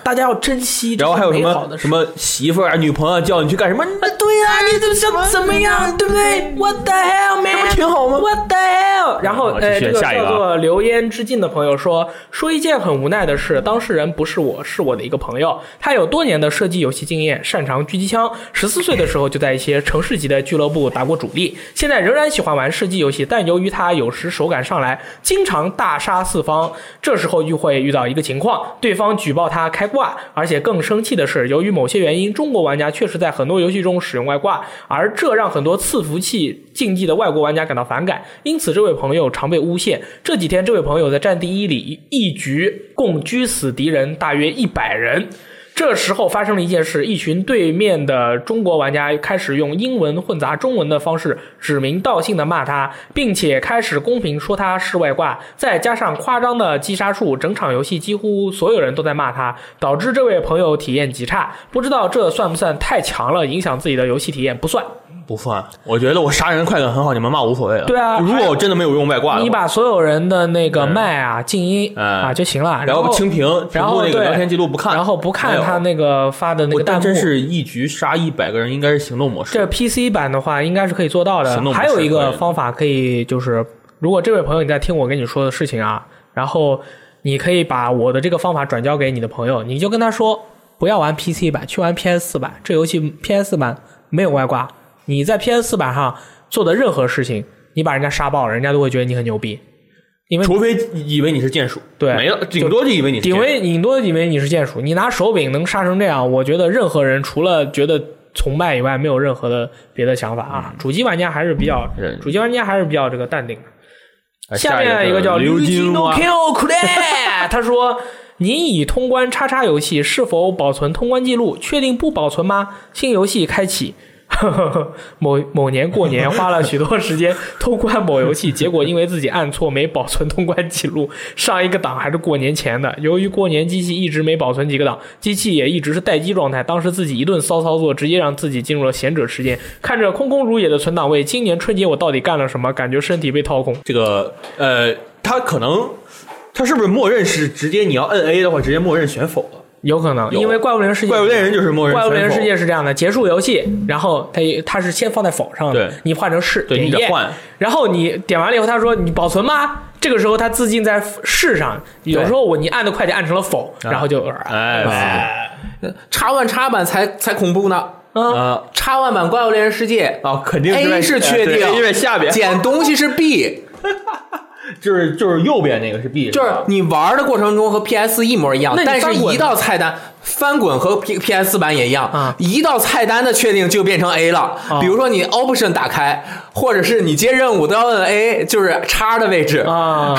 B: 大家要珍惜这
A: 然后还
B: 些
A: 有什
B: 美好的
A: 么
B: 事
A: 什么媳妇儿啊、女朋友啊叫你去干什么？那
B: 啊，对呀、你怎么想怎么样，对不对？What the hell, man？
A: 这不挺好吗
B: ？What the hell？然后
A: 好
B: 呃，
A: 继
B: 这
A: 续
B: 个
A: 下一个
B: 叫
A: 啊
B: 做流烟之境的朋友说，说一件很无奈的事，当事人不是我，是我的一个朋友，他有多年的射击游戏经验，擅长狙击枪，十四岁的时候就在一些城市级的俱乐部打过主力，现在仍然喜欢玩射击游戏，但由于他有时手感上来，经常大杀四方，这时候就会遇到一个情况，对方举报他开挂，而且更生气的是，由于某些原因，中国玩家确实在很多游戏中使用外挂，而这让很多伺服器竞技的外国玩家感到反感，因此这位朋友常被诬陷。这几天，这位朋友在《战地一》里一局共狙死敌人大约一百人。这时候发生了一件事，一群对面的中国玩家开始用英文混杂中文的方式指名道姓的骂他，并且开始公屏说他是外挂，再加上夸张的击杀数，整场游戏几乎所有人都在骂他，导致这位朋友体验极差。不知道这算不算太强了，影响自己的游戏体验？不算。
A: 不算，我觉得我杀人的快感很好，你们骂无所谓的。
B: 对啊
A: 如
B: 还
A: 果
B: 有
A: 我真的没有用外挂的话，
B: 你把所有人的那个麦啊静音
A: 嗯
B: 啊就行了，
A: 然
B: 后
A: 后清屏，
B: 然后
A: 屏幕那个
B: 对
A: 聊天记录不看，
B: 然后不
A: 没
B: 看
A: 有
B: 他。那个发的那
A: 我
B: 个弹
A: 但
B: 幕，
A: 真是一局杀一百个人，应该是行动模式。
B: 这 PC 版的话，应该是可以做到的
A: 行动。模式
B: 还有一
A: 可以
B: 个
A: 的
B: 方法可以就是，如果这位朋友你在听我跟你说的事情啊，然后你可以把我的这个方法转交给你的朋友，你就跟他说不要玩 PC 版，去玩 PS 4版，这游戏 PS 4版没有外挂，你在 PS 4版上做的任何事情，你把人家杀爆了，人家都会觉得你很牛逼，因为
A: 除非以为你是剑术，
B: 对
A: 没了，顶多就以为你是剑
B: 顶
A: 术。
B: 为顶多以为你是剑术，你拿手柄能杀成这样，我觉得任何人除了觉得崇拜以外，没有任何的别的想法啊。主机玩家还是比较，
A: 嗯
B: 主机玩家还是比较这个淡定的。
A: 哎
B: 下
A: 下
B: 面一个叫
A: 刘金
B: o
A: 蛙
B: k，o k 他说：“您已通关叉叉游戏，是否保存通关记录？确定不保存吗？新游戏开启。” (laughs) 呵呵呵，某某年过年花了许多时间通关某游戏，结果因为自己按错没保存通关记录，上一个档还是过年前的。由于过年机器一直没保存几个档，机器也一直是待机状态。当时自己一顿骚操作，直接让自己进入了贤者时间。看着空空如也的存档位，今年春节我到底干了什么？感觉身体被掏空。
A: 这个呃，他可能他是不是默认是直接你要摁 A 的话，直接默认选否了？
B: 有可能，
A: 有
B: 因为怪物猎人世界，
A: 怪物猎人就是默认选
B: 怪
A: 否。
B: 物猎人世界是这样的，结束游戏，然后它也它是先放在否上的，
A: 对
B: 你换成是，
A: 对
B: 点
A: 你得
B: 页
A: 换，
B: 然后你点完了以后，他说你保存吗？这个时候它自定在是上，有
C: 对
B: 时候我你按的快点按成了否，然后就
A: 啊哎，
C: 叉 One 叉版才才恐怖呢。
B: 嗯，
A: 呃，
C: 叉 One 版怪物猎人世界
A: 啊，肯定在
C: ，A 是确定
A: 对，A 是在下边，
C: 捡东西是 B，
A: 就是就是右边那个是 B，
C: 就是
A: 吧
C: 你玩的过程中和 PS 一模一样
B: 那，你
C: 但是
B: 翻滚
C: 一道菜单翻滚和 P PS 版也一样，
B: 啊
C: 一道菜单的确定就变成 A 了。比如说你 Option 打开，或者是你接任务都要摁 A，就是叉的位置。
B: 啊，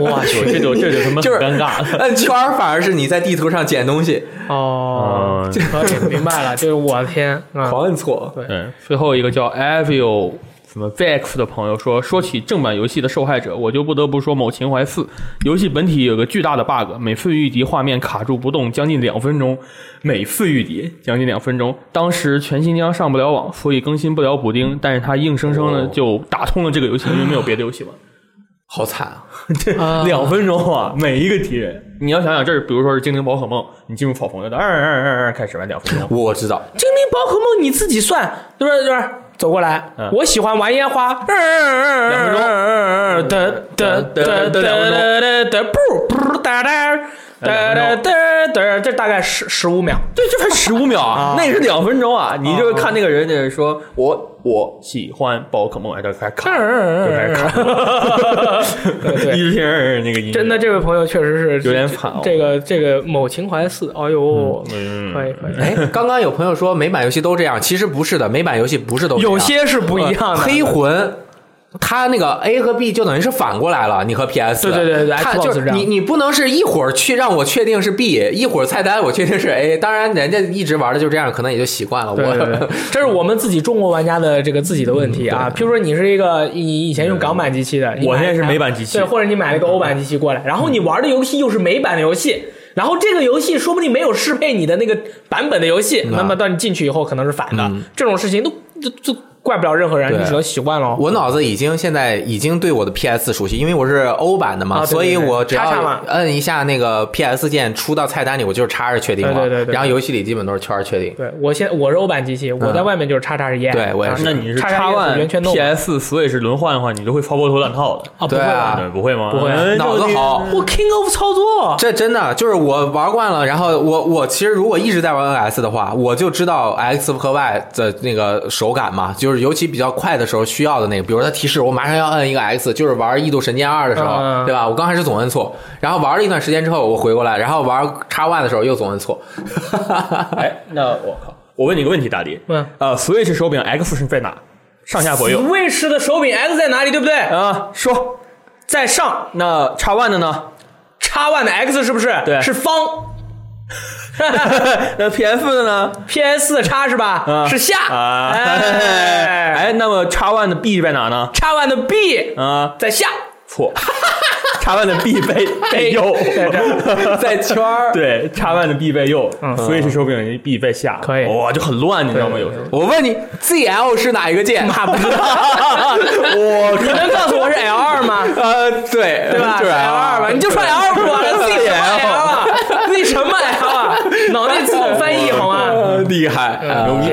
B: 我
A: (laughs) 就这
B: 去，
A: 就这就他妈很
C: 就是
A: 尴尬。
C: (laughs) 摁圈儿反而是你在地图上捡东西，
B: 哦，
A: 嗯
B: 可以明
A: (laughs)
B: 白了，就是我的天啊，
C: 狂摁错。
A: 嗯，最后一个叫 Avio 什么 Vex 的朋友说，说起正版游戏的受害者，我就不得不说某情怀四。游戏本体有个巨大的 bug，每次遇敌画面卡住不动将近两分钟，每次遇敌将近两分钟。当时全新疆上不了网，所以更新不了补丁，但是他硬生生的就打通了这个游戏，因为没有别的游戏玩。
C: 好惨啊！
B: 啊
A: 两分钟啊，每一个敌人，你要想想，这是比如说是精灵宝可梦，你进入草丛就到二二二二开始玩两分钟，
C: 我知道，
B: 精灵宝可梦你自己算，对不对？对不对？走过来，
A: 嗯
B: 我喜欢玩烟花。两分钟，哒哒哒哒哒哒哒，不不哒哒哒哒哒哒，这大概十十五秒。
A: 对，这才十五秒啊，那也是两分钟啊！你就是看那个人，就是说
B: 啊
A: 我我喜欢宝可梦，哎，就开始卡，就开始卡，一直听那个音乐，
B: 真的，这位朋友确实是
A: 有点惨哦
B: 这个这个某情怀四，哎呦，
A: 嗯
B: 可以可以，
C: 哎，刚刚有朋友说美版游戏都这样，其实不是的，美版游戏不是都这样
B: 有些是不一样的。
C: 黑魂。它那个 A 和 B 就等于是反过来了，你和 PS
B: 对对对对
C: 它
B: Xbox
C: 就是
B: 这
C: 是
B: 样
C: 你你不能是一会儿去让我确定是 B，一会儿菜单我确定是 A。当然，人家一直玩的就这样，可能也就习惯了。
B: 对对对
C: 我，
B: (laughs) 这是我们自己中国玩家的这个自己的问题啊。譬如说，你是一个你以前用港版机器的，你买
A: 我现在是美版机器
B: 对，或者你买了个欧版机器过来，然后你玩的游戏又是美版的游戏。然后这个游戏说不定没有适配你的那个版本的游戏，那么到你进去以后可能是反的，这种事情都都都怪不了任何人，
C: 对
B: 你只能习惯了。
C: (laughs) 我脑子已经现在已经对我的 PS 熟悉，因为我是欧版的嘛，
B: 啊对对
C: 所以
B: 对
C: 我只
B: 叉叉
C: 要
B: 嘛
C: 摁一下那个 PS 键，出到菜单里我就是叉是确定了，
B: 对对对对
C: 然后游戏里基本都是圈儿确定。
B: 对我现我是欧版机器，我在外面就是叉叉是 E，
C: 对我也是
A: 那你是
B: 叉
A: 叉
B: 叉 E
A: 万
B: 源全弄
A: PS 所以是轮换的话，你就会操破头乱套的，
B: 啊，不
C: 对
B: 会
C: 啊
B: 吧，
A: 对，不会吗？
B: 不会啊
A: 哎
C: 脑子好，
B: 我 King of 操作，
C: 这真的就是我玩惯了，然后我我其实如果一直在玩 NS 的话，我就知道 X 和 Y 的那个手感嘛，就是尤其比较快的时候需要的那个，比如说它提示我马上要摁一个 X，就是玩《异度神剑二》的时候，
B: 嗯
C: 对吧？我刚开始总摁错，然后玩了一段时间之后我回过来，然后玩叉 Y 的时候又总摁错，
A: 哎，那我靠，我问你个问题，大迪，
B: 嗯
A: 呃，Switch 手柄 X 是在哪？上下左右
B: Switch 的手柄 X 在哪里，对不对？
A: 啊？说， (laughs)
B: 在上
A: 那叉万的呢？
B: 叉 One 的 X 是不是？
A: 对
B: 是方。
A: 那 PS 的呢？
B: PS 的叉是吧？
A: 啊
B: 是下。
A: 啊！
B: 哎，
A: (laughs) 哎，那么叉 One 的 B 在哪呢？
B: 叉 One 的 B
A: 啊，
B: 在下。
A: 错， (laughs) 叉 One 的 B 背背
B: (laughs)
A: 右，
B: 在这儿
C: 在圈
A: (laughs)
C: 儿。
A: 对，叉 One 的 B 背右，Switch 手柄 B 背下，
B: 嗯可以
A: 哇，就很乱，你知道吗？有时候，
C: 我问你，ZL 是哪一个键？
B: 妈不知道，
A: (laughs) 我
B: 你能告诉我是 L 二吗？
C: 呃，对，
B: (laughs) 对吧？
C: 就是
A: 啊
B: L 二吧，你就说 L 二不完了，自己什么 L 啊？
C: (laughs)
B: 自己什么 L 啊？脑内自动翻译好吗？
C: 呃厉害，
B: 牛逼！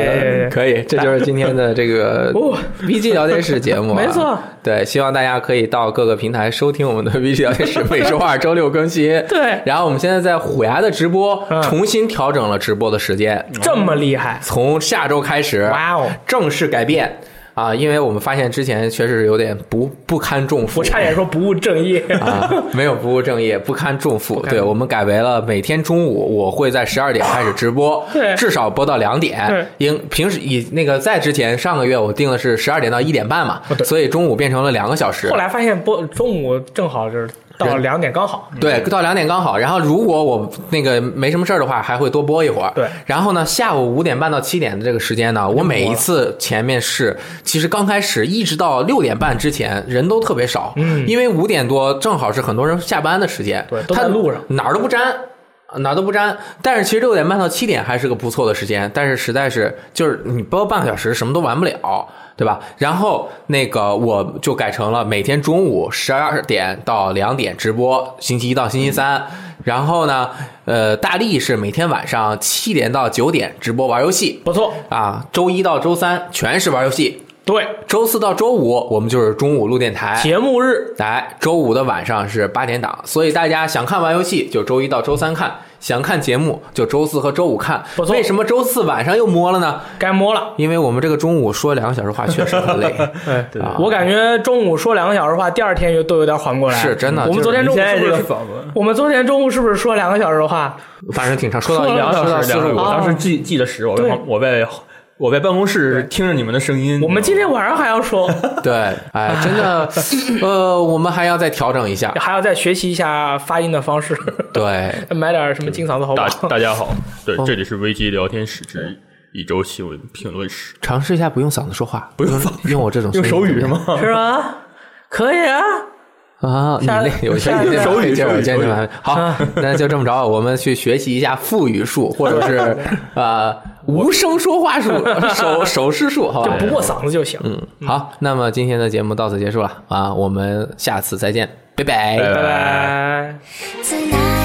C: 可以，这就是今天的
B: (laughs)
C: 这个 BG 聊天室节目、
B: 哦
C: 啊，
B: 没错。
C: 对，希望大家可以到各个平台收听我们的 (laughs) BG 聊天室，每周二、周六更新。
B: (laughs) 对
C: 然后我们现在在虎牙的直播
B: 嗯
C: 重新调整了直播的时间，
B: 这么厉害，
C: 从下周开始，
B: 哇哦！
C: 正式改变啊，因为我们发现之前确实有点不不堪重负，
B: 我差点说不务正业。
C: 啊，没有不务正业，不堪重负。对我们改为了每天中午，我会在十二点开始直播，
B: 对
C: 至少播到两点
B: 对。
C: 因平时以那个在之前上个月我定的是十二点到一点半嘛，所以中午变成了两个小时
B: 哦后。来发现播中午正好是到
C: 人
B: 两点刚好，
C: 对，到两点刚好。然后如果我那个没什么事儿的话，还会多播一会儿。
B: 对
C: 然后呢，下午五点半到七点的这个时间呢，我每一次前面是，其实刚开始一直到六点半之前人都特别少，嗯，因为五点多正好是很多人下班的时间，
B: 对都
C: 他
B: 在路上
C: 哪儿都不沾。哪儿都不沾，但是其实六点半到七点还是个不错的时间，但是实在是就是你播半个小时什么都完不了，对吧？然后那个我就改成了每天中午十二点到两点直播，星期一到星期三。然后呢，呃，大力是每天晚上七点到九点直播玩游戏
B: 不错。
C: 啊，周一到周三全是玩游戏，
B: 对，
C: 周四到周五我们就是中午录电台，
B: 节目日
C: 来，周五的晚上是八点档，所以大家想看玩游戏就周一到周三看，想看节目就周四和周五看
B: 不。错
C: 为什么周四晚上又摸了呢？
B: 该摸了。
C: 因为我们这个中午说两个小时话确实很累，
B: 哎，
A: 对
C: 啊
B: 我感觉中午说两个小时话，第二天又都有点缓不过来。
C: 是真的
B: 我们昨天中午
D: 现在
B: 是
D: 这
B: 不
D: 个
B: 是？
D: 嗓子，
B: 我们昨天中午是不是说两个小时话？
C: 反正挺长，说到
B: 说了
C: 一
A: 两
C: 说
A: 小
C: 到
A: 时，
C: 四
A: 两小
C: 十
A: 时。
C: 五
A: 我。当时记记得时，我在
B: 对
A: 旁我在我在办公室听着你们的声音。
B: 我们今天晚上还要说，
C: 对，哎，真的，呃，我们还要再调整
B: (laughs)
C: 一下。
B: 还要再学习一下发音的方式， (laughs)
C: 对，
B: 买点什么金嗓子喉
A: 大
B: 宝。
A: 大家好，对，这里是危机聊天室之一周新闻评论室，
C: 尝试一下不用嗓子说话，
A: 不用嗓
C: 用我这种
A: 用
C: 声音
A: 手语是
C: 怎么
A: (laughs) 吗？
B: 是吗？可以啊，
C: 样啊？你
B: 下
C: 累，有些
B: 下
C: 有些
A: 手语
C: 劲
A: 手
C: 儿，
A: 语
C: 真
A: 手语啊
C: 的好， (laughs) 那就这么着，我们去学习一下腹语术，或
A: (laughs)
C: 者是呃无声说话术、手手势术，好
B: 就
C: 吧？
B: 不过嗓子就行。
C: 嗯，好，那么今天的节目到此结束了啊，我们下次再见，拜拜
A: 拜
B: 拜拜。
E: tonight.